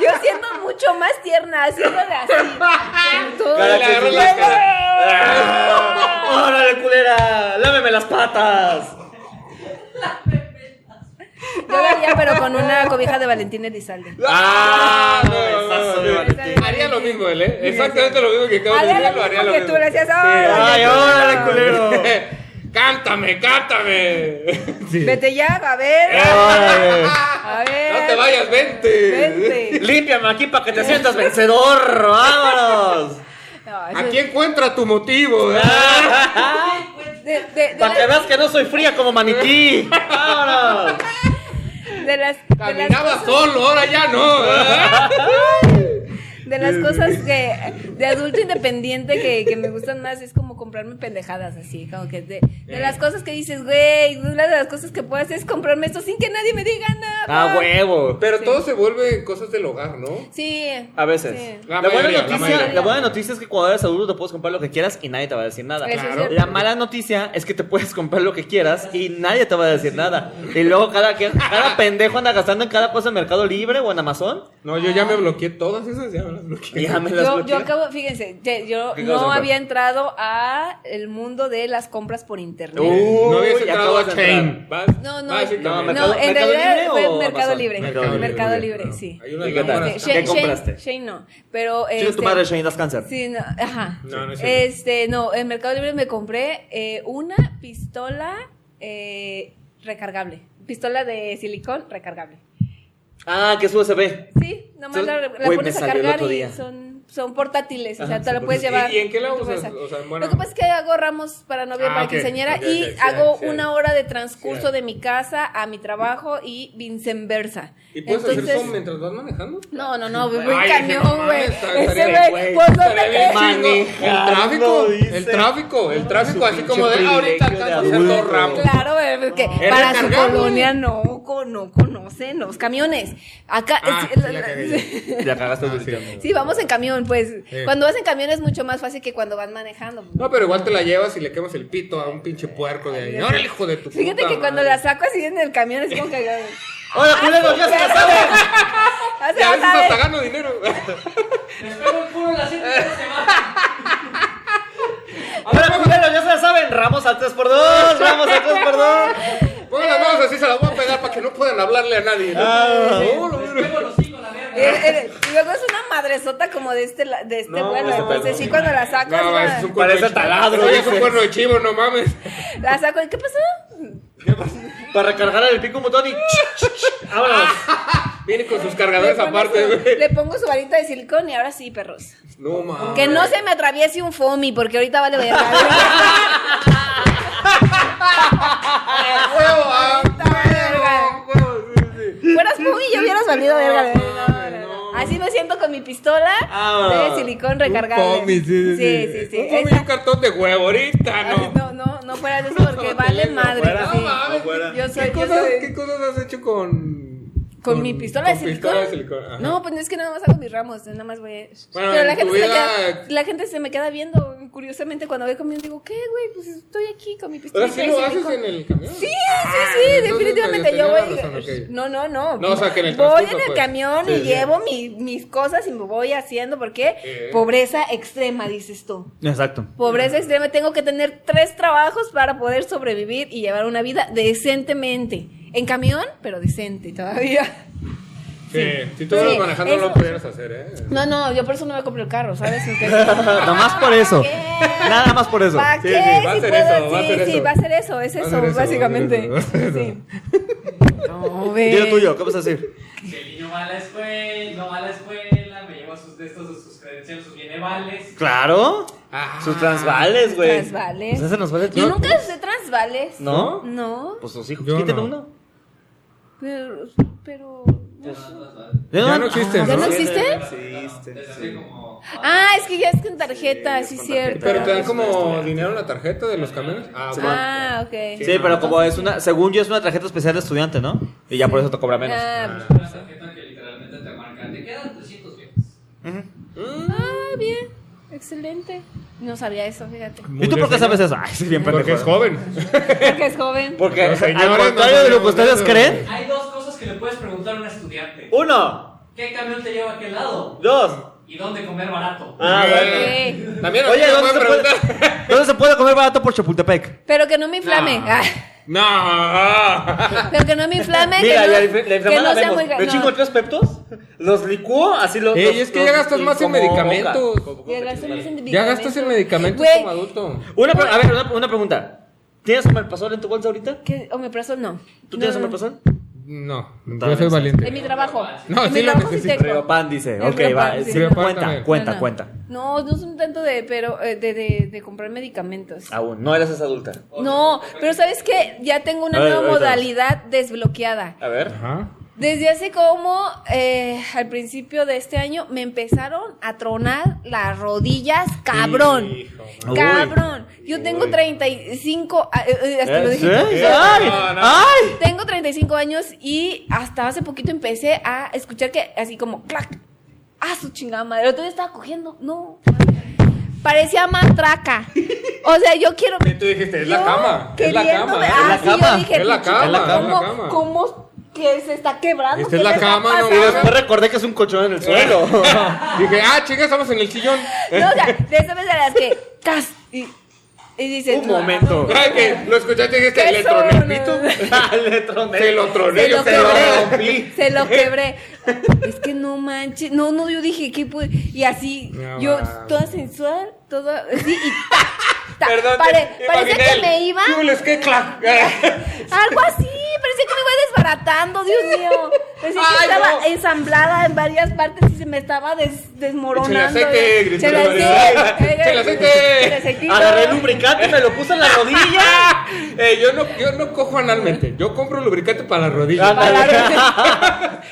Speaker 1: Yo siento mucho más tierna haciéndole así. Todo.
Speaker 3: Cara que agarro la
Speaker 2: cara. ¡Órale, culera! ¡Lámeme las patas!
Speaker 1: Yo lo haría, pero con una cobija de Valentín Elizalde.
Speaker 2: ¡Ah!
Speaker 3: no, no, no,
Speaker 2: besazo de
Speaker 3: no.
Speaker 2: Valentín.
Speaker 3: Haría lo mismo él, ¿eh? Exactamente lo mismo que acabo de
Speaker 1: Haría
Speaker 3: decir.
Speaker 1: lo
Speaker 3: Lo haría
Speaker 1: mismo
Speaker 3: lo
Speaker 1: que
Speaker 3: mismo.
Speaker 1: tú le hacías,
Speaker 3: Sí.
Speaker 2: ¡Ay, órale, culero!
Speaker 3: Cántame, cántame. Sí. Eh,
Speaker 1: Vete ya, a ver.
Speaker 2: Órale.
Speaker 1: A ver.
Speaker 3: No te vayas, vente.
Speaker 1: Vente.
Speaker 2: Límpiame aquí para que te sientas vencedor. ¡Vámonos!
Speaker 1: No, eso-
Speaker 3: Aquí encuentra tu motivo. ¿eh?
Speaker 1: de, de- de
Speaker 2: Para que
Speaker 1: la-
Speaker 2: veas que no soy fría como maniquí. ¡Vámonos!
Speaker 1: de de las, de las
Speaker 3: Caminaba
Speaker 1: cosas-
Speaker 3: solo, ahora ya no. ¿eh?
Speaker 1: De las cosas que de adulto independiente que, que me gustan más es como comprarme pendejadas así, como que de,
Speaker 3: Eh.
Speaker 1: de las cosas que dices, güey, una de las cosas que puedo hacer es comprarme esto sin que nadie me diga nada.
Speaker 2: ¡Ah, huevo!
Speaker 3: Pero todo se vuelve cosas del hogar, ¿no?
Speaker 1: Sí.
Speaker 2: A veces.
Speaker 1: Sí.
Speaker 3: La
Speaker 2: La, buena
Speaker 3: mayoría, la
Speaker 2: noticia, la,
Speaker 3: mayoría.
Speaker 2: buena noticia es que cuando eres adulto te puedes comprar lo que quieras y nadie te va a decir nada.
Speaker 1: Eso es
Speaker 3: Claro.
Speaker 1: cierto.
Speaker 2: La mala noticia es que te puedes comprar lo que quieras y nadie te va a decir nada. Y luego cada, que- cada pendejo anda gastando en cada cosa en Mercado Libre o en Amazon.
Speaker 3: No, yo ya me bloqueé todas esas, ya me las bloqueé.
Speaker 2: Ya me las
Speaker 1: Yo, yo
Speaker 2: bloqueé.
Speaker 1: acabo, fíjense, ya- yo
Speaker 2: ¿Qué cosa,
Speaker 1: no
Speaker 2: pues? Juan?
Speaker 1: había entrado a el mundo de las compras por internet.
Speaker 2: Uy,
Speaker 3: no habías
Speaker 2: ya
Speaker 3: entrado a
Speaker 2: acabas de
Speaker 3: Chain.
Speaker 2: entrar.
Speaker 3: Vas-
Speaker 1: No,
Speaker 2: Ah,
Speaker 1: no,
Speaker 3: básicamente.
Speaker 1: no,
Speaker 2: Mercado-
Speaker 1: en
Speaker 2: ¿Mercado
Speaker 1: realidad
Speaker 2: Libre
Speaker 1: fue
Speaker 2: o
Speaker 1: Mercado
Speaker 2: Amazon?
Speaker 1: Libre.
Speaker 2: Mercado
Speaker 1: Mercado,
Speaker 2: Libre,
Speaker 1: Libre,
Speaker 3: muy bien, claro.
Speaker 1: sí.
Speaker 3: Hay unas
Speaker 2: ¿Y qué tal?
Speaker 3: lámparas-
Speaker 1: Este,
Speaker 2: ¿Qué
Speaker 1: Shane- Shane-
Speaker 2: compraste?
Speaker 1: Shane no, pero...
Speaker 2: Chinga tu
Speaker 1: este,
Speaker 2: madre, Shane, das cáncer.
Speaker 1: Sí, no, ajá.
Speaker 3: No, no es cierto.
Speaker 1: Este, no, en Mercado Libre me compré eh, una pistola eh, recargable. Pistola de silicón recargable.
Speaker 2: Ah, que es USB.
Speaker 1: Sí, nomás
Speaker 2: Son-
Speaker 1: la, la
Speaker 2: Güey,
Speaker 1: pones
Speaker 2: me
Speaker 1: a
Speaker 2: salió el
Speaker 1: cargar
Speaker 2: otro
Speaker 1: y
Speaker 2: día.
Speaker 1: son, son portátiles, o sea,
Speaker 2: Ajá,
Speaker 1: te la
Speaker 2: son
Speaker 1: puedes llevar.
Speaker 3: Pues, ¿Y- y en qué la
Speaker 1: a tu
Speaker 3: usas?
Speaker 1: casa.
Speaker 3: O sea, bueno.
Speaker 1: Lo que pasa es que hago ramos para novia
Speaker 3: Ah,
Speaker 1: para
Speaker 3: ok,
Speaker 1: quinceañera
Speaker 3: ok,
Speaker 1: y
Speaker 3: ok, sí,
Speaker 1: hago
Speaker 3: sí, sí.
Speaker 1: una hora de transcurso
Speaker 3: Sí.
Speaker 1: de mi casa a mi trabajo y viceversa.
Speaker 3: ¿Y puedes hacer
Speaker 1: Entonces-
Speaker 3: eso mientras vas manejando?
Speaker 1: No, no, no, voy
Speaker 3: Ay, dije,
Speaker 1: cañón,
Speaker 3: no
Speaker 1: güey.
Speaker 3: mames, estaría
Speaker 1: Ese güey,
Speaker 3: bien,
Speaker 1: pues
Speaker 3: Estaría
Speaker 1: dónde
Speaker 3: bien
Speaker 1: te
Speaker 3: chingo. El
Speaker 2: Manejando,
Speaker 3: tráfico,
Speaker 2: dice.
Speaker 3: el tráfico, el tráfico, así
Speaker 2: pinche
Speaker 3: como de "Ah, ahorita
Speaker 2: privilegio de
Speaker 3: alcanzo a hacer dos
Speaker 2: adulto".
Speaker 3: ramos.
Speaker 1: Claro, eh, porque
Speaker 3: Es
Speaker 1: para su
Speaker 3: recargable.
Speaker 1: colonia no, co- no conocen los camiones. Acá
Speaker 3: Ah,
Speaker 1: es-
Speaker 3: sí, la cagué.
Speaker 2: Ya cagaste
Speaker 3: Ah,
Speaker 2: tu
Speaker 3: sí.
Speaker 2: video.
Speaker 1: Sí, vamos en camión, pues.
Speaker 3: Sí.
Speaker 1: Cuando vas en camión es mucho más fácil que cuando vas manejando.
Speaker 3: No, pero igual te la llevas y le quemas el pito a un pinche puerco de ahí. Ahora el hijo de tu
Speaker 1: Fíjate
Speaker 3: pues, puta
Speaker 1: que cuando
Speaker 3: madre".
Speaker 1: la saco así en el camión es como que.
Speaker 2: ¡Hola, culero! ¡Ya se la saben!
Speaker 1: Ah, se
Speaker 3: Y a
Speaker 1: va
Speaker 3: veces
Speaker 1: saber.
Speaker 3: hasta gano dinero.
Speaker 5: Les pego el culo en la asiento y se va.
Speaker 2: ¡Hola, culero! ¡Ya se la saben! ¡Ramos al 3x2! ¡Ramos al 3x2!
Speaker 3: Pongan las manos así, se las voy a pegar para que no puedan hablarle a nadie. ¿no?
Speaker 2: Ah.
Speaker 3: No, no,
Speaker 5: Les
Speaker 3: no.
Speaker 5: pego los hijos, la
Speaker 1: Eh,
Speaker 5: verga.
Speaker 1: eh, Y luego es una madresota como de este, la- de este
Speaker 2: No,
Speaker 1: vuelo.
Speaker 2: ese
Speaker 1: Entonces,
Speaker 2: pedo.
Speaker 1: sí, cuando la saco.
Speaker 3: No,
Speaker 1: así,
Speaker 3: ese es un cuerno
Speaker 2: Parece
Speaker 3: de chivo.
Speaker 2: taladro,
Speaker 3: Oye, es un
Speaker 2: dice.
Speaker 3: cuerno de chivo, no mames.
Speaker 1: la saco. ¿y ¿Qué pasó?
Speaker 2: Para recargar el pico un botón y... ¡Vámonos!
Speaker 3: Viene con sus cargadores
Speaker 1: pongo
Speaker 3: aparte,
Speaker 1: su-
Speaker 3: güey.
Speaker 1: le pongo su varita de silicón y ahora sí, perros.
Speaker 3: No mames.
Speaker 1: Que no se me atraviese un foamy, porque ahorita vale verga.
Speaker 3: ¡Ah, huevo!
Speaker 1: Verga.
Speaker 3: ¡Ah, huevo! huevo, sí, sí.
Speaker 1: Fueras foamy yo hubieras valido verga. de-
Speaker 3: No,
Speaker 1: no, no, no.
Speaker 3: no.
Speaker 1: Así me siento con mi pistola
Speaker 2: Ah,
Speaker 1: de silicón recargable.
Speaker 3: Un foamy, sí, sí, sí. Un foamy y
Speaker 1: Esa-
Speaker 3: un cartón de huevo, ahorita no.
Speaker 1: Ah, No, no, no fuera de eso porque vale
Speaker 3: No,
Speaker 1: madre.
Speaker 2: fuera,
Speaker 1: sí.
Speaker 3: No mames.
Speaker 2: fuera.
Speaker 1: Yo soy,
Speaker 3: ¿Qué
Speaker 1: yo
Speaker 3: cosas,
Speaker 1: soy-
Speaker 3: ¿Qué cosas has hecho con.
Speaker 1: con, mi pistola de
Speaker 3: con
Speaker 1: silicón.
Speaker 3: pistola de silicón, ajá.
Speaker 1: No, pues es que nada más hago mis ramos, nada más voy.
Speaker 3: Bueno,
Speaker 1: Pero la
Speaker 3: en
Speaker 1: gente,
Speaker 3: tu
Speaker 1: se me
Speaker 3: vida-
Speaker 1: queda, la gente se me queda viendo, curiosamente, cuando voy conmigo, digo, ¿qué, güey? Pues estoy aquí con mi pistola.
Speaker 3: Ahora sí
Speaker 1: de
Speaker 3: lo haces
Speaker 1: silicón".
Speaker 3: en el camión.
Speaker 1: Sí, sí,
Speaker 3: Ah,
Speaker 1: sí,
Speaker 3: entonces
Speaker 1: definitivamente
Speaker 3: tenía
Speaker 1: yo
Speaker 3: la
Speaker 1: voy.
Speaker 3: razón, ok.
Speaker 1: No, no, no.
Speaker 3: No, o sea, que en el
Speaker 1: voy en
Speaker 3: transcurso,
Speaker 1: el
Speaker 3: pues.
Speaker 1: camión y
Speaker 3: Sí, sí.
Speaker 1: llevo mi- mis cosas y me voy haciendo porque
Speaker 3: Sí.
Speaker 1: pobreza extrema, dices tú.
Speaker 2: Exacto.
Speaker 1: Pobreza extrema, tengo que tener tres trabajos para poder sobrevivir y llevar una vida decentemente. En camión, pero decente todavía.
Speaker 3: Sí. Si tú eras
Speaker 1: Sí,
Speaker 3: manejando, no
Speaker 1: eso-
Speaker 3: lo pudieras hacer, ¿eh?
Speaker 1: No, no, yo por eso no me compré el carro, ¿sabes?
Speaker 2: Nada más
Speaker 1: "Ah,
Speaker 2: por eso. Nada más por eso.
Speaker 1: ¿Para
Speaker 3: Sí,
Speaker 1: qué?
Speaker 3: sí, va a
Speaker 1: Si
Speaker 3: ser
Speaker 1: puedo-
Speaker 3: eso, va a
Speaker 1: sí,
Speaker 3: ser
Speaker 1: sí,
Speaker 3: eso.
Speaker 1: va a ser eso, es
Speaker 3: Va a
Speaker 1: eso,
Speaker 3: ser eso,
Speaker 1: básicamente.
Speaker 3: va a ser eso.
Speaker 1: Sí. No, ve.
Speaker 2: Dile tuyo, ¿qué vas a decir?
Speaker 5: Si el niño va a la escuela, no va a la escuela, me llevo sus de estos, sus credenciales, sus bienevales.
Speaker 2: Claro.
Speaker 3: Ah.
Speaker 2: sus transvales, güey.
Speaker 1: Transvales.
Speaker 2: Pues ese nos vale
Speaker 1: Yo
Speaker 2: todo.
Speaker 1: nunca usé transvales.
Speaker 2: ¿No?
Speaker 1: No,
Speaker 2: Pues sus hijos.
Speaker 3: Yo
Speaker 2: Quítale
Speaker 3: no.
Speaker 2: uno.
Speaker 1: pero. pero no sé.
Speaker 3: Ya no existe,
Speaker 2: Ah,
Speaker 1: ¿Ya no
Speaker 3: ¿no?
Speaker 1: existe?
Speaker 5: Desde hace como.
Speaker 1: Ah, es que ya es con tarjeta, sí,
Speaker 2: Sí, es con
Speaker 1: cierto.
Speaker 3: Pero te dan
Speaker 2: Es
Speaker 3: como
Speaker 2: estudiante.
Speaker 3: dinero en la tarjeta de los camiones. Ah, bueno.
Speaker 1: Ah, ok.
Speaker 2: Sí, pero como es una, según yo es una tarjeta especial de estudiante, ¿no? Y ya por eso te cobra menos.
Speaker 1: Ah,
Speaker 5: Una tarjeta que literalmente te marca. Te quedan 300 bienes.
Speaker 1: ah, bien, excelente. No sabía eso, fíjate.
Speaker 2: ¿Y tú por qué sabes eso? Ay, sí, bien
Speaker 3: Porque es
Speaker 2: pendejo.
Speaker 3: joven.
Speaker 1: Porque es joven.
Speaker 2: Porque
Speaker 3: Los
Speaker 2: al
Speaker 3: señores
Speaker 2: contrario
Speaker 3: no
Speaker 2: de lo que ustedes
Speaker 3: sabemos
Speaker 2: creen,
Speaker 5: Hay dos cosas que le puedes preguntar a un estudiante:
Speaker 2: uno,
Speaker 5: ¿Qué camión te lleva a qué lado?
Speaker 2: dos.
Speaker 5: ¿Y dónde comer barato?
Speaker 2: Ah, bueno.
Speaker 1: Ok.
Speaker 3: También a mí
Speaker 2: Oye,
Speaker 3: me
Speaker 2: ¿dónde se,
Speaker 3: pueden
Speaker 2: puede,
Speaker 3: preguntar.
Speaker 2: ¿dónde se puede comer barato por Chapultepec?
Speaker 1: Pero que no me inflame.
Speaker 3: No.
Speaker 1: Ah,
Speaker 3: No.
Speaker 1: Pero que no me inflame.
Speaker 2: Mira,
Speaker 1: que no,
Speaker 2: ya la inf- la
Speaker 1: que no
Speaker 2: enfermedad
Speaker 1: sea
Speaker 2: vemos.
Speaker 1: muy
Speaker 2: Le
Speaker 1: grande.
Speaker 2: chingo tres peptos, los licuó, así los...
Speaker 3: Ey,
Speaker 2: los-
Speaker 3: y es que
Speaker 2: los-
Speaker 3: ya gastas
Speaker 2: y
Speaker 3: más en
Speaker 2: como boca.
Speaker 3: medicamentos.
Speaker 1: Ya gastas más en
Speaker 3: Ya gastas en medicamentos
Speaker 1: Güey,
Speaker 3: como adulto.
Speaker 2: Una, pre- a ver, una, una pregunta. ¿Tienes omeprazol en tu bolsa ahorita?
Speaker 1: ¿qué? ¿Omeprazol? No. No,
Speaker 2: ¿Tú tienes
Speaker 1: no, no.
Speaker 2: omeprazol?
Speaker 3: No,
Speaker 2: Tal vez.
Speaker 3: yo soy
Speaker 1: En mi
Speaker 3: valiente.
Speaker 1: trabajo.
Speaker 3: No,
Speaker 1: en
Speaker 3: sí
Speaker 1: mi
Speaker 3: lo
Speaker 1: trabajo
Speaker 3: necesito.
Speaker 1: tengo.
Speaker 2: Riopan dice.
Speaker 1: El
Speaker 2: Ok,
Speaker 1: Riopan,
Speaker 2: va.
Speaker 1: sí.
Speaker 2: sí,
Speaker 3: Riopan
Speaker 2: Cuenta,
Speaker 3: también.
Speaker 1: No,
Speaker 2: cuenta,
Speaker 1: no.
Speaker 2: cuenta.
Speaker 1: No, no es un tanto de, pero, eh, de, de, de comprar medicamentos.
Speaker 2: Aún, no eres esa adulta.
Speaker 1: No, pero ¿sabes qué? Ya tengo una
Speaker 2: A ver,
Speaker 1: nueva
Speaker 2: ahorita
Speaker 1: modalidad desbloqueada.
Speaker 2: A ver.
Speaker 3: Ajá.
Speaker 1: Desde hace como eh, al principio de este año me empezaron a tronar las rodillas, cabrón.
Speaker 3: Hijo,
Speaker 2: Uy.
Speaker 1: Cabrón. Yo tengo
Speaker 3: Uy.
Speaker 1: 35. a- eh, eh, hasta lo
Speaker 2: ¿Sí?
Speaker 1: dije.
Speaker 2: ¡Ay!
Speaker 3: No, no.
Speaker 2: ¡Ay!
Speaker 1: Tengo 35 años y hasta hace poquito empecé a escuchar que así como clac. Ah, su chingada madre. El otro día estaba cogiendo. No. Parecía matraca. O sea, yo quiero.
Speaker 3: ¿Qué tú dijiste? Es la
Speaker 1: yo
Speaker 3: cama. Es la
Speaker 1: queriéndome-
Speaker 3: cama.
Speaker 1: Ah,
Speaker 2: la
Speaker 1: sí,
Speaker 2: cama,
Speaker 1: Yo dije,
Speaker 3: es la
Speaker 1: "Pucha,
Speaker 3: cama,
Speaker 2: es la
Speaker 1: ¿cómo-
Speaker 3: cama".
Speaker 1: ¿Cómo que se está quebrando?
Speaker 3: Esta
Speaker 1: ¿Qué
Speaker 3: es la
Speaker 1: le está
Speaker 3: cama, no,
Speaker 1: pasando?
Speaker 6: Después recordé que es un colchón
Speaker 2: ¿Eh?
Speaker 6: en el suelo.
Speaker 3: Dije, ah, chinga, estamos en el sillón.
Speaker 1: No, o sea, de esas veces a las que. ¡tas! Y, y dices.
Speaker 2: Un
Speaker 1: "No,
Speaker 2: momento.
Speaker 3: Ay, que lo escuchaste y dijiste,
Speaker 1: ¿Qué
Speaker 3: le
Speaker 1: son?
Speaker 3: troné el pito.
Speaker 2: Ah, Le troné.
Speaker 3: Se lo troné,
Speaker 1: Se
Speaker 3: yo
Speaker 1: lo
Speaker 3: se lo
Speaker 1: quebré.
Speaker 3: rompí.
Speaker 1: Se lo quebré. Es que no manches. No, no, yo dije, ¿qué pude? Y así,
Speaker 3: No
Speaker 1: yo
Speaker 3: mames.
Speaker 1: toda sensual, toda así y ta, ta.
Speaker 3: Perdón,
Speaker 1: Pare-
Speaker 3: te
Speaker 1: parecía
Speaker 3: imaginé
Speaker 1: que
Speaker 3: el-
Speaker 1: me iba.
Speaker 3: Tú, les que clac.
Speaker 1: Algo así. Parecía que me iba desbaratando, Dios mío. Parecía que
Speaker 3: Ay,
Speaker 1: estaba
Speaker 3: no.
Speaker 1: ensamblada en varias partes y se me estaba des- desmoronando.
Speaker 3: Échale aceite, gritó
Speaker 1: Échale
Speaker 3: la verdad.
Speaker 1: aceite, eh,
Speaker 3: Échale aceite.
Speaker 1: échale aceitito.
Speaker 2: Agarré el lubricante y me lo puse en la rodilla.
Speaker 3: Eh, yo, no, yo no cojo analmente, yo compro lubricante para las rodillas.
Speaker 6: Para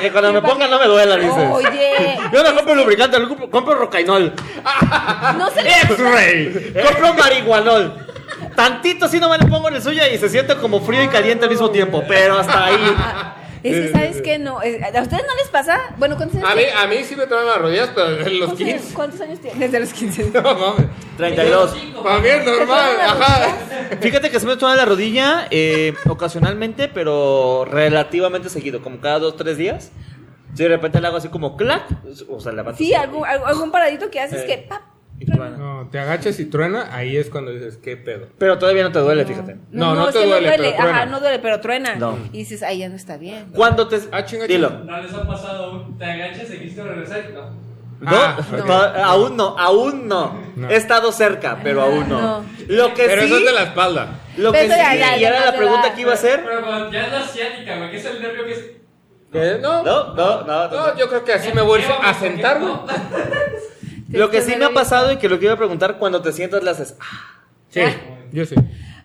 Speaker 6: que cuando me pongan no me duela, dices.
Speaker 1: Oye,
Speaker 6: Yo no compro lubricante, lo compro, compro rocainol.
Speaker 1: no se
Speaker 6: X-ray. Compro marihuanol. Tantito si no me lo pongo en el suyo y se siente como frío y caliente al mismo tiempo, pero hasta ahí.
Speaker 1: Es que sabes que no. es- ¿A ustedes no les pasa? Bueno, ¿cuántos años
Speaker 3: A mí,
Speaker 1: tienen?
Speaker 3: a mí sí me traen las rodillas, pero en los
Speaker 1: ¿Cuántos-
Speaker 3: 15.
Speaker 1: ¿Cuántos años tienes? Desde los 15.
Speaker 3: No mames.
Speaker 2: 32.
Speaker 3: Para mí es normal,
Speaker 1: ¿Te ponen
Speaker 3: ajá.
Speaker 2: Fíjate que se me suena la rodilla eh, ocasionalmente, pero relativamente seguido, como cada dos, tres días. Si de repente le hago así como clac, o sea, levanto
Speaker 1: Sí,
Speaker 2: así.
Speaker 1: algún, algún- algún paradito que haces
Speaker 2: Eh.
Speaker 1: que pap.
Speaker 2: Y truena.
Speaker 3: No, te agachas y truena, ahí es cuando dices, ¿qué pedo?
Speaker 2: Pero todavía no te duele, fíjate.
Speaker 3: No, no
Speaker 1: es
Speaker 3: te
Speaker 1: que
Speaker 3: duele, pero
Speaker 1: Ajá,
Speaker 3: truena.
Speaker 1: no duele, pero truena.
Speaker 2: No.
Speaker 1: Y dices, ay, ya no está bien.
Speaker 2: Cuando te...
Speaker 3: Ah, chinga,
Speaker 2: Dilo.
Speaker 3: chinga.
Speaker 5: ¿No les ha pasado aún? ¿Te agachas, seguiste regresar? No.
Speaker 2: No,
Speaker 3: Ah, ok.
Speaker 2: to- aún no, aún no.
Speaker 3: No.
Speaker 2: He estado cerca, pero aún no.
Speaker 1: Ah, No.
Speaker 2: Lo que
Speaker 3: Pero
Speaker 2: sí,
Speaker 3: eso es de la espalda.
Speaker 2: lo que
Speaker 1: Pero ya,
Speaker 2: sí,
Speaker 1: ya,
Speaker 2: y
Speaker 1: ya,
Speaker 2: era
Speaker 1: ya,
Speaker 2: la
Speaker 1: ya,
Speaker 2: pregunta
Speaker 1: ya.
Speaker 2: que iba a hacer.
Speaker 5: Pero cuando ya es la asiática, güey, que es el nervio que es.
Speaker 3: ¿Qué? No. no.
Speaker 2: No, no, no. no.
Speaker 3: yo creo que así me voy a ir a sentar, güey.
Speaker 2: Lo que sí me ha
Speaker 1: Pero-
Speaker 2: pasado y que lo que iba a preguntar, cuando te sientas le haces... ah,
Speaker 3: Sí, yo sí,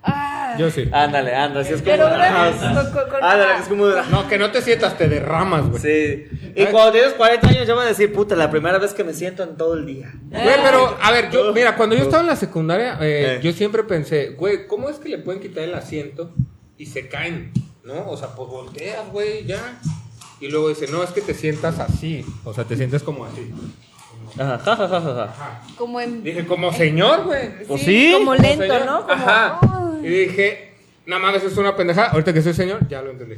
Speaker 1: Ah,
Speaker 3: yo sí.
Speaker 2: Ándale, ándale, así es como...
Speaker 1: pero
Speaker 2: Ah,
Speaker 1: ahora
Speaker 2: sí.
Speaker 1: con, con, con-
Speaker 2: Ándale, que es como... pues
Speaker 3: No, que no te sientas, te derramas, güey.
Speaker 2: Sí. Y cuando tienes 40 años, yo voy a decir, puta, la primera vez que me siento en todo el día.
Speaker 3: Güey, pero, a ver, yo, mira, cuando yo estaba en la secundaria, eh,
Speaker 2: Eh.
Speaker 3: yo siempre pensé, güey, ¿cómo es que le pueden quitar el asiento y se caen? ¿No? O sea, pues volteas, güey, ya. Y luego dice, no, es que te sientas así. O sea, te sientes como así.
Speaker 2: Ajá, ja, ja, ja, ja, ja.
Speaker 1: como en.
Speaker 3: Dije, como señor, güey.
Speaker 2: Pues sí.
Speaker 1: Como
Speaker 3: Como
Speaker 1: lento,
Speaker 3: señor.
Speaker 1: ¿no? Como. "Ah,
Speaker 3: Ajá. Y
Speaker 1: ay.
Speaker 3: dije, no mames, es una pendejada. Ahorita que soy señor, ya lo entendí.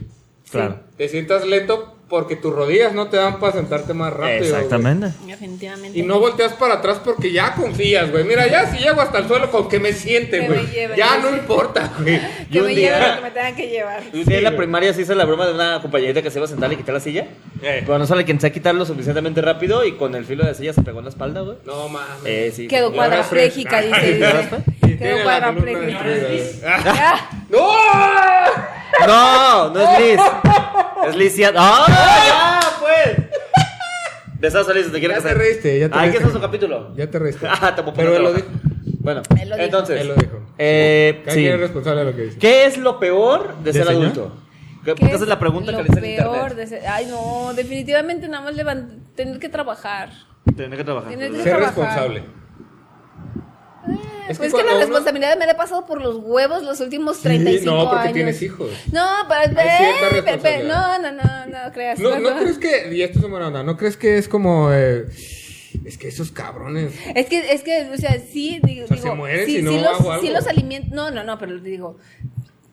Speaker 2: Claro.
Speaker 3: Te sientas lento porque tus rodillas no te dan para sentarte más rápido. güey.
Speaker 1: Definitivamente.
Speaker 3: Y no volteas para atrás porque ya confías, güey. Mira, ya si llego hasta el suelo con que me siente,
Speaker 1: Que
Speaker 3: güey.
Speaker 1: me lleven,
Speaker 3: Ya
Speaker 1: sí.
Speaker 3: no importa, güey.
Speaker 1: que
Speaker 2: yo
Speaker 1: me
Speaker 2: un día-
Speaker 1: lleven lo que me tengan que llevar.
Speaker 2: Un día en la primaria se hizo la broma de una compañerita que se iba a sentar y quitar la silla.
Speaker 3: Eh.
Speaker 2: Pero no sale quien se quitar lo suficientemente rápido y con el filo de la silla se pegó en la espalda, güey.
Speaker 3: No mames.
Speaker 2: Eh, sí.
Speaker 1: Quedó
Speaker 3: Ya
Speaker 1: cuadrapléjica,
Speaker 3: refresca.
Speaker 1: dice. dice.
Speaker 3: Y tiene
Speaker 1: Quedó
Speaker 3: la
Speaker 1: cuadrapléjica.
Speaker 3: columna destruida.
Speaker 1: Ah,
Speaker 3: ¡No!
Speaker 2: No, no es Liz. Es Liz Seat- ¡Ah! ya, pues! Besazo, Liz, si te quieres
Speaker 3: Ya te
Speaker 2: casar.
Speaker 3: reíste, ya te
Speaker 2: Ah, ¿qué
Speaker 3: reíste.
Speaker 2: es su capítulo?
Speaker 3: Ya te reíste.
Speaker 2: Ah, tampoco.
Speaker 3: Pero él lo
Speaker 2: trabaja.
Speaker 3: dijo.
Speaker 2: Bueno,
Speaker 1: Él lo dijo.
Speaker 2: entonces.
Speaker 3: Él lo dijo.
Speaker 2: Eh,
Speaker 3: Cada
Speaker 2: sí.
Speaker 3: quien es responsable de lo que dice.
Speaker 2: ¿Qué es lo peor de,
Speaker 3: ¿De
Speaker 2: ser
Speaker 3: señor?
Speaker 2: adulto? ¿Qué, porque esa es la pregunta
Speaker 1: lo
Speaker 2: que le hice en
Speaker 1: peor
Speaker 2: internet.
Speaker 1: de ser- Ay, no, definitivamente nada más levant- tener que trabajar.
Speaker 2: Tener que trabajar.
Speaker 1: Tener que-
Speaker 3: Ser
Speaker 1: trabajar.
Speaker 3: responsable.
Speaker 1: Pues
Speaker 3: Es
Speaker 1: es Pues
Speaker 3: que
Speaker 1: que, la
Speaker 3: cuando uno-
Speaker 1: responsabilidad me la he pasado por los huevos los últimos
Speaker 3: Sí,
Speaker 1: 35 años.
Speaker 3: no, porque tienes hijos.
Speaker 1: No, pues pero,
Speaker 3: Hay cierta
Speaker 1: pero- pero-
Speaker 3: responsabilidad.
Speaker 1: no, no, no, no creas.
Speaker 3: No, no crees que, y esto es buena onda, no crees que es como, eh, es que esos cabrones.
Speaker 1: Es que, es que, o sea, sí, digo,
Speaker 3: O sea,
Speaker 1: digo,
Speaker 3: se mueren
Speaker 1: sí,
Speaker 3: si no
Speaker 1: sí los,
Speaker 3: hago algo.
Speaker 1: sí los alimento, no, no, no, pero digo,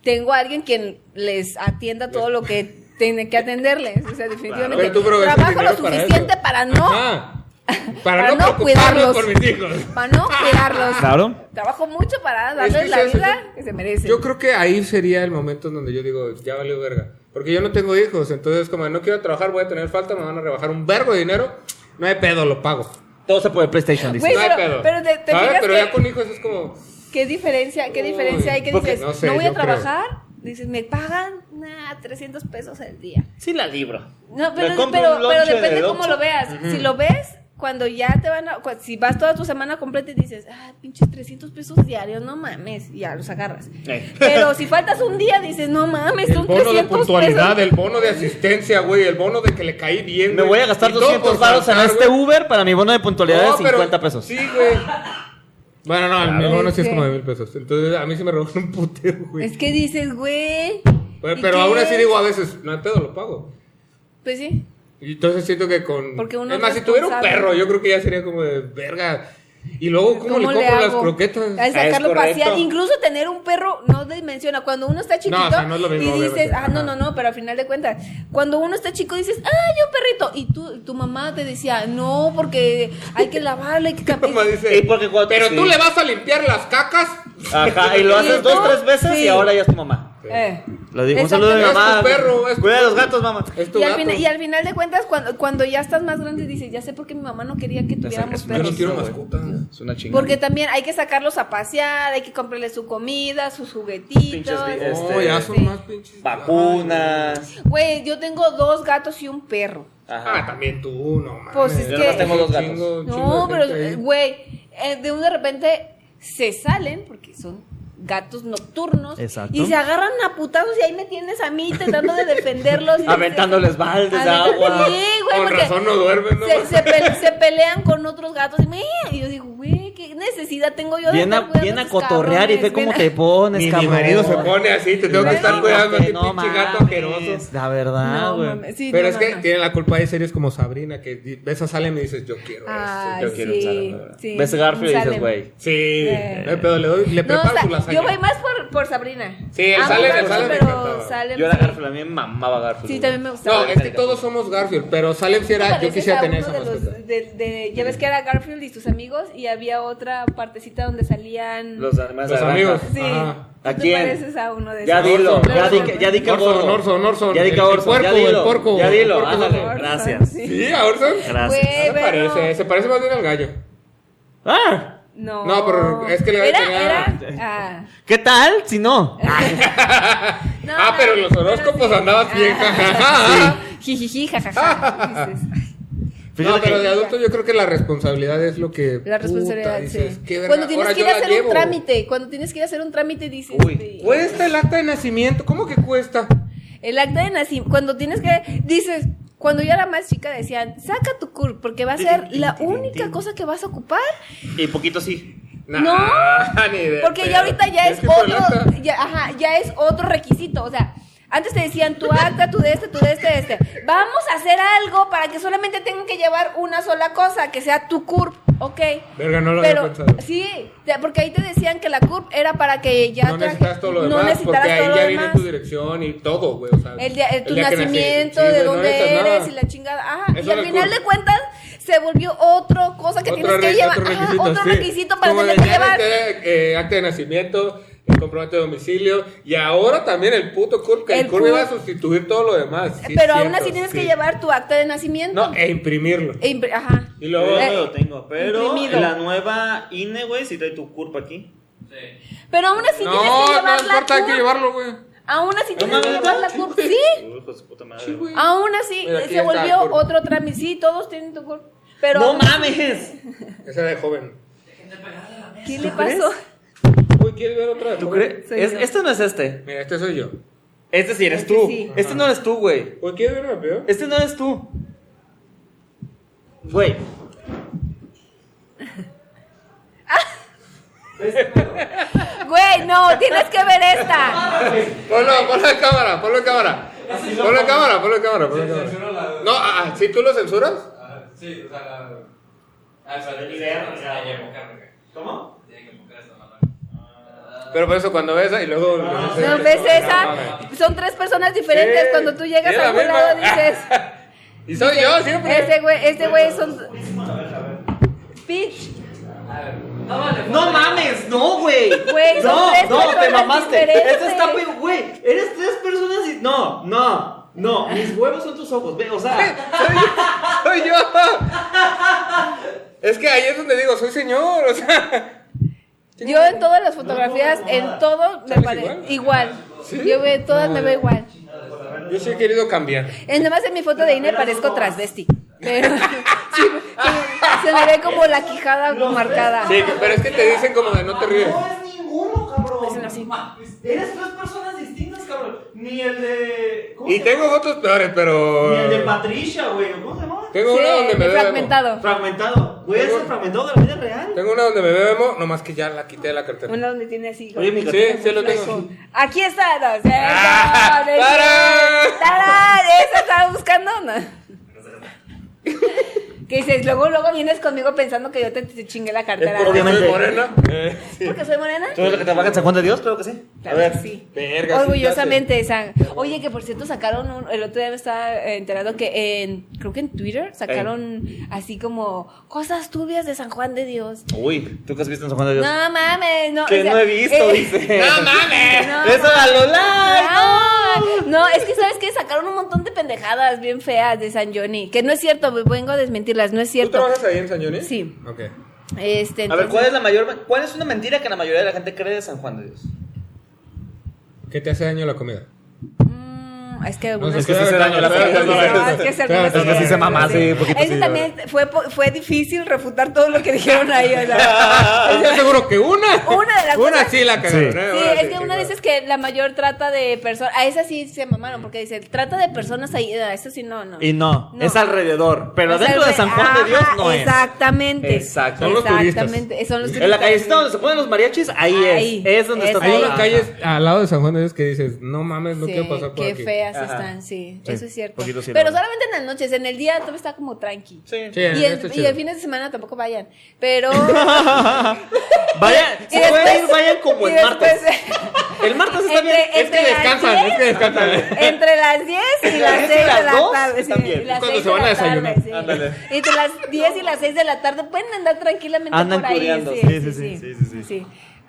Speaker 1: tengo a alguien quien les atienda todo lo que tiene que atenderles, o sea, definitivamente,
Speaker 3: Pero tú progresas
Speaker 1: trabajo
Speaker 3: primero
Speaker 1: lo
Speaker 3: para
Speaker 1: suficiente
Speaker 3: eso.
Speaker 1: para, no,
Speaker 3: Ajá. Para,
Speaker 1: para
Speaker 3: no,
Speaker 1: no
Speaker 3: preocuparme
Speaker 1: cuidarlos.
Speaker 3: por mis hijos.
Speaker 1: para no cuidarlos,
Speaker 2: Claro.
Speaker 1: trabajo mucho para
Speaker 3: Es que
Speaker 1: darles la
Speaker 3: se hace-
Speaker 1: vida que se merecen.
Speaker 3: Yo creo que ahí sería el momento en donde yo digo, ya valió verga. Porque yo no tengo hijos, entonces como no quiero trabajar, voy a tener falta, me van a rebajar un vergo de dinero. No hay pedo, lo pago.
Speaker 2: Todo se puede PlayStation, dice.
Speaker 1: Güey,
Speaker 3: no hay
Speaker 1: pero-
Speaker 3: pedo.
Speaker 1: pero te- te
Speaker 3: ¿Sabes?
Speaker 1: fijas
Speaker 3: Pero
Speaker 1: que-
Speaker 3: ya con hijos es como...
Speaker 1: ¿Qué diferencia, qué
Speaker 3: Uy,
Speaker 1: diferencia hay que
Speaker 2: porque-
Speaker 1: dices,
Speaker 3: no
Speaker 1: no,
Speaker 3: sé,
Speaker 1: voy a
Speaker 3: yo creo.
Speaker 1: trabajar? Dices, me pagan nah, 300 pesos al día.
Speaker 2: Sí la libro.
Speaker 1: No,
Speaker 2: Me
Speaker 1: pero,
Speaker 2: compro
Speaker 1: pero,
Speaker 2: un
Speaker 1: pero
Speaker 2: lonche
Speaker 1: depende
Speaker 2: del
Speaker 1: cómo
Speaker 2: Oxxo.
Speaker 1: lo veas. Si lo ves cuando ya te van a, cua- si vas toda tu semana completa y dices, ah, pinches 300 pesos diarios, no mames, y ya los agarras. Pero si faltas un día, dices, no mames,
Speaker 3: Eh. El
Speaker 1: son
Speaker 3: bono de
Speaker 1: 300
Speaker 3: puntualidad,
Speaker 1: pesos.
Speaker 3: el bono de asistencia, güey, el bono de que le caí bien.
Speaker 6: Me
Speaker 3: güey.
Speaker 6: voy a gastar
Speaker 3: Y todo por
Speaker 6: 200 baros en
Speaker 3: faltar,
Speaker 6: este
Speaker 3: güey.
Speaker 6: Uber para mi bono de puntualidad
Speaker 3: No,
Speaker 6: de
Speaker 3: pero
Speaker 6: 50 pesos.
Speaker 3: Sí, güey. Bueno, no, el bono sí es
Speaker 1: que-
Speaker 3: como de mil pesos. Entonces, a mí sí me robaron un putero, güey.
Speaker 1: Es que dices, güey.
Speaker 3: Pero,
Speaker 1: ¿y
Speaker 3: pero
Speaker 1: qué?
Speaker 3: aún así digo a veces, no hay pedo, lo pago.
Speaker 1: Pues sí.
Speaker 3: Y entonces siento que con.
Speaker 1: Porque uno
Speaker 3: es más,
Speaker 1: es
Speaker 3: si tuviera un
Speaker 1: responsable. Pues,
Speaker 3: perro, yo creo que ya sería como de verga. Y luego, ¿cómo, le compro las croquetas?
Speaker 1: Al sacarlo
Speaker 3: Ah,
Speaker 1: a
Speaker 3: es correcto.
Speaker 1: pasear. Incluso tener un perro no dimensiona. Cuando uno está chiquito
Speaker 3: No, o sea, no es lo mismo,
Speaker 1: y dices,
Speaker 3: obviamente.
Speaker 1: ah, no,
Speaker 3: Ajá.
Speaker 1: no, no, pero al final de cuentas, cuando uno está chico dices, ah, yo perrito. Y tú, tu mamá te decía, no, porque hay que lavarlo, hay que
Speaker 3: Mi mamá dice,
Speaker 6: Y porque cuando-
Speaker 3: pero tú
Speaker 6: sí.
Speaker 3: le vas a limpiar las cacas.
Speaker 6: Ajá, y lo haces dos, tres veces
Speaker 1: Sí.
Speaker 6: y ahora ya es tu mamá.
Speaker 1: Eh.
Speaker 6: Lo digo, un
Speaker 1: Exacto.
Speaker 6: saludo de mi
Speaker 1: Es tu
Speaker 6: mamá.
Speaker 3: perro, es tu
Speaker 6: Cuida a los
Speaker 3: perro.
Speaker 6: gatos, mamá.
Speaker 3: Es tu
Speaker 1: Y al,
Speaker 3: gato.
Speaker 1: final, y al final de cuentas, cuando, cuando ya estás más grande, dices, ya sé por qué mi mamá no quería que tuviéramos
Speaker 6: una
Speaker 3: Yo
Speaker 1: perros.
Speaker 3: no quiero
Speaker 6: güey.
Speaker 3: mascota.
Speaker 6: Es una chingada.
Speaker 1: Porque también hay que sacarlos a pasear, hay que comprarles su comida, sus
Speaker 6: Pinches
Speaker 1: juguetitos.
Speaker 6: vi-
Speaker 3: No,
Speaker 6: Este,
Speaker 3: Oh, ya son
Speaker 1: sí.
Speaker 3: más pinches.
Speaker 6: Vacunas.
Speaker 1: Güey, yo tengo dos gatos y un perro.
Speaker 3: Ah,
Speaker 6: Ajá.
Speaker 3: también tú, no mames.
Speaker 1: Pues es
Speaker 6: Yo nomás
Speaker 1: que-
Speaker 6: tengo dos gatos.
Speaker 3: Chingo,
Speaker 1: No,
Speaker 3: chingo de
Speaker 1: pero,
Speaker 3: gente ahí.
Speaker 1: eh, güey, eh, de un de repente se salen, porque son gatos nocturnos,
Speaker 2: Exacto.
Speaker 1: y se agarran a putazos y ahí me tienes a mí tratando de defenderlos. y-
Speaker 6: Aventándoles baldes de
Speaker 1: Aventando-
Speaker 6: agua.
Speaker 1: Sí, güey,
Speaker 3: Con
Speaker 1: porque
Speaker 3: razón no duermen, ¿no?
Speaker 1: se, se pe- se pelean con otros gatos y, me- y yo digo, güey, ¿qué necesidad tengo yo de
Speaker 2: Viene a,
Speaker 1: estar cuidando
Speaker 2: viene a
Speaker 1: estos
Speaker 2: cotorrear y
Speaker 1: cabrones?
Speaker 2: ve cómo
Speaker 1: Viene-
Speaker 2: te pones,
Speaker 3: Ni mi
Speaker 2: cabrón.
Speaker 3: marido se pone así, te tengo que estar cuidando a ti,
Speaker 2: No
Speaker 3: pinche gato
Speaker 2: mames,
Speaker 3: asqueroso.
Speaker 2: La verdad,
Speaker 1: No,
Speaker 2: güey.
Speaker 1: mames, sí,
Speaker 3: "Ah, Pero
Speaker 1: no,
Speaker 3: es
Speaker 1: no,
Speaker 3: que
Speaker 1: no.
Speaker 3: tienen la culpa de series como Sabrina, que di- ves a Salem y dices, yo quiero
Speaker 1: Ay,
Speaker 3: eso, yo
Speaker 1: sí,
Speaker 3: quiero
Speaker 1: sí,
Speaker 3: eso.
Speaker 1: sí.
Speaker 6: Ves Garfield y dices,
Speaker 1: Salen.
Speaker 6: güey.
Speaker 3: Sí,
Speaker 1: Eh.
Speaker 3: no hay pedo, le, doy, le
Speaker 1: No, o
Speaker 3: preparo
Speaker 1: sea,
Speaker 3: su lasaña.
Speaker 1: yo voy más por, por Sabrina.
Speaker 3: Sí, el
Speaker 1: Amo
Speaker 3: Salem, el
Speaker 1: Garfield,
Speaker 3: Salem me
Speaker 1: pero
Speaker 3: encantaba.
Speaker 1: Salem.
Speaker 6: Yo era
Speaker 1: sí.
Speaker 6: Garfield, a mí me mamaba Garfield.
Speaker 1: Sí,
Speaker 6: güey.
Speaker 1: también me gustaba.
Speaker 3: No, es que todos somos Garfield, pero Salem sí era, yo
Speaker 1: Pareces
Speaker 3: quisiera
Speaker 1: a
Speaker 3: tener
Speaker 1: uno
Speaker 3: esa
Speaker 1: de los-
Speaker 3: mascota.
Speaker 1: de- de- ya ves que era Garfield y sus amigos y había otra partecita donde salían...
Speaker 6: Los animales
Speaker 3: Los
Speaker 6: de la
Speaker 3: amigos.
Speaker 6: granja.
Speaker 1: Sí.
Speaker 3: Ajá.
Speaker 1: ¿Tú
Speaker 6: ¿A
Speaker 1: te
Speaker 6: quién?
Speaker 1: pareces a uno de
Speaker 6: Ya
Speaker 1: esos?
Speaker 6: dilo, ya
Speaker 1: Claro,
Speaker 6: di que, ya di que el gordo.
Speaker 3: Orson, Orson, Orson.
Speaker 6: Ya di que
Speaker 3: El- el
Speaker 6: Orson, ya
Speaker 3: puerco, el
Speaker 6: dilo,
Speaker 3: puerco.
Speaker 6: Ya
Speaker 3: El
Speaker 6: dilo,
Speaker 3: puerco.
Speaker 6: ándale.
Speaker 1: Orson,
Speaker 2: gracias.
Speaker 1: sí.
Speaker 3: Sí, a Orson.
Speaker 2: Gracias.
Speaker 1: Güey,
Speaker 3: Se
Speaker 1: pero-
Speaker 3: parece, se parece más bien al gallo.
Speaker 6: ¡Ah!
Speaker 1: No.
Speaker 3: No, pero es que le
Speaker 1: era,
Speaker 3: tenía-
Speaker 1: era, ah,
Speaker 2: ¿Qué tal si no?
Speaker 1: no,
Speaker 3: ah,
Speaker 1: no,
Speaker 3: pero en los
Speaker 1: pero
Speaker 3: horóscopos
Speaker 1: sí.
Speaker 3: andabas bien. Ah.
Speaker 1: Ah, Jijiji, jajaja. Dices,
Speaker 3: No,
Speaker 2: Fíjate
Speaker 3: pero
Speaker 2: que-
Speaker 3: de adulto yo creo que la responsabilidad es lo que.
Speaker 1: La responsabilidad,
Speaker 3: puta, dices,
Speaker 1: sí.
Speaker 3: qué verga,
Speaker 1: Cuando tienes
Speaker 3: ahora
Speaker 1: que ir
Speaker 3: yo
Speaker 1: a
Speaker 3: la
Speaker 1: hacer
Speaker 3: llevo.
Speaker 1: un trámite, cuando tienes que ir a hacer un trámite dices,
Speaker 6: Uy,
Speaker 1: de-
Speaker 3: Cuesta el acta de nacimiento. ¿Cómo que cuesta?
Speaker 1: el acta de nacimiento, cuando tienes que, dices, cuando yo era más chica decían, saca tu CURP porque va a ser la única cosa que vas a ocupar,
Speaker 6: Y poquito sí.
Speaker 3: Nah,
Speaker 1: No,
Speaker 3: ni de
Speaker 1: porque ya
Speaker 3: pedo.
Speaker 1: ahorita ya
Speaker 3: Tienes
Speaker 1: es
Speaker 3: que ir por el
Speaker 1: otro,
Speaker 3: acta.
Speaker 1: ya, ajá, ya es otro requisito, o sea. Antes te decían tu acta, tu de este, tu de este, de este. Vamos a hacer algo para que solamente tengan que llevar una sola cosa, que sea tu CURP, ok.
Speaker 3: Verga, no lo había
Speaker 1: Pero
Speaker 3: pensado.
Speaker 1: sí, te- porque ahí te decían que la CURP era para que ya
Speaker 3: no
Speaker 1: traje-
Speaker 3: necesitas todo lo
Speaker 1: no
Speaker 3: demás, porque
Speaker 1: necesitaras
Speaker 3: ahí
Speaker 1: todo lo
Speaker 3: ya viene
Speaker 1: demás.
Speaker 3: tu dirección y todo, güey. O sea,
Speaker 1: El, día- el- tu
Speaker 3: día que
Speaker 1: nacimiento,
Speaker 3: nací. Sí,
Speaker 1: de
Speaker 3: güey, no
Speaker 1: dónde
Speaker 3: necesitas
Speaker 1: eres
Speaker 3: nada.
Speaker 1: y la chingada. Ajá.
Speaker 3: Eso
Speaker 1: Y
Speaker 3: era
Speaker 1: al final
Speaker 3: cool.
Speaker 1: de cuentas se volvió otra cosa que tienes que
Speaker 3: re-
Speaker 1: llevar.
Speaker 3: otro
Speaker 1: Ajá,
Speaker 3: requisito,
Speaker 1: otro
Speaker 3: sí.
Speaker 1: requisito para
Speaker 3: Como
Speaker 1: tener
Speaker 3: de
Speaker 1: que
Speaker 3: ya
Speaker 1: llevar.
Speaker 3: vete, eh, acta de nacimiento, el comprobante de domicilio y ahora también el puto CURP, que el,
Speaker 1: El
Speaker 3: CURP
Speaker 1: CURP.
Speaker 3: iba a sustituir todo lo demás. sí,
Speaker 1: pero aún
Speaker 3: cierto,
Speaker 1: así tienes
Speaker 3: sí.
Speaker 1: que llevar tu acta de nacimiento.
Speaker 3: No, e imprimirlo.
Speaker 1: E impre- ajá.
Speaker 3: Y luego-
Speaker 1: Eh,
Speaker 6: Yo lo tengo, pero
Speaker 1: Imprimido.
Speaker 6: la nueva INE, güey, si trae tu curva aquí.
Speaker 5: Sí.
Speaker 1: pero aún así tienes
Speaker 3: no,
Speaker 1: que
Speaker 3: no
Speaker 1: llevar la
Speaker 3: importa, hay que
Speaker 1: CURP.
Speaker 3: llevarlo, güey.
Speaker 1: Aún así tienes que
Speaker 6: mames,
Speaker 1: llevar la
Speaker 6: sí,
Speaker 1: CURP.
Speaker 6: güey.
Speaker 1: Sí.
Speaker 6: Hijo de su puta madre,
Speaker 3: Sí,
Speaker 6: güey.
Speaker 3: güey.
Speaker 1: Aún así
Speaker 3: Mira, aquí
Speaker 1: se
Speaker 3: está la
Speaker 1: volvió
Speaker 3: CURP.
Speaker 1: otro trámite. Sí, todos tienen tu CURP. Pero
Speaker 6: ¡No mames!
Speaker 3: Esa era de joven.
Speaker 1: ¿qué le pasó?
Speaker 3: Uy, ¿quieres ver otra? de
Speaker 6: ¿Tú
Speaker 3: joven?
Speaker 6: crees?
Speaker 1: Soy
Speaker 6: Es-
Speaker 1: yo.
Speaker 6: este no es este.
Speaker 3: Mira, este soy yo.
Speaker 6: Este sí eres
Speaker 1: Este
Speaker 6: tú.
Speaker 1: sí.
Speaker 6: Este no eres tú, güey.
Speaker 3: Uy, ¿quieres ver una peor?
Speaker 6: Este no eres tú. Güey.
Speaker 1: Güey, no, tienes que ver esta.
Speaker 3: Ponlo, ponlo en cámara, ponlo en cámara. Ponlo en cámara, ponlo en cámara, ponlo en cámara.
Speaker 5: Censuro la-
Speaker 3: No, ah, ah, ¿sí tú lo censuras?
Speaker 5: Ah, Sí, o sea, la. Ah, o sea, tiene que- tiene que enfocar, güey.
Speaker 6: ¿Cómo?
Speaker 5: Tiene que enfocar esta mano.
Speaker 3: Pero por eso cuando ves y luego...
Speaker 1: ¿No ves esa? Son tres personas diferentes.
Speaker 3: Sí,
Speaker 1: Cuando tú llegas
Speaker 3: es
Speaker 1: a
Speaker 3: la
Speaker 1: algún
Speaker 3: misma.
Speaker 1: lado dices.
Speaker 3: Y soy yo siempre.
Speaker 1: Este güey, este güey son. Pitch.
Speaker 5: No vale.
Speaker 6: ¡No mames! ¡No, güey!
Speaker 1: Güey, son
Speaker 6: ¡No,
Speaker 1: tres
Speaker 6: no! ¡Te
Speaker 1: personas
Speaker 6: mamaste!
Speaker 1: diferentes.
Speaker 6: Esto está pe- güey. Eres tres personas y. No, no, no. Mis huevos son tus ojos, ve. O sea,
Speaker 3: Soy yo. Es que ahí es donde digo, soy señor, o sea.
Speaker 1: Yo en todas las fotografías, en todo me
Speaker 3: ¿Sales
Speaker 1: parece
Speaker 3: igual?
Speaker 1: igual.
Speaker 3: ¿Sí?
Speaker 1: Yo veo todas me veo igual.
Speaker 3: Yo sí he querido cambiar.
Speaker 1: En además en mi foto de INE parezco transvesti. Pero sí, sí, Se me ve como la quijada marcada.
Speaker 3: Sí, pero es que te dicen como de no te ríes.
Speaker 6: No es ninguno, cabrón.
Speaker 1: Dicen así.
Speaker 6: Mames, Eres tres personas distintas, cabrón. Ni el de. ¿cómo
Speaker 3: Y
Speaker 6: se
Speaker 3: tengo otros peores, pero.
Speaker 6: llama? Ni el de Patricia, güey. ¿Cómo se llama?
Speaker 3: Tengo una
Speaker 1: Sí,
Speaker 3: donde me veo emo.
Speaker 1: fragmentado.
Speaker 6: Fragmentado. Güey, es
Speaker 3: Tengo-
Speaker 6: el fragmentado de la vida real.
Speaker 3: Tengo una donde me veo emo, nomás que ya la quité de la cartera.
Speaker 1: Uno donde tiene así.
Speaker 6: Oye, mi
Speaker 3: Sí, sí lo tengo.
Speaker 1: Flaco. Aquí está. No, sé,
Speaker 3: Ah,
Speaker 1: no, no es
Speaker 3: tarán.
Speaker 1: cierto. Tarán, Esa estaba buscando. No. Que dices, luego, luego vienes conmigo pensando que yo te, te chingué la cartera.
Speaker 6: Es obviamente.
Speaker 3: ¿Soy morena? Eh, sí.
Speaker 1: ¿Porque soy morena?
Speaker 6: ¿Tú eres la que trabaja en San Juan de Dios? Creo que sí.
Speaker 1: Claro que sí.
Speaker 3: Verga, sí,
Speaker 1: Orgullosamente, San. Oye, que por cierto sacaron un- el otro día me estaba eh, enterando que en, creo que en Twitter sacaron así como cosas turbias de San Juan de Dios.
Speaker 6: Uy, ¿tú qué has visto en San Juan de Dios?
Speaker 1: No mames, no.
Speaker 6: que
Speaker 1: o sea,
Speaker 6: no he visto,
Speaker 1: eh,
Speaker 6: dice.
Speaker 3: ¡No mames!
Speaker 1: no,
Speaker 6: Eso a lo
Speaker 1: no,
Speaker 6: largo.
Speaker 1: no, es que sabes que sacaron un montón de pendejadas bien feas de San Johnny, que no es cierto, pues, vengo a desmentirlas, no es
Speaker 3: ¿Tú
Speaker 1: cierto.
Speaker 3: trabajas ahí en San Johnny?
Speaker 1: Sí.
Speaker 3: Ok.
Speaker 1: Este,
Speaker 6: A
Speaker 1: entonces-
Speaker 6: ver, ¿cuál es la mayor. ¿Cuál es una mentira que la mayoría de la gente cree de San Juan de Dios?
Speaker 3: ¿Qué te hace daño la comida?
Speaker 1: Mm, Es que algunas
Speaker 3: sé,
Speaker 6: es que sí se dañó la
Speaker 3: espérate,
Speaker 6: comida.
Speaker 3: espérate,
Speaker 1: No, es que
Speaker 3: espérate.
Speaker 1: se algunas
Speaker 3: Espérate,
Speaker 6: Es que sí se
Speaker 1: cosas,
Speaker 6: mamá, sí, un poquito
Speaker 1: Eso
Speaker 6: sí,
Speaker 1: también fue, po- fue difícil refutar todo lo que dijeron ahí. o sea.
Speaker 3: Estoy seguro que una.
Speaker 1: Ah. Una de las
Speaker 3: Una
Speaker 1: cosas-
Speaker 3: sí la cagaron.
Speaker 2: Sí.
Speaker 3: ¿eh?
Speaker 1: Sí, es que
Speaker 3: sí,
Speaker 1: una de
Speaker 3: claro.
Speaker 1: esas que la mayor trata de personas. A esa sí se mamaron, porque dice, trata de personas ahí. A eso sí, no, no.
Speaker 2: Y no,
Speaker 1: No.
Speaker 2: es alrededor. Pero
Speaker 1: O sea,
Speaker 2: dentro de San Juan de Dios
Speaker 1: ajá,
Speaker 2: no es.
Speaker 1: Exactamente.
Speaker 2: Exacto.
Speaker 3: Son los turistas.
Speaker 1: Exactamente. Son los
Speaker 2: En la
Speaker 1: turistas.
Speaker 2: callecita donde se ponen los mariachis, ahí,
Speaker 1: Ahí.
Speaker 2: es. Es donde
Speaker 1: Es
Speaker 2: está
Speaker 1: ahí.
Speaker 3: Hay
Speaker 2: todo.
Speaker 3: unas calles al lado de San Juan de Dios que dices, no mames, no
Speaker 1: Sí,
Speaker 3: quiero pasar por
Speaker 1: qué
Speaker 3: aquí.
Speaker 1: feas
Speaker 2: Ajá.
Speaker 1: están, sí,
Speaker 2: Sí,
Speaker 1: eso es cierto.
Speaker 2: poquito sí, la
Speaker 1: Pero
Speaker 2: verdad.
Speaker 1: solamente en las noches, en el día todo está como tranqui.
Speaker 6: Sí.
Speaker 3: Sí,
Speaker 1: y,
Speaker 3: está
Speaker 2: este
Speaker 1: el, y
Speaker 3: chido.
Speaker 1: el fin de semana tampoco vayan. Pero.
Speaker 2: Vayan, si
Speaker 1: y después-
Speaker 2: pueden ir, vayan como
Speaker 1: y
Speaker 2: el
Speaker 1: después-
Speaker 2: martes. El martes está bien.
Speaker 1: Entre-
Speaker 2: Es que
Speaker 1: entre
Speaker 2: descansa.
Speaker 1: las
Speaker 3: Descansan, Ah, es que descansan.
Speaker 1: Entre las 10 y las 6
Speaker 2: las
Speaker 1: de la
Speaker 2: dos
Speaker 1: tarde.
Speaker 2: están
Speaker 1: sí,
Speaker 2: bien.
Speaker 1: y las
Speaker 3: Es cuando
Speaker 1: seis
Speaker 3: se
Speaker 1: de
Speaker 3: van
Speaker 1: la
Speaker 3: a desayunar.
Speaker 1: tarde, sí.
Speaker 6: Ándale.
Speaker 1: Entre las 10 y las 6 de la tarde pueden andar tranquilamente
Speaker 2: Andan
Speaker 1: por ahí.
Speaker 2: cureando,
Speaker 1: Sí,
Speaker 2: sí,
Speaker 1: sí, sí, Sí.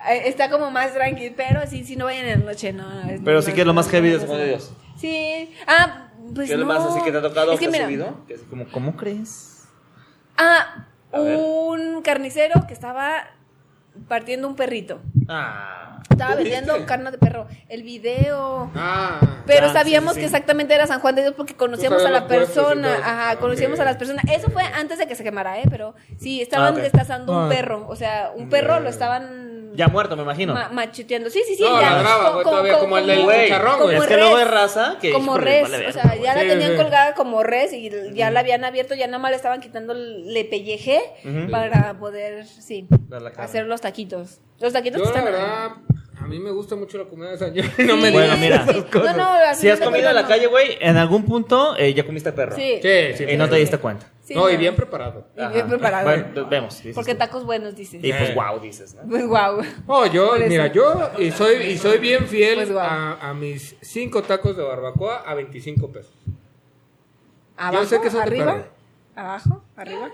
Speaker 1: Eh, Está como más tranquilo, pero sí, sí, no vayan en la noche, no. es-
Speaker 2: Pero
Speaker 1: no,
Speaker 2: sí
Speaker 1: no,
Speaker 2: que es lo
Speaker 1: no,
Speaker 2: más
Speaker 1: no,
Speaker 2: heavy
Speaker 1: no,
Speaker 2: de San Juan de
Speaker 1: no.
Speaker 2: Dios.
Speaker 1: Sí. Ah, pues
Speaker 6: ¿Qué es
Speaker 1: no.
Speaker 6: lo más así que te ha tocado,
Speaker 1: Es
Speaker 6: que,
Speaker 1: que
Speaker 6: has
Speaker 1: mira,
Speaker 6: subido? Que es como, ¿Cómo crees?
Speaker 1: Ah,
Speaker 6: A ver.
Speaker 1: un carnicero que estaba partiendo un perrito.
Speaker 6: Ah.
Speaker 1: Estaba
Speaker 3: ¿Tú viste?
Speaker 1: vendiendo carne de perro. El video.
Speaker 3: Ah.
Speaker 1: Pero
Speaker 2: Ya,
Speaker 1: sabíamos
Speaker 2: sí, sí,
Speaker 1: que
Speaker 2: sí.
Speaker 1: exactamente era San Juan de Dios porque conocíamos a la
Speaker 3: sabías los puestos y
Speaker 1: persona.
Speaker 3: todo.
Speaker 1: Ajá,
Speaker 3: Ah,
Speaker 1: conocíamos
Speaker 3: ok.
Speaker 1: a las personas. Eso fue antes de que se quemara, ¿eh? Pero sí, estaban
Speaker 2: Ah, ok.
Speaker 1: destazando un
Speaker 3: Ah.
Speaker 1: perro. O sea, un perro lo
Speaker 3: Ya.
Speaker 1: estaban
Speaker 6: Ya muerto, me imagino.
Speaker 1: ma- macheteando. Sí, sí, sí.
Speaker 3: No,
Speaker 1: ya.
Speaker 3: la brava,
Speaker 1: Co-
Speaker 3: güey,
Speaker 1: co-
Speaker 3: todavía
Speaker 1: co-
Speaker 3: como el del
Speaker 1: como-
Speaker 3: chicharrón, güey.
Speaker 1: como
Speaker 6: es que luego
Speaker 1: res.
Speaker 6: hay raza que.
Speaker 1: como
Speaker 6: híjole,
Speaker 1: res,
Speaker 6: vale
Speaker 1: o
Speaker 6: verga,
Speaker 1: sea,
Speaker 6: güey.
Speaker 1: ya la
Speaker 3: Sí,
Speaker 1: tenían
Speaker 3: sí.
Speaker 1: colgada como res y ya la habían abierto, ya nada más le estaban quitando le pelleje para poder, sí,
Speaker 6: Dar la carne.
Speaker 1: hacer los taquitos. Los taquitos
Speaker 3: Yo,
Speaker 1: que
Speaker 3: la
Speaker 1: están
Speaker 3: verdad, a mí me gusta mucho la comida de San Johnny. No
Speaker 1: Sí,
Speaker 3: me
Speaker 2: Bueno,
Speaker 3: digas.
Speaker 1: sí,
Speaker 2: mira.
Speaker 1: sí. No, no, al
Speaker 2: Si
Speaker 1: final
Speaker 2: has
Speaker 1: de
Speaker 2: comido en la
Speaker 1: cuentas,
Speaker 2: calle, güey, en algún punto eh, ya comiste
Speaker 1: no.
Speaker 2: perro.
Speaker 1: Sí.
Speaker 3: Sí, sí.
Speaker 2: Y no te
Speaker 3: sí.
Speaker 2: diste cuenta.
Speaker 1: Sí,
Speaker 3: No, y
Speaker 1: no.
Speaker 3: bien preparado.
Speaker 1: Y
Speaker 2: Ajá.
Speaker 1: bien preparado.
Speaker 2: Bueno, vemos. este dices
Speaker 1: Porque
Speaker 2: tú.
Speaker 1: tacos buenos, dices.
Speaker 2: Y pues,
Speaker 3: Eh.
Speaker 2: wow, dices, ¿no?
Speaker 1: Pues guau.
Speaker 3: Oh, yo,
Speaker 1: Por eso.
Speaker 3: mira, yo y soy, y soy bien fiel
Speaker 1: Pues, guau.
Speaker 3: a, a mis cinco tacos de barbacoa a 25 pesos.
Speaker 1: Abajo,
Speaker 3: sé que son de
Speaker 1: arriba,
Speaker 3: perro.
Speaker 1: abajo, arriba.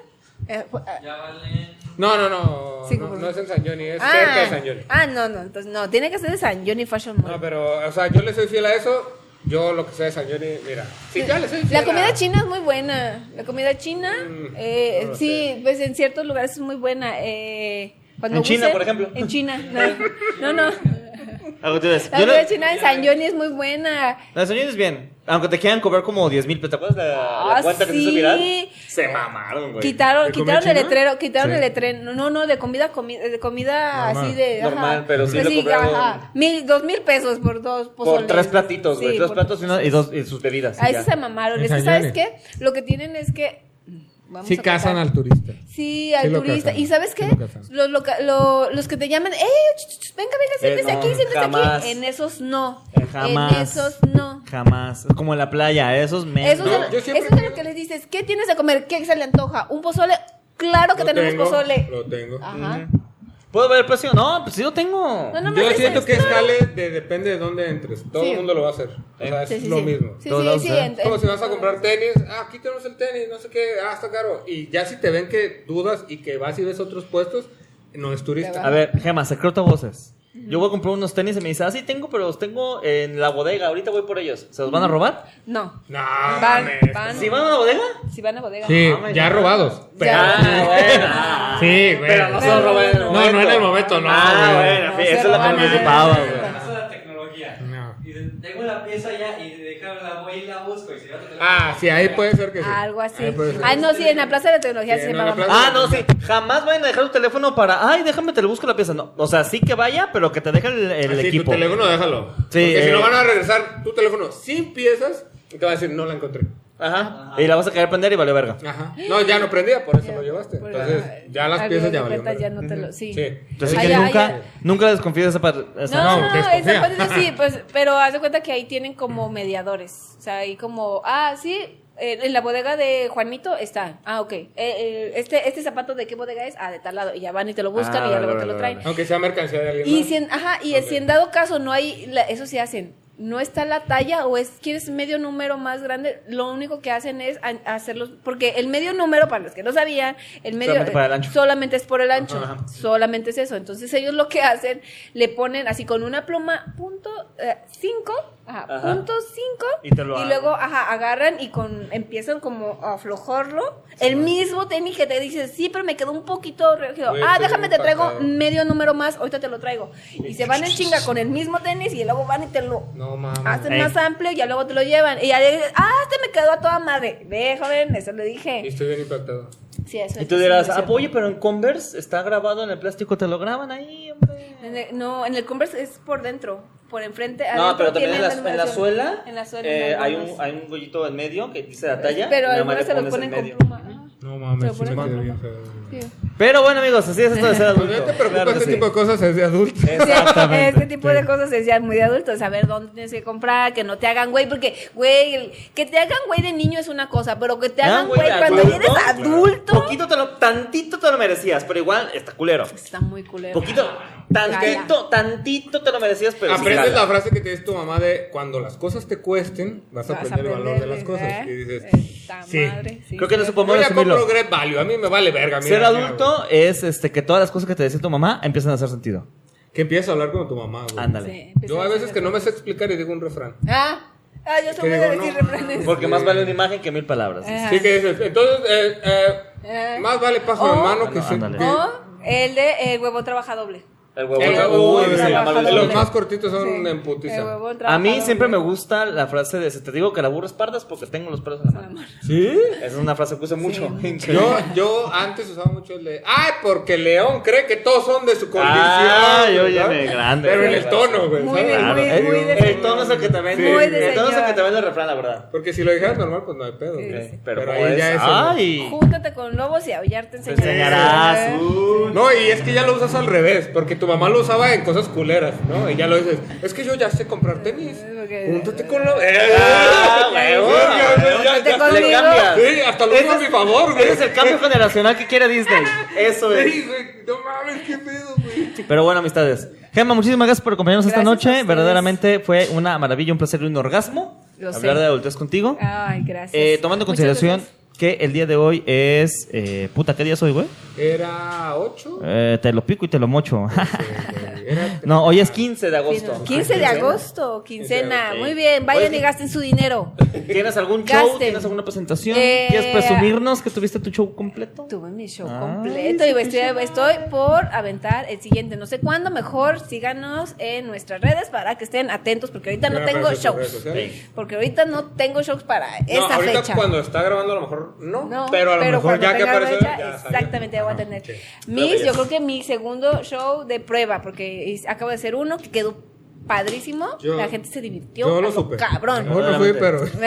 Speaker 1: Eh, fu- ah,
Speaker 5: Ya valen.
Speaker 3: No, no, no.
Speaker 1: Cinco
Speaker 3: no,
Speaker 1: por-
Speaker 3: no es en San Johnny, es cerca de
Speaker 1: ah,
Speaker 3: San Johnny.
Speaker 1: ah, no, no, entonces no, tiene que ser de San Johnny Fashion Mall.
Speaker 3: No, pero, o sea, yo le soy fiel a eso. Yo lo que sea de San Johnny, mira. Sí, yo le soy fiel
Speaker 1: La
Speaker 3: a-
Speaker 1: comida china es muy buena. La comida china,
Speaker 3: Mm,
Speaker 1: eh,
Speaker 3: no lo
Speaker 1: sí, pues en ciertos lugares es muy buena. Eh, cuando
Speaker 6: En China,
Speaker 1: gusten-
Speaker 6: por ejemplo.
Speaker 1: En China, no, no, no.
Speaker 2: Algo te ves.
Speaker 1: La
Speaker 2: Yo no-
Speaker 1: comida china en San Johnny es muy buena.
Speaker 6: Las uñas bien. Aunque te quieran cobrar como 10 mil, ¿te acuerdas la, la
Speaker 1: Ah,
Speaker 6: cuenta que se hizo
Speaker 1: sí.
Speaker 6: viral? Se mamaron, güey.
Speaker 1: Quitaron,
Speaker 3: ¿De
Speaker 1: quitaron
Speaker 3: comida
Speaker 1: el
Speaker 3: china?
Speaker 1: letrero, quitaron
Speaker 3: Sí.
Speaker 1: el letrero, no, no, de comida, comi- de comida
Speaker 3: Normal.
Speaker 1: así de, ajá. Pues
Speaker 6: Normal, pero sí lo cobraron.
Speaker 1: ajá, mil, dos mil pesos por dos pozoles.
Speaker 6: Por tres platitos, güey.
Speaker 1: pues, Sí,
Speaker 6: tres
Speaker 1: por-
Speaker 6: platos y, una- y dos, y sus bebidas.
Speaker 1: Ahí
Speaker 6: ya.
Speaker 1: sí se mamaron,
Speaker 3: En
Speaker 1: es que,
Speaker 3: San
Speaker 1: ¿sabes
Speaker 3: Johnny.
Speaker 1: qué? Lo que tienen es que, mm, vamos
Speaker 3: Sí
Speaker 1: a
Speaker 3: casan
Speaker 1: contar.
Speaker 3: al turista.
Speaker 1: Sí, al
Speaker 3: Sí lo
Speaker 1: turista.
Speaker 3: cazan,
Speaker 1: ¿Y sabes
Speaker 3: sí
Speaker 1: qué?
Speaker 3: lo cazan.
Speaker 1: los, loca- lo- los que te llaman, ¡eh! ch, ch, ch, venga, venga, siéntese
Speaker 6: Eh, no,
Speaker 1: aquí, siéntese
Speaker 6: jamás.
Speaker 1: aquí. En esos no.
Speaker 2: Eh, jamás.
Speaker 1: En esos no.
Speaker 2: Jamás. Es Como en la playa, esos me.
Speaker 1: Esos,
Speaker 3: No,
Speaker 1: son-
Speaker 3: yo siempre-
Speaker 1: esos son los que les dices, ¿qué tienes de comer? ¿Qué se le antoja? ¿Un pozole? Claro que
Speaker 3: Lo
Speaker 1: tenemos
Speaker 3: tengo,
Speaker 1: pozole.
Speaker 3: Lo tengo.
Speaker 1: Ajá.
Speaker 6: ¿Puedo ver el precio? No, pues sí lo tengo.
Speaker 1: No, no me
Speaker 3: Yo
Speaker 1: dices,
Speaker 3: siento que es
Speaker 1: claro.
Speaker 3: jale de depende de dónde entres. Todo
Speaker 1: Sí.
Speaker 3: el mundo lo va a hacer. O sea, es
Speaker 1: Sí, sí,
Speaker 3: lo
Speaker 1: sí.
Speaker 3: mismo.
Speaker 1: Sí,
Speaker 2: Todos
Speaker 1: sí,
Speaker 2: lados,
Speaker 1: sí.
Speaker 2: ¿eh?
Speaker 1: en-
Speaker 3: Es como
Speaker 1: en-
Speaker 3: si vas a comprar tenis, ah, aquí tenemos el tenis, no sé qué, ah, está caro. Y ya si te ven que dudas y que vas y ves otros puestos, no es
Speaker 1: Te
Speaker 3: turista.
Speaker 1: va.
Speaker 6: A ver, Gema, secreto a voces. Yo voy a comprar unos tenis y me dice, ah, sí tengo, pero los tengo en la bodega. Ahorita voy por ellos. ¿Se los van a robar?
Speaker 1: No.
Speaker 3: No,
Speaker 1: Van,
Speaker 3: mames. pues
Speaker 1: van.
Speaker 6: ¿Sí van a la bodega?
Speaker 1: Si van a bodega.
Speaker 3: Sí,
Speaker 6: Ah,
Speaker 3: ya
Speaker 6: ya.
Speaker 3: robados.
Speaker 1: Ya.
Speaker 6: Ah, bueno. Ah.
Speaker 3: Sí, güey.
Speaker 6: Pero no se los roban en el
Speaker 3: No,
Speaker 6: momento.
Speaker 3: no en el momento, no.
Speaker 6: Ah,
Speaker 3: güey.
Speaker 6: bueno,
Speaker 1: No,
Speaker 6: sí,
Speaker 1: se
Speaker 6: esa es la
Speaker 1: roban
Speaker 6: que me
Speaker 1: en el
Speaker 6: preocupaba,
Speaker 1: momento.
Speaker 6: güey.
Speaker 5: Eso de la tecnología.
Speaker 3: No.
Speaker 5: Y de- Tengo la pieza allá y déjame la voy y la busco. Y se va a tener-
Speaker 3: Ah, sí, ahí puede ser que sí.
Speaker 1: Algo así.
Speaker 3: Ahí puede ser.
Speaker 1: Ay, no, sí, en la Plaza de la Tecnología
Speaker 3: Sí,
Speaker 1: sí se
Speaker 3: en la
Speaker 1: paga
Speaker 3: plaza-
Speaker 1: más.
Speaker 2: Ah, no, sí. Jamás vayan a dejar tu teléfono para. Ay, déjame, te lo busco la pieza. No. O sea, sí que vaya, pero que te deje el, el
Speaker 3: Así,
Speaker 2: equipo.
Speaker 3: tu teléfono déjalo. Porque
Speaker 2: eh.
Speaker 3: si no van a regresar tu teléfono sin piezas, te va a decir, no la encontré.
Speaker 2: Ajá. Y la vas a querer prender y vale verga.
Speaker 3: Ajá. No, ya no prendía, por eso
Speaker 1: Ya,
Speaker 3: lo llevaste.
Speaker 1: por- ah,
Speaker 3: Entonces, ya las
Speaker 1: al
Speaker 3: piezas
Speaker 1: final de
Speaker 3: ya valieron.
Speaker 1: cuentas, ya
Speaker 3: ¿verdad?
Speaker 1: no te lo-
Speaker 3: Ujú.
Speaker 1: sí.
Speaker 2: Entonces,
Speaker 1: Ay,
Speaker 2: que
Speaker 1: ya,
Speaker 2: nunca,
Speaker 1: ya.
Speaker 2: nunca desconfíes de esa parte.
Speaker 1: No, no,
Speaker 3: No,
Speaker 1: no,
Speaker 3: desconfía.
Speaker 1: esa parte sí, pues, pero haz de cuenta que ahí tienen como mediadores. O sea, ahí como, ah, sí, eh, en la bodega de Juanito está. Ah, ok. Eh, eh, este, este zapato de qué bodega es? Ah, de tal lado. Y ya van y te lo buscan
Speaker 2: Ah,
Speaker 1: y ya
Speaker 2: vale,
Speaker 1: luego te
Speaker 2: vale,
Speaker 1: lo
Speaker 2: vale,
Speaker 1: traen.
Speaker 3: Aunque sea mercancía de alguien.
Speaker 1: Y
Speaker 3: más.
Speaker 1: si en, ajá, y
Speaker 3: Ok.
Speaker 1: si en dado caso no hay, la- eso sí hacen, no está la talla o es quieres medio número más grande, lo único que hacen es a- hacerlos, porque el medio número, para los que no sabían, el medio
Speaker 2: Solamente para el ancho.
Speaker 1: solamente es por el ancho,
Speaker 2: Ajá, ajá.
Speaker 1: solamente es eso. Entonces ellos lo que hacen, le ponen así con una pluma punto eh, cinco, ajá,
Speaker 2: Ajá.
Speaker 1: punto cinco,
Speaker 2: Y te lo
Speaker 1: luego ajá, agarran y con empiezan como a aflojarlo. el mismo tenis que te dice, sí, pero me quedó un poquito regido.
Speaker 3: Güey,
Speaker 1: Ah,
Speaker 3: estoy
Speaker 1: déjame, te traigo
Speaker 3: impactado.
Speaker 1: medio número más, ahorita te lo traigo. Y se van en chinga con el mismo tenis y luego van y te lo
Speaker 3: No mames.
Speaker 1: hacen
Speaker 2: Ey.
Speaker 1: más amplio y ya luego te lo llevan. Y ya le dices, ah, este me quedó a toda madre. Ve, joven, eso le
Speaker 3: Y
Speaker 1: dije.
Speaker 3: estoy bien impactado.
Speaker 1: Sí, eso
Speaker 2: Y
Speaker 1: es-
Speaker 2: tú dirás,
Speaker 1: sí, es
Speaker 2: ah,
Speaker 1: cierto.
Speaker 2: oye, pero en Converse está grabado en el plástico, te lo graban ahí, hombre.
Speaker 1: En el- no, en el Converse es por dentro, por enfrente.
Speaker 2: No,
Speaker 1: adentro
Speaker 2: pero también
Speaker 1: tiene
Speaker 2: en la, en la
Speaker 1: numeración.
Speaker 2: suela,
Speaker 1: En la suela.
Speaker 2: eh,
Speaker 1: en
Speaker 2: hay,
Speaker 1: algunos.
Speaker 2: un, hay un bollito en medio que dice la talla.
Speaker 1: Pero
Speaker 2: y nada
Speaker 1: algunos
Speaker 2: más
Speaker 1: se
Speaker 2: le
Speaker 1: lo
Speaker 2: pones
Speaker 1: ponen
Speaker 2: en
Speaker 1: con
Speaker 2: medio.
Speaker 1: pluma. ajá.
Speaker 3: No
Speaker 1: Se lo
Speaker 3: mames, sí
Speaker 1: ponen
Speaker 3: me
Speaker 1: con
Speaker 3: quedé
Speaker 1: pluma.
Speaker 3: bien feo.
Speaker 1: Sí.
Speaker 2: Pero bueno, amigos, así es esto de ser adulto.
Speaker 3: Pues no te preocupes,
Speaker 2: Claro que
Speaker 3: este
Speaker 2: sí.
Speaker 3: tipo de cosas es de adulto.
Speaker 1: Sí,
Speaker 2: Exactamente.
Speaker 1: este tipo de cosas es ya muy de adulto, saber dónde tienes que comprar, que no te hagan güey, porque, güey, el- que te hagan güey de niño es una cosa, pero que te
Speaker 2: Ah,
Speaker 1: hagan
Speaker 2: güey,
Speaker 1: güey
Speaker 2: de
Speaker 1: cuando
Speaker 2: adulto,
Speaker 1: eres adulto.
Speaker 2: Poquito te lo, tantito te lo merecías, pero igual está culero.
Speaker 1: Está muy culero.
Speaker 2: Poquito, tantito, tantito te lo merecías, pero. sí
Speaker 3: Aprendes
Speaker 2: jala.
Speaker 3: la frase que te dice tu mamá de cuando las cosas te cuesten, vas a
Speaker 1: Vas
Speaker 3: aprender el valor de
Speaker 1: aprender,
Speaker 3: las cosas.
Speaker 1: ¿eh?
Speaker 3: Y dices,
Speaker 1: Esta
Speaker 3: sí.
Speaker 1: madre, sí,
Speaker 2: Creo que no
Speaker 1: sí.
Speaker 3: Yo
Speaker 2: supongamos
Speaker 3: ya compro
Speaker 2: asumirlo.
Speaker 3: Great Value, a mí me vale verga.
Speaker 2: Pues
Speaker 3: mira,
Speaker 2: Ser
Speaker 3: mira, güey.
Speaker 2: adulto es este que todas las cosas que te decía tu mamá empiezan a hacer sentido.
Speaker 3: Que empiezas a hablar con tu mamá, güey.
Speaker 2: Ándale.
Speaker 1: Sí, empieza
Speaker 3: Yo a veces
Speaker 1: decir-
Speaker 3: que no me sé explicar y digo un refrán.
Speaker 1: Ah, ah, yo soy
Speaker 3: Que
Speaker 1: muy de
Speaker 3: digo,
Speaker 1: decir
Speaker 3: no,
Speaker 1: refranes.
Speaker 2: Porque más vale una imagen que mil palabras.
Speaker 1: Ah.
Speaker 3: Sí que dices, entonces, eh, eh,
Speaker 1: Eh.
Speaker 3: más vale paso de
Speaker 1: O-
Speaker 3: mano que
Speaker 2: Bueno,
Speaker 3: se-
Speaker 2: ándale.
Speaker 3: que-
Speaker 1: O Ah, el de el huevo trabaja doble.
Speaker 2: El
Speaker 3: El
Speaker 2: huevo.
Speaker 3: huevo,
Speaker 2: Uy,
Speaker 3: el
Speaker 2: se llama
Speaker 1: huevo.
Speaker 2: el
Speaker 3: Los
Speaker 2: huevo.
Speaker 3: más cortitos son
Speaker 1: Sí.
Speaker 3: en
Speaker 1: El
Speaker 3: putiza.
Speaker 1: huevo
Speaker 2: A
Speaker 1: trabaja
Speaker 2: mí siempre me
Speaker 1: doble.
Speaker 2: gusta la frase de: Se te digo que la burra espaldas porque tengo los pelos en la mano.
Speaker 3: ¿Sí?
Speaker 2: Esa es una frase que uso mucho.
Speaker 3: Yo, yo antes usaba mucho el de, ay, porque León cree que todos son de su condición.
Speaker 2: Ay,
Speaker 3: ¿verdad?
Speaker 2: óyeme, grande.
Speaker 3: Pero en el tono, güey.
Speaker 1: Muy
Speaker 3: ¿sabes?
Speaker 1: de- muy-
Speaker 3: Claro.
Speaker 1: muy de-
Speaker 2: El tono es el que te vende.
Speaker 1: Muy de
Speaker 2: el tono es el que
Speaker 1: señora.
Speaker 2: te vende el refrán, la verdad.
Speaker 3: Porque si lo dijeras normal, pues no hay pedo.
Speaker 1: Sí,
Speaker 3: güey.
Speaker 1: sí.
Speaker 2: Pero,
Speaker 3: Pero
Speaker 2: como
Speaker 3: ahí ya
Speaker 2: es-
Speaker 3: es el-
Speaker 2: ¡Ay!
Speaker 1: Júntate con lobos y aullarte
Speaker 2: Te
Speaker 1: enseñarás.
Speaker 2: enseñarás.
Speaker 1: Eh.
Speaker 2: uh.
Speaker 3: No, y es que ya lo usas al revés, porque tu mamá lo usaba en cosas culeras, ¿no? Y ya lo dices, es que yo ya sé comprar tenis.
Speaker 1: Eh, porque-
Speaker 3: Júntate con lo.
Speaker 2: Ah,
Speaker 3: ¡Eh!
Speaker 2: huevo.
Speaker 3: Ya, ya, ya,
Speaker 1: Júntate
Speaker 3: ya.
Speaker 1: con-
Speaker 2: Le
Speaker 1: Conmigo.
Speaker 2: cambias.
Speaker 3: Sí, hasta lo uso a mi favor, güey.
Speaker 2: Ese es el cambio generacional que quiere Disney. Eso es.
Speaker 3: Sí, güey, No mames, qué pedo, güey.
Speaker 2: Pero bueno, amistades. Gemma, muchísimas gracias por acompañarnos esta
Speaker 1: Gracias a
Speaker 2: noche.
Speaker 1: ustedes.
Speaker 2: Verdaderamente fue una maravilla, un placer y un orgasmo
Speaker 1: Lo sé.
Speaker 2: hablar de adultez contigo.
Speaker 1: Ay, gracias.
Speaker 2: Eh, tomando en
Speaker 1: Muchas
Speaker 2: consideración
Speaker 1: gracias.
Speaker 2: que el día de hoy es. eh, puta, ¿qué día es hoy, güey?
Speaker 3: Era 8.
Speaker 2: Eh, te lo pico y te lo mocho.
Speaker 3: Era
Speaker 2: no, hoy es 15 de agosto.
Speaker 1: 15 de agosto,
Speaker 3: Quincena,
Speaker 1: quincena.
Speaker 2: ok.
Speaker 1: Muy bien, vayan y gasten su dinero.
Speaker 2: ¿Tienes algún show?
Speaker 1: Gasten.
Speaker 2: ¿Tienes alguna presentación?
Speaker 1: Eh,
Speaker 2: ¿Quieres presumirnos que tuviste tu show completo?
Speaker 1: Tuve mi show
Speaker 2: Ay,
Speaker 1: completo y estoy, estoy por aventar el siguiente. No sé cuándo, mejor síganos en nuestras redes para que estén atentos porque ahorita no
Speaker 3: Pero
Speaker 1: tengo
Speaker 3: aparece en tus redes
Speaker 1: shows.
Speaker 3: sociales.
Speaker 1: Porque ahorita no tengo shows para
Speaker 3: No,
Speaker 1: esta
Speaker 3: ahorita
Speaker 1: fecha.
Speaker 3: cuando está grabando a lo mejor no,
Speaker 1: No,
Speaker 3: pero a lo mejor
Speaker 1: cuando
Speaker 3: ya que
Speaker 1: tenga
Speaker 3: aparece
Speaker 1: fecha,
Speaker 3: ya salió.
Speaker 1: exactamente voy a
Speaker 3: Ajá,
Speaker 1: tener.
Speaker 3: sí.
Speaker 1: Mis, yo creo que mi segundo show de prueba porque is- acabo de hacer uno que quedó padrísimo,
Speaker 3: Yo-
Speaker 1: la gente se divirtió,
Speaker 3: Yo
Speaker 1: a
Speaker 3: lo
Speaker 1: lo
Speaker 3: supe.
Speaker 1: cabrón.
Speaker 3: Yo no fui, pero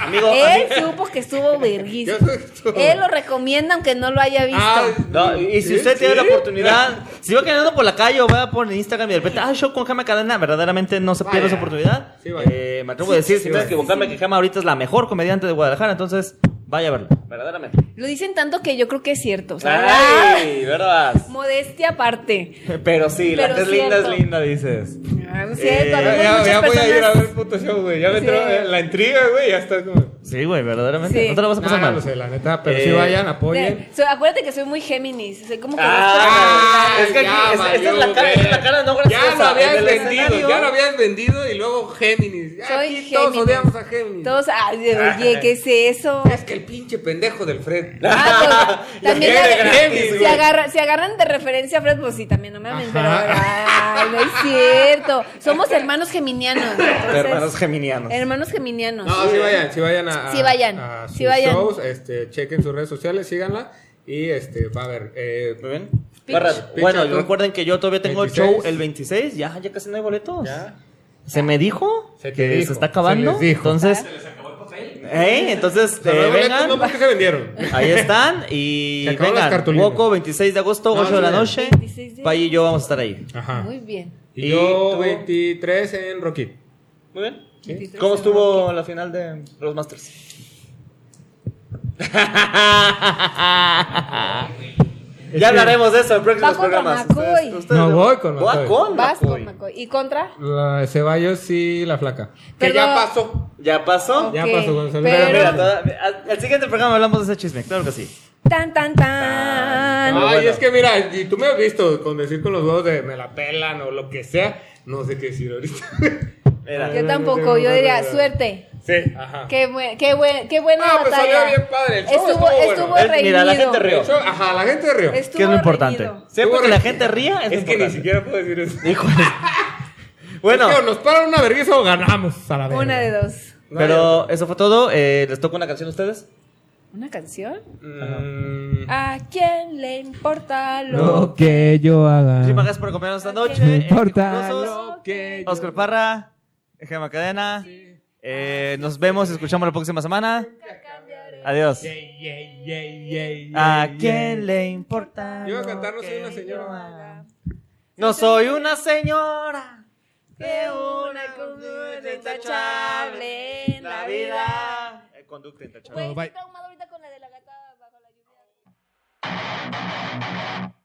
Speaker 2: Amigo,
Speaker 1: él
Speaker 2: ami-
Speaker 1: supo que estuvo
Speaker 3: Yo
Speaker 1: verguísimo.
Speaker 3: sé que estuvo-
Speaker 1: Él lo recomienda aunque no lo haya visto.
Speaker 3: Ah,
Speaker 2: No, y si
Speaker 3: ¿sí?
Speaker 2: usted tiene
Speaker 3: ¿Sí?
Speaker 2: la oportunidad, si va caminando por la calle o va por Instagram y de repente, ah, show con Gema Cadena, verdaderamente no se pierde
Speaker 3: Vaya.
Speaker 2: esa oportunidad.
Speaker 3: Sí, vaya.
Speaker 2: Eh, me atrevo a decir, sin
Speaker 3: vaya.
Speaker 2: equivocarme, que Gema ahorita es la mejor comediante de Guadalajara, entonces vaya a verlo, verdaderamente.
Speaker 1: Lo dicen tanto que yo creo que es cierto. o sea, ah,
Speaker 2: Ay, verdad.
Speaker 1: Modestia aparte.
Speaker 2: Pero sí, la
Speaker 1: Pero
Speaker 2: que es linda es
Speaker 1: cierto.
Speaker 2: linda, dices.
Speaker 1: Ah, no es cierto,
Speaker 2: Eh,
Speaker 3: Ya,
Speaker 1: habemos muchas
Speaker 3: ya, ya voy a ir a
Speaker 1: personas-
Speaker 3: ver el puto show, güey. Ya me entró
Speaker 1: Sí.
Speaker 3: eh, la intriga, güey. Ya está como.
Speaker 2: Sí, güey, verdaderamente.
Speaker 1: Sí.
Speaker 2: No te lo vas a pasar
Speaker 3: Nah,
Speaker 2: mal.
Speaker 3: no Ah, sé, la neta. Pero si
Speaker 2: Eh,
Speaker 3: vayan, apoyen.
Speaker 1: Sí, so- acuérdate que soy muy Géminis. Soy como que.
Speaker 2: Ah,
Speaker 3: Ay,
Speaker 2: es que aquí,
Speaker 3: ya
Speaker 2: es- esta es la
Speaker 3: valió,
Speaker 2: cara-
Speaker 3: güey.
Speaker 2: es la cara no
Speaker 3: Ya
Speaker 2: graciosa,
Speaker 3: lo
Speaker 2: en
Speaker 3: habías
Speaker 2: el
Speaker 3: vendido,
Speaker 2: escenario.
Speaker 3: ya lo habías vendido y luego Géminis. Géminis.
Speaker 1: Soy
Speaker 3: Aquí todos
Speaker 1: Géminis.
Speaker 3: odiamos a Géminis.
Speaker 1: Todos, ay, oye, ¿qué es eso?
Speaker 3: Es que el pinche pendejo del Fred.
Speaker 1: Ah, pues,
Speaker 2: La
Speaker 1: también
Speaker 2: gente
Speaker 1: ag-
Speaker 2: de Géminis,
Speaker 1: si,
Speaker 2: güey.
Speaker 1: agarra- si agarran de referencia a Fred, pues sí, también no mames, pero ay, no es cierto. Somos hermanos geminianos. entonces-
Speaker 2: Hermanos geminianos.
Speaker 1: hermanos geminianos.
Speaker 3: No, sí vayan, sí vayan a, a-
Speaker 1: Sí vayan,
Speaker 3: a sus
Speaker 1: sí vayan.
Speaker 3: shows, este, chequen sus redes sociales, síganla y este, va a ver, eh,
Speaker 2: Muy bien.
Speaker 1: Pitch.
Speaker 2: Barra-
Speaker 3: Pitch
Speaker 2: bueno,
Speaker 3: Arthur.
Speaker 2: recuerden que yo todavía tengo
Speaker 3: 26.
Speaker 2: show el 26. Ya, ya casi no hay boletos.
Speaker 3: ya.
Speaker 2: Se me dijo
Speaker 3: Se te
Speaker 2: que
Speaker 3: dijo,
Speaker 2: se está acabando.
Speaker 3: se les dijo.
Speaker 2: Entonces,
Speaker 5: Se les acabó el papel.
Speaker 2: ¿eh? Entonces,
Speaker 3: Pero
Speaker 2: eh,
Speaker 3: los boletos
Speaker 2: vengan.
Speaker 3: no porque se vendieron.
Speaker 2: Ahí están. Y
Speaker 3: Se acabaron las
Speaker 2: vengan.
Speaker 3: cartulinas.
Speaker 2: Poco, 26 de agosto,
Speaker 3: No,
Speaker 2: 8 de la
Speaker 3: sí.
Speaker 2: noche.
Speaker 1: 26 de
Speaker 2: Pay y yo vamos a estar ahí.
Speaker 3: Ajá.
Speaker 1: Muy bien.
Speaker 3: Y,
Speaker 2: ¿Y
Speaker 3: yo
Speaker 2: tú?
Speaker 3: 23 en Rocky.
Speaker 2: Muy bien.
Speaker 3: ¿sí?
Speaker 2: ¿Cómo estuvo la final de los Masters? ya hablaremos de eso en próximos
Speaker 1: Va contra
Speaker 2: programas.
Speaker 1: McCoy.
Speaker 3: No, voy con
Speaker 2: Voy a
Speaker 3: McCoy.
Speaker 2: con
Speaker 1: Vas con
Speaker 2: McCoy.
Speaker 1: Macoy. ¿Y contra?
Speaker 3: La de Ceballos y la flaca. Que
Speaker 1: Pero-
Speaker 3: ya pasó.
Speaker 2: ¿Ya pasó?
Speaker 3: Ya
Speaker 1: Ok,
Speaker 3: pasó, Gonzalo.
Speaker 1: pero-
Speaker 2: Pero mira, toda- al, al siguiente programa hablamos de ese chisme, claro que sí.
Speaker 1: Tan, tan, tan.
Speaker 3: Ay,
Speaker 2: bueno.
Speaker 3: es que mira, y tú me has visto con decir con los huevos de me la pelan o lo que sea, no sé qué decir ahorita.
Speaker 2: Mira.
Speaker 1: Yo tampoco, yo diría suerte.
Speaker 3: sí, ajá.
Speaker 1: Qué, buen- qué, buen- qué buena
Speaker 3: Ah, pues
Speaker 1: batalla.
Speaker 3: salió bien padre, el show
Speaker 1: Estuvo,
Speaker 3: estuvo bueno.
Speaker 1: estuvo
Speaker 2: Es- mira, la
Speaker 1: reñido.
Speaker 2: gente rió.
Speaker 3: Eso, ajá, la gente rió. Es,
Speaker 1: Estuvo
Speaker 2: ¿Qué es lo importante?
Speaker 1: reñido.
Speaker 2: Siempre
Speaker 3: Estuvo
Speaker 2: que la
Speaker 3: re-
Speaker 2: gente ría es, lo
Speaker 3: que ni
Speaker 2: importante.
Speaker 3: siquiera puedo decir eso.
Speaker 2: Híjole. Bueno,
Speaker 3: Es que o nos paran una vergüenza o ganamos a la verga.
Speaker 1: Una de dos.
Speaker 3: No hay
Speaker 2: pero eso fue todo. Eh, ¿Les toca una canción a ustedes?
Speaker 1: ¿Una canción?
Speaker 3: Mm,
Speaker 1: ¿A quién le importa lo
Speaker 7: Lo que yo haga.
Speaker 2: Muchísimas gracias por acompañarnos esta noche.
Speaker 7: No
Speaker 2: Eh,
Speaker 7: importa
Speaker 2: Curiosos,
Speaker 7: lo que yo
Speaker 2: Oscar Parra, Gemma Cadena. Eh, nos vemos y escuchamos la próxima semana. Adiós. ¿A quién le importa?
Speaker 3: Yo iba a
Speaker 2: lo
Speaker 3: cantar, no soy
Speaker 2: que
Speaker 3: una señora.
Speaker 2: yo haga? No soy una señora.
Speaker 1: que una conducta intachable en la vida?
Speaker 2: Eh, Conducta
Speaker 3: Pues
Speaker 2: intachable.
Speaker 1: Güey,
Speaker 7: bye.
Speaker 1: estoy traumado ahorita con la de la gata bajo la lluvia.